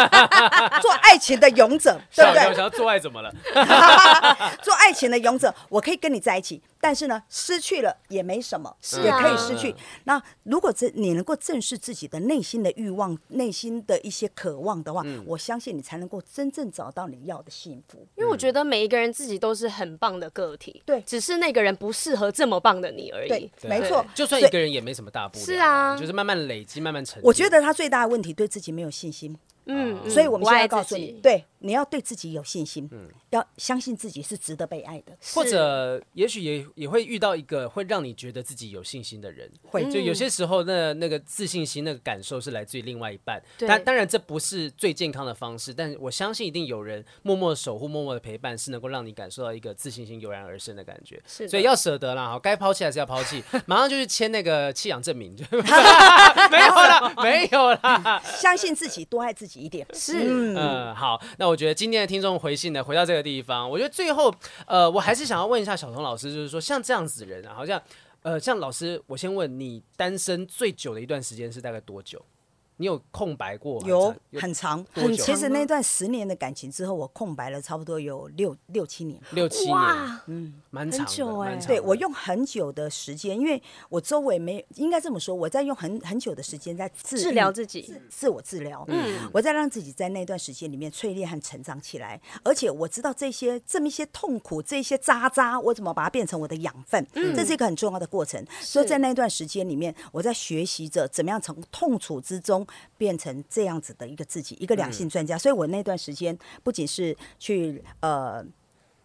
[SPEAKER 1] 做爱情的勇 者，对
[SPEAKER 3] 吓
[SPEAKER 1] 不
[SPEAKER 3] 我一跳
[SPEAKER 1] 对
[SPEAKER 3] 我？想要做爱怎么了？
[SPEAKER 1] 做爱情的勇者，我可以跟你在一起，但是呢，失去了也没什么，
[SPEAKER 2] 是
[SPEAKER 1] 也
[SPEAKER 2] 啊
[SPEAKER 1] 可以失去。那如果这你能够正视自己的内心的欲望、内心的一些渴望的话，
[SPEAKER 2] 嗯
[SPEAKER 1] 我相信你才能够真正找到你要的幸福。
[SPEAKER 2] 因为我觉得每一个人自己都是很棒的个体，
[SPEAKER 1] 嗯对
[SPEAKER 2] 只是那个人不适合这么棒的你而已
[SPEAKER 1] 对。，
[SPEAKER 3] 对
[SPEAKER 1] 没错。
[SPEAKER 3] 就算一
[SPEAKER 1] 所以
[SPEAKER 3] 个人也没什么大不了，
[SPEAKER 2] 是啊
[SPEAKER 3] 就是慢慢累积，慢慢成。
[SPEAKER 1] 我觉，得他最大的问题对自己没有信心，
[SPEAKER 2] 嗯，嗯
[SPEAKER 1] 所以我们
[SPEAKER 2] 不
[SPEAKER 1] 现在
[SPEAKER 2] 爱
[SPEAKER 1] 告诉
[SPEAKER 2] 自
[SPEAKER 1] 你
[SPEAKER 2] 己，，
[SPEAKER 1] 对，你要对自己有信心，
[SPEAKER 2] 嗯
[SPEAKER 1] 要相信自己是值得被爱的。
[SPEAKER 3] 或者也许也也会遇到一个会让你觉得自己有信心的人，
[SPEAKER 1] 会
[SPEAKER 3] 就有些时候那那个自信心那个感受是来自于另外一半，
[SPEAKER 2] 对
[SPEAKER 3] 但当然这不是最健康的方式，但我相信一定有人默默的守护、默默的陪伴，是能够让你感受到一个自信心油然而生的感觉。
[SPEAKER 2] 是的
[SPEAKER 3] 所以要舍得啦，好，该抛弃还是要抛弃，马上就去签那个弃养证明，就 没有啦，没有啦。
[SPEAKER 1] 相信自己，多爱自己一点。
[SPEAKER 2] 是
[SPEAKER 3] 嗯，好，那我觉得今天的听众回信呢，回到这个地方，我觉得最后，呃，我还是想要问一下小童老师，就是说像这样子的人啊，好像，呃，像老师，我先问你，单身最久的一段时间是大概多久？你有空白过吗？
[SPEAKER 1] 有很长，
[SPEAKER 3] 多久
[SPEAKER 1] 其实那段十年的感情之后，我空白了差不多有六六七年。
[SPEAKER 3] 六七年，
[SPEAKER 2] 哇，
[SPEAKER 3] 蛮长
[SPEAKER 2] 很
[SPEAKER 3] 的，
[SPEAKER 2] 久欸
[SPEAKER 3] 蛮长的。
[SPEAKER 1] 对我用很久的时间，因为我周围没应该这么说，我在用很很久的时间在自
[SPEAKER 2] 治
[SPEAKER 1] 愈
[SPEAKER 2] 疗自己
[SPEAKER 1] 自自我治疗。嗯，我在让自己在那段时间里面淬炼和成长起来，而且我知道这些这么一些痛苦，这些渣渣，我怎么把它变成我的养分，这嗯是一个很重要的过程。所以在那段时间里面，我在学习着怎么样从痛楚之中变成这样子的一个自己，一个两性专家。所以我那段时间不仅是去呃。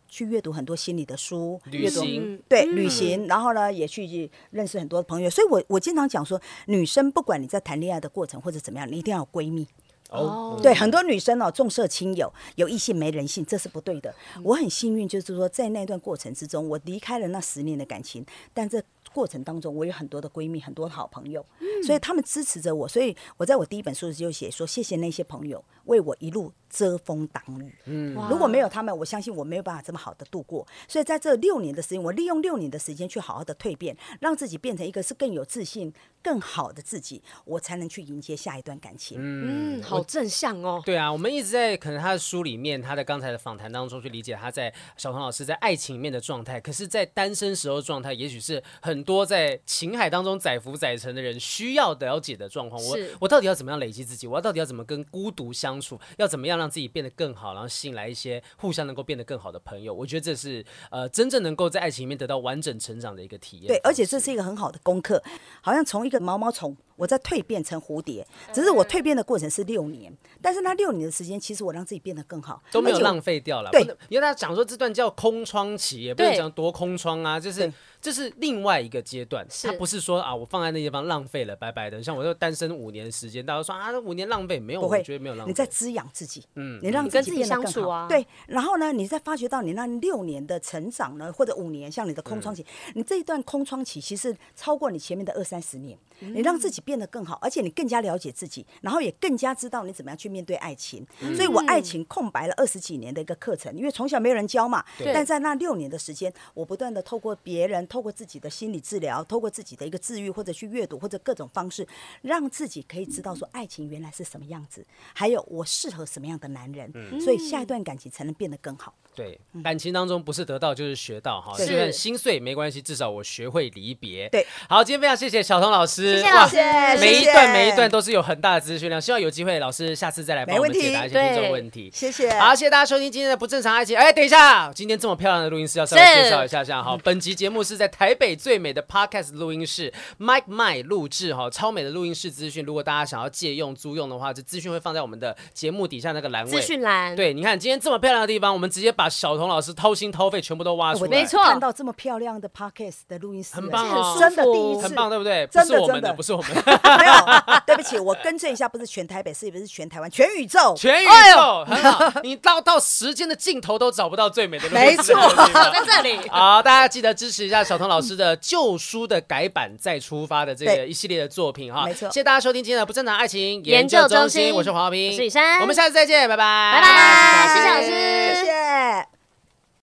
[SPEAKER 1] 去阅读很多心理的书，
[SPEAKER 3] 旅
[SPEAKER 1] 阅读
[SPEAKER 3] 行嗯
[SPEAKER 1] 对，旅行，然后呢，也去认识很多朋友。所以我我经常讲说，女生不管你在谈恋爱的过程或者怎么样，你一定要有闺蜜。
[SPEAKER 3] 哦
[SPEAKER 2] 哦
[SPEAKER 1] 对，很多女生哦，重色轻友，有异性没人性，这是不对的。我很幸运，就是说在那段过程之中，我离开了那十年的感情，但这。过程当中，我有很多的闺蜜，很多好朋友，
[SPEAKER 3] 嗯
[SPEAKER 1] 所以他们支持着我。所以我在我第一本书就写说，谢谢那些朋友为我一路遮风挡雨。
[SPEAKER 2] 哇
[SPEAKER 1] 如果没有他们，我相信我没有办法这么好的度过。所以在这六年的时间，我利用六年的时间去好好的蜕变，让自己变成一个是更有自信、更好的自己，我才能去迎接下一段感情。
[SPEAKER 2] 嗯，好正向哦，
[SPEAKER 3] 对啊，我们一直在可能他的书里面，他的刚才的访谈当中去理解他在小童老师在爱情里面的状态，可是，在单身时候的状态，也许是很多在情海当中载浮载沉的人需要了解的状况。我
[SPEAKER 2] 是
[SPEAKER 3] 我到底要怎么样累积自己？我要到底要怎么跟孤独相处？要怎么样让自己变得更好，然后吸引来一些互相能够变得更好的朋友？我觉得这是呃真正能够在爱情里面得到完整成长的一个体验方
[SPEAKER 1] 对
[SPEAKER 3] 式。，
[SPEAKER 1] 而且这是一个很好的功课，好像从一个毛毛虫，我在蜕变成蝴蝶，
[SPEAKER 3] 嗯
[SPEAKER 1] 只是我蜕变的过程是六年，但是那六年的时间，其实我让自己变得更好，
[SPEAKER 3] 都没有
[SPEAKER 1] 而且我
[SPEAKER 3] 浪费掉了。
[SPEAKER 1] 对
[SPEAKER 3] 不能，因为大家讲说这段叫空窗期，也不能
[SPEAKER 2] 对
[SPEAKER 3] 讲多空窗啊，就是
[SPEAKER 1] 对
[SPEAKER 3] 这是另外一个阶段。
[SPEAKER 2] 是
[SPEAKER 3] 它不是说啊，我放在那地方浪费了，白白的。像我就单身五年的时间，大家说啊，那五年浪费没有，
[SPEAKER 1] 不
[SPEAKER 3] 我
[SPEAKER 1] 会
[SPEAKER 3] 觉得没有浪费。
[SPEAKER 1] 你在滋养自己，嗯，你让
[SPEAKER 2] 你跟
[SPEAKER 1] 自
[SPEAKER 2] 自己
[SPEAKER 1] 变得
[SPEAKER 2] 相
[SPEAKER 1] 更
[SPEAKER 2] 处
[SPEAKER 1] 好
[SPEAKER 2] 啊
[SPEAKER 1] 对，然后呢，你再发觉到你那六年的成长呢，或者五年，像你的空窗期，你这一段空窗期其实超过你前面的二三十年，你让自己变得更好，而且你更加了解自己，然后也更加知道你怎么样去面对爱情。所以我爱情空白了二十几年的一个课程，因为从小没有人教嘛，
[SPEAKER 2] 对
[SPEAKER 1] 但在那六年的时间，我不断的透过别人，透过自己的心理治疗，透过自己的一个治愈，或者去阅读，或者各种方式，让自己可以知道说爱情原来是什么样子，还有我适合什么样的男人，
[SPEAKER 2] 嗯
[SPEAKER 1] 所以下一段感情才能变得更好。
[SPEAKER 3] 对感情当中不是得到就是学到哈，
[SPEAKER 1] 对
[SPEAKER 3] 虽然心碎没关系，至少我学会离别。
[SPEAKER 1] 对，
[SPEAKER 3] 好，今天非常谢谢小童老师，
[SPEAKER 2] 谢谢
[SPEAKER 3] 哇
[SPEAKER 2] 老师谢谢
[SPEAKER 3] 啊每一段每一段都是有很大的资讯量，希望有机会老师下次再来帮我们
[SPEAKER 1] 没问题
[SPEAKER 3] 解答一些听众
[SPEAKER 2] 对
[SPEAKER 3] 问题。
[SPEAKER 1] 谢谢，
[SPEAKER 3] 好，谢谢大家收听今天的不正常爱情。哎，等一下，今天这么漂亮的录音室要稍微
[SPEAKER 2] 是
[SPEAKER 3] 介绍一下下哈。本集节目是在台北最美的 Podcast 录音室 Mike My 录制哈，超美的录音室资讯。如果大家想要借用租用的话，这资讯会放在我们的节目底下那个栏
[SPEAKER 2] 资
[SPEAKER 3] 位。
[SPEAKER 2] 讯栏，
[SPEAKER 3] 对，你看今天这么漂亮的地方，我们直接把小童老师掏心掏肺全部都挖出
[SPEAKER 1] 我
[SPEAKER 3] 来，
[SPEAKER 1] 第一
[SPEAKER 2] 没
[SPEAKER 1] 次
[SPEAKER 2] 错
[SPEAKER 1] 看到这么漂亮的 podcast 的录音室，
[SPEAKER 3] 很棒
[SPEAKER 1] 哎
[SPEAKER 3] 哦
[SPEAKER 1] 真的第一次，
[SPEAKER 3] 很棒，对不对？不
[SPEAKER 1] 真
[SPEAKER 3] 是
[SPEAKER 1] 的
[SPEAKER 3] 我们
[SPEAKER 1] 真
[SPEAKER 3] 的，
[SPEAKER 1] 的
[SPEAKER 3] 不是我们的。
[SPEAKER 1] 没有，对不起，我更正一下，不是全台北市，也不是全台湾，全宇宙。
[SPEAKER 3] 全宇
[SPEAKER 2] 哎
[SPEAKER 3] 宙、很好，你到到时间的尽头都找不到最美的路，
[SPEAKER 1] 没
[SPEAKER 3] 就是这
[SPEAKER 1] 错
[SPEAKER 3] 个地方
[SPEAKER 2] 在这里。
[SPEAKER 3] 好，大家记得支持一下小童老师的旧书的改版再出发的这个
[SPEAKER 1] 对
[SPEAKER 3] 一系列的作品哈。
[SPEAKER 1] 没错
[SPEAKER 3] 谢谢大家收听今天的不正常爱情
[SPEAKER 2] 研究
[SPEAKER 3] 究
[SPEAKER 2] 中
[SPEAKER 3] 中
[SPEAKER 2] 心
[SPEAKER 3] 我是黄浩平，
[SPEAKER 2] 我是雨珊
[SPEAKER 3] 我们下次再见，拜拜，
[SPEAKER 2] 拜拜谢谢老师
[SPEAKER 1] 谢谢。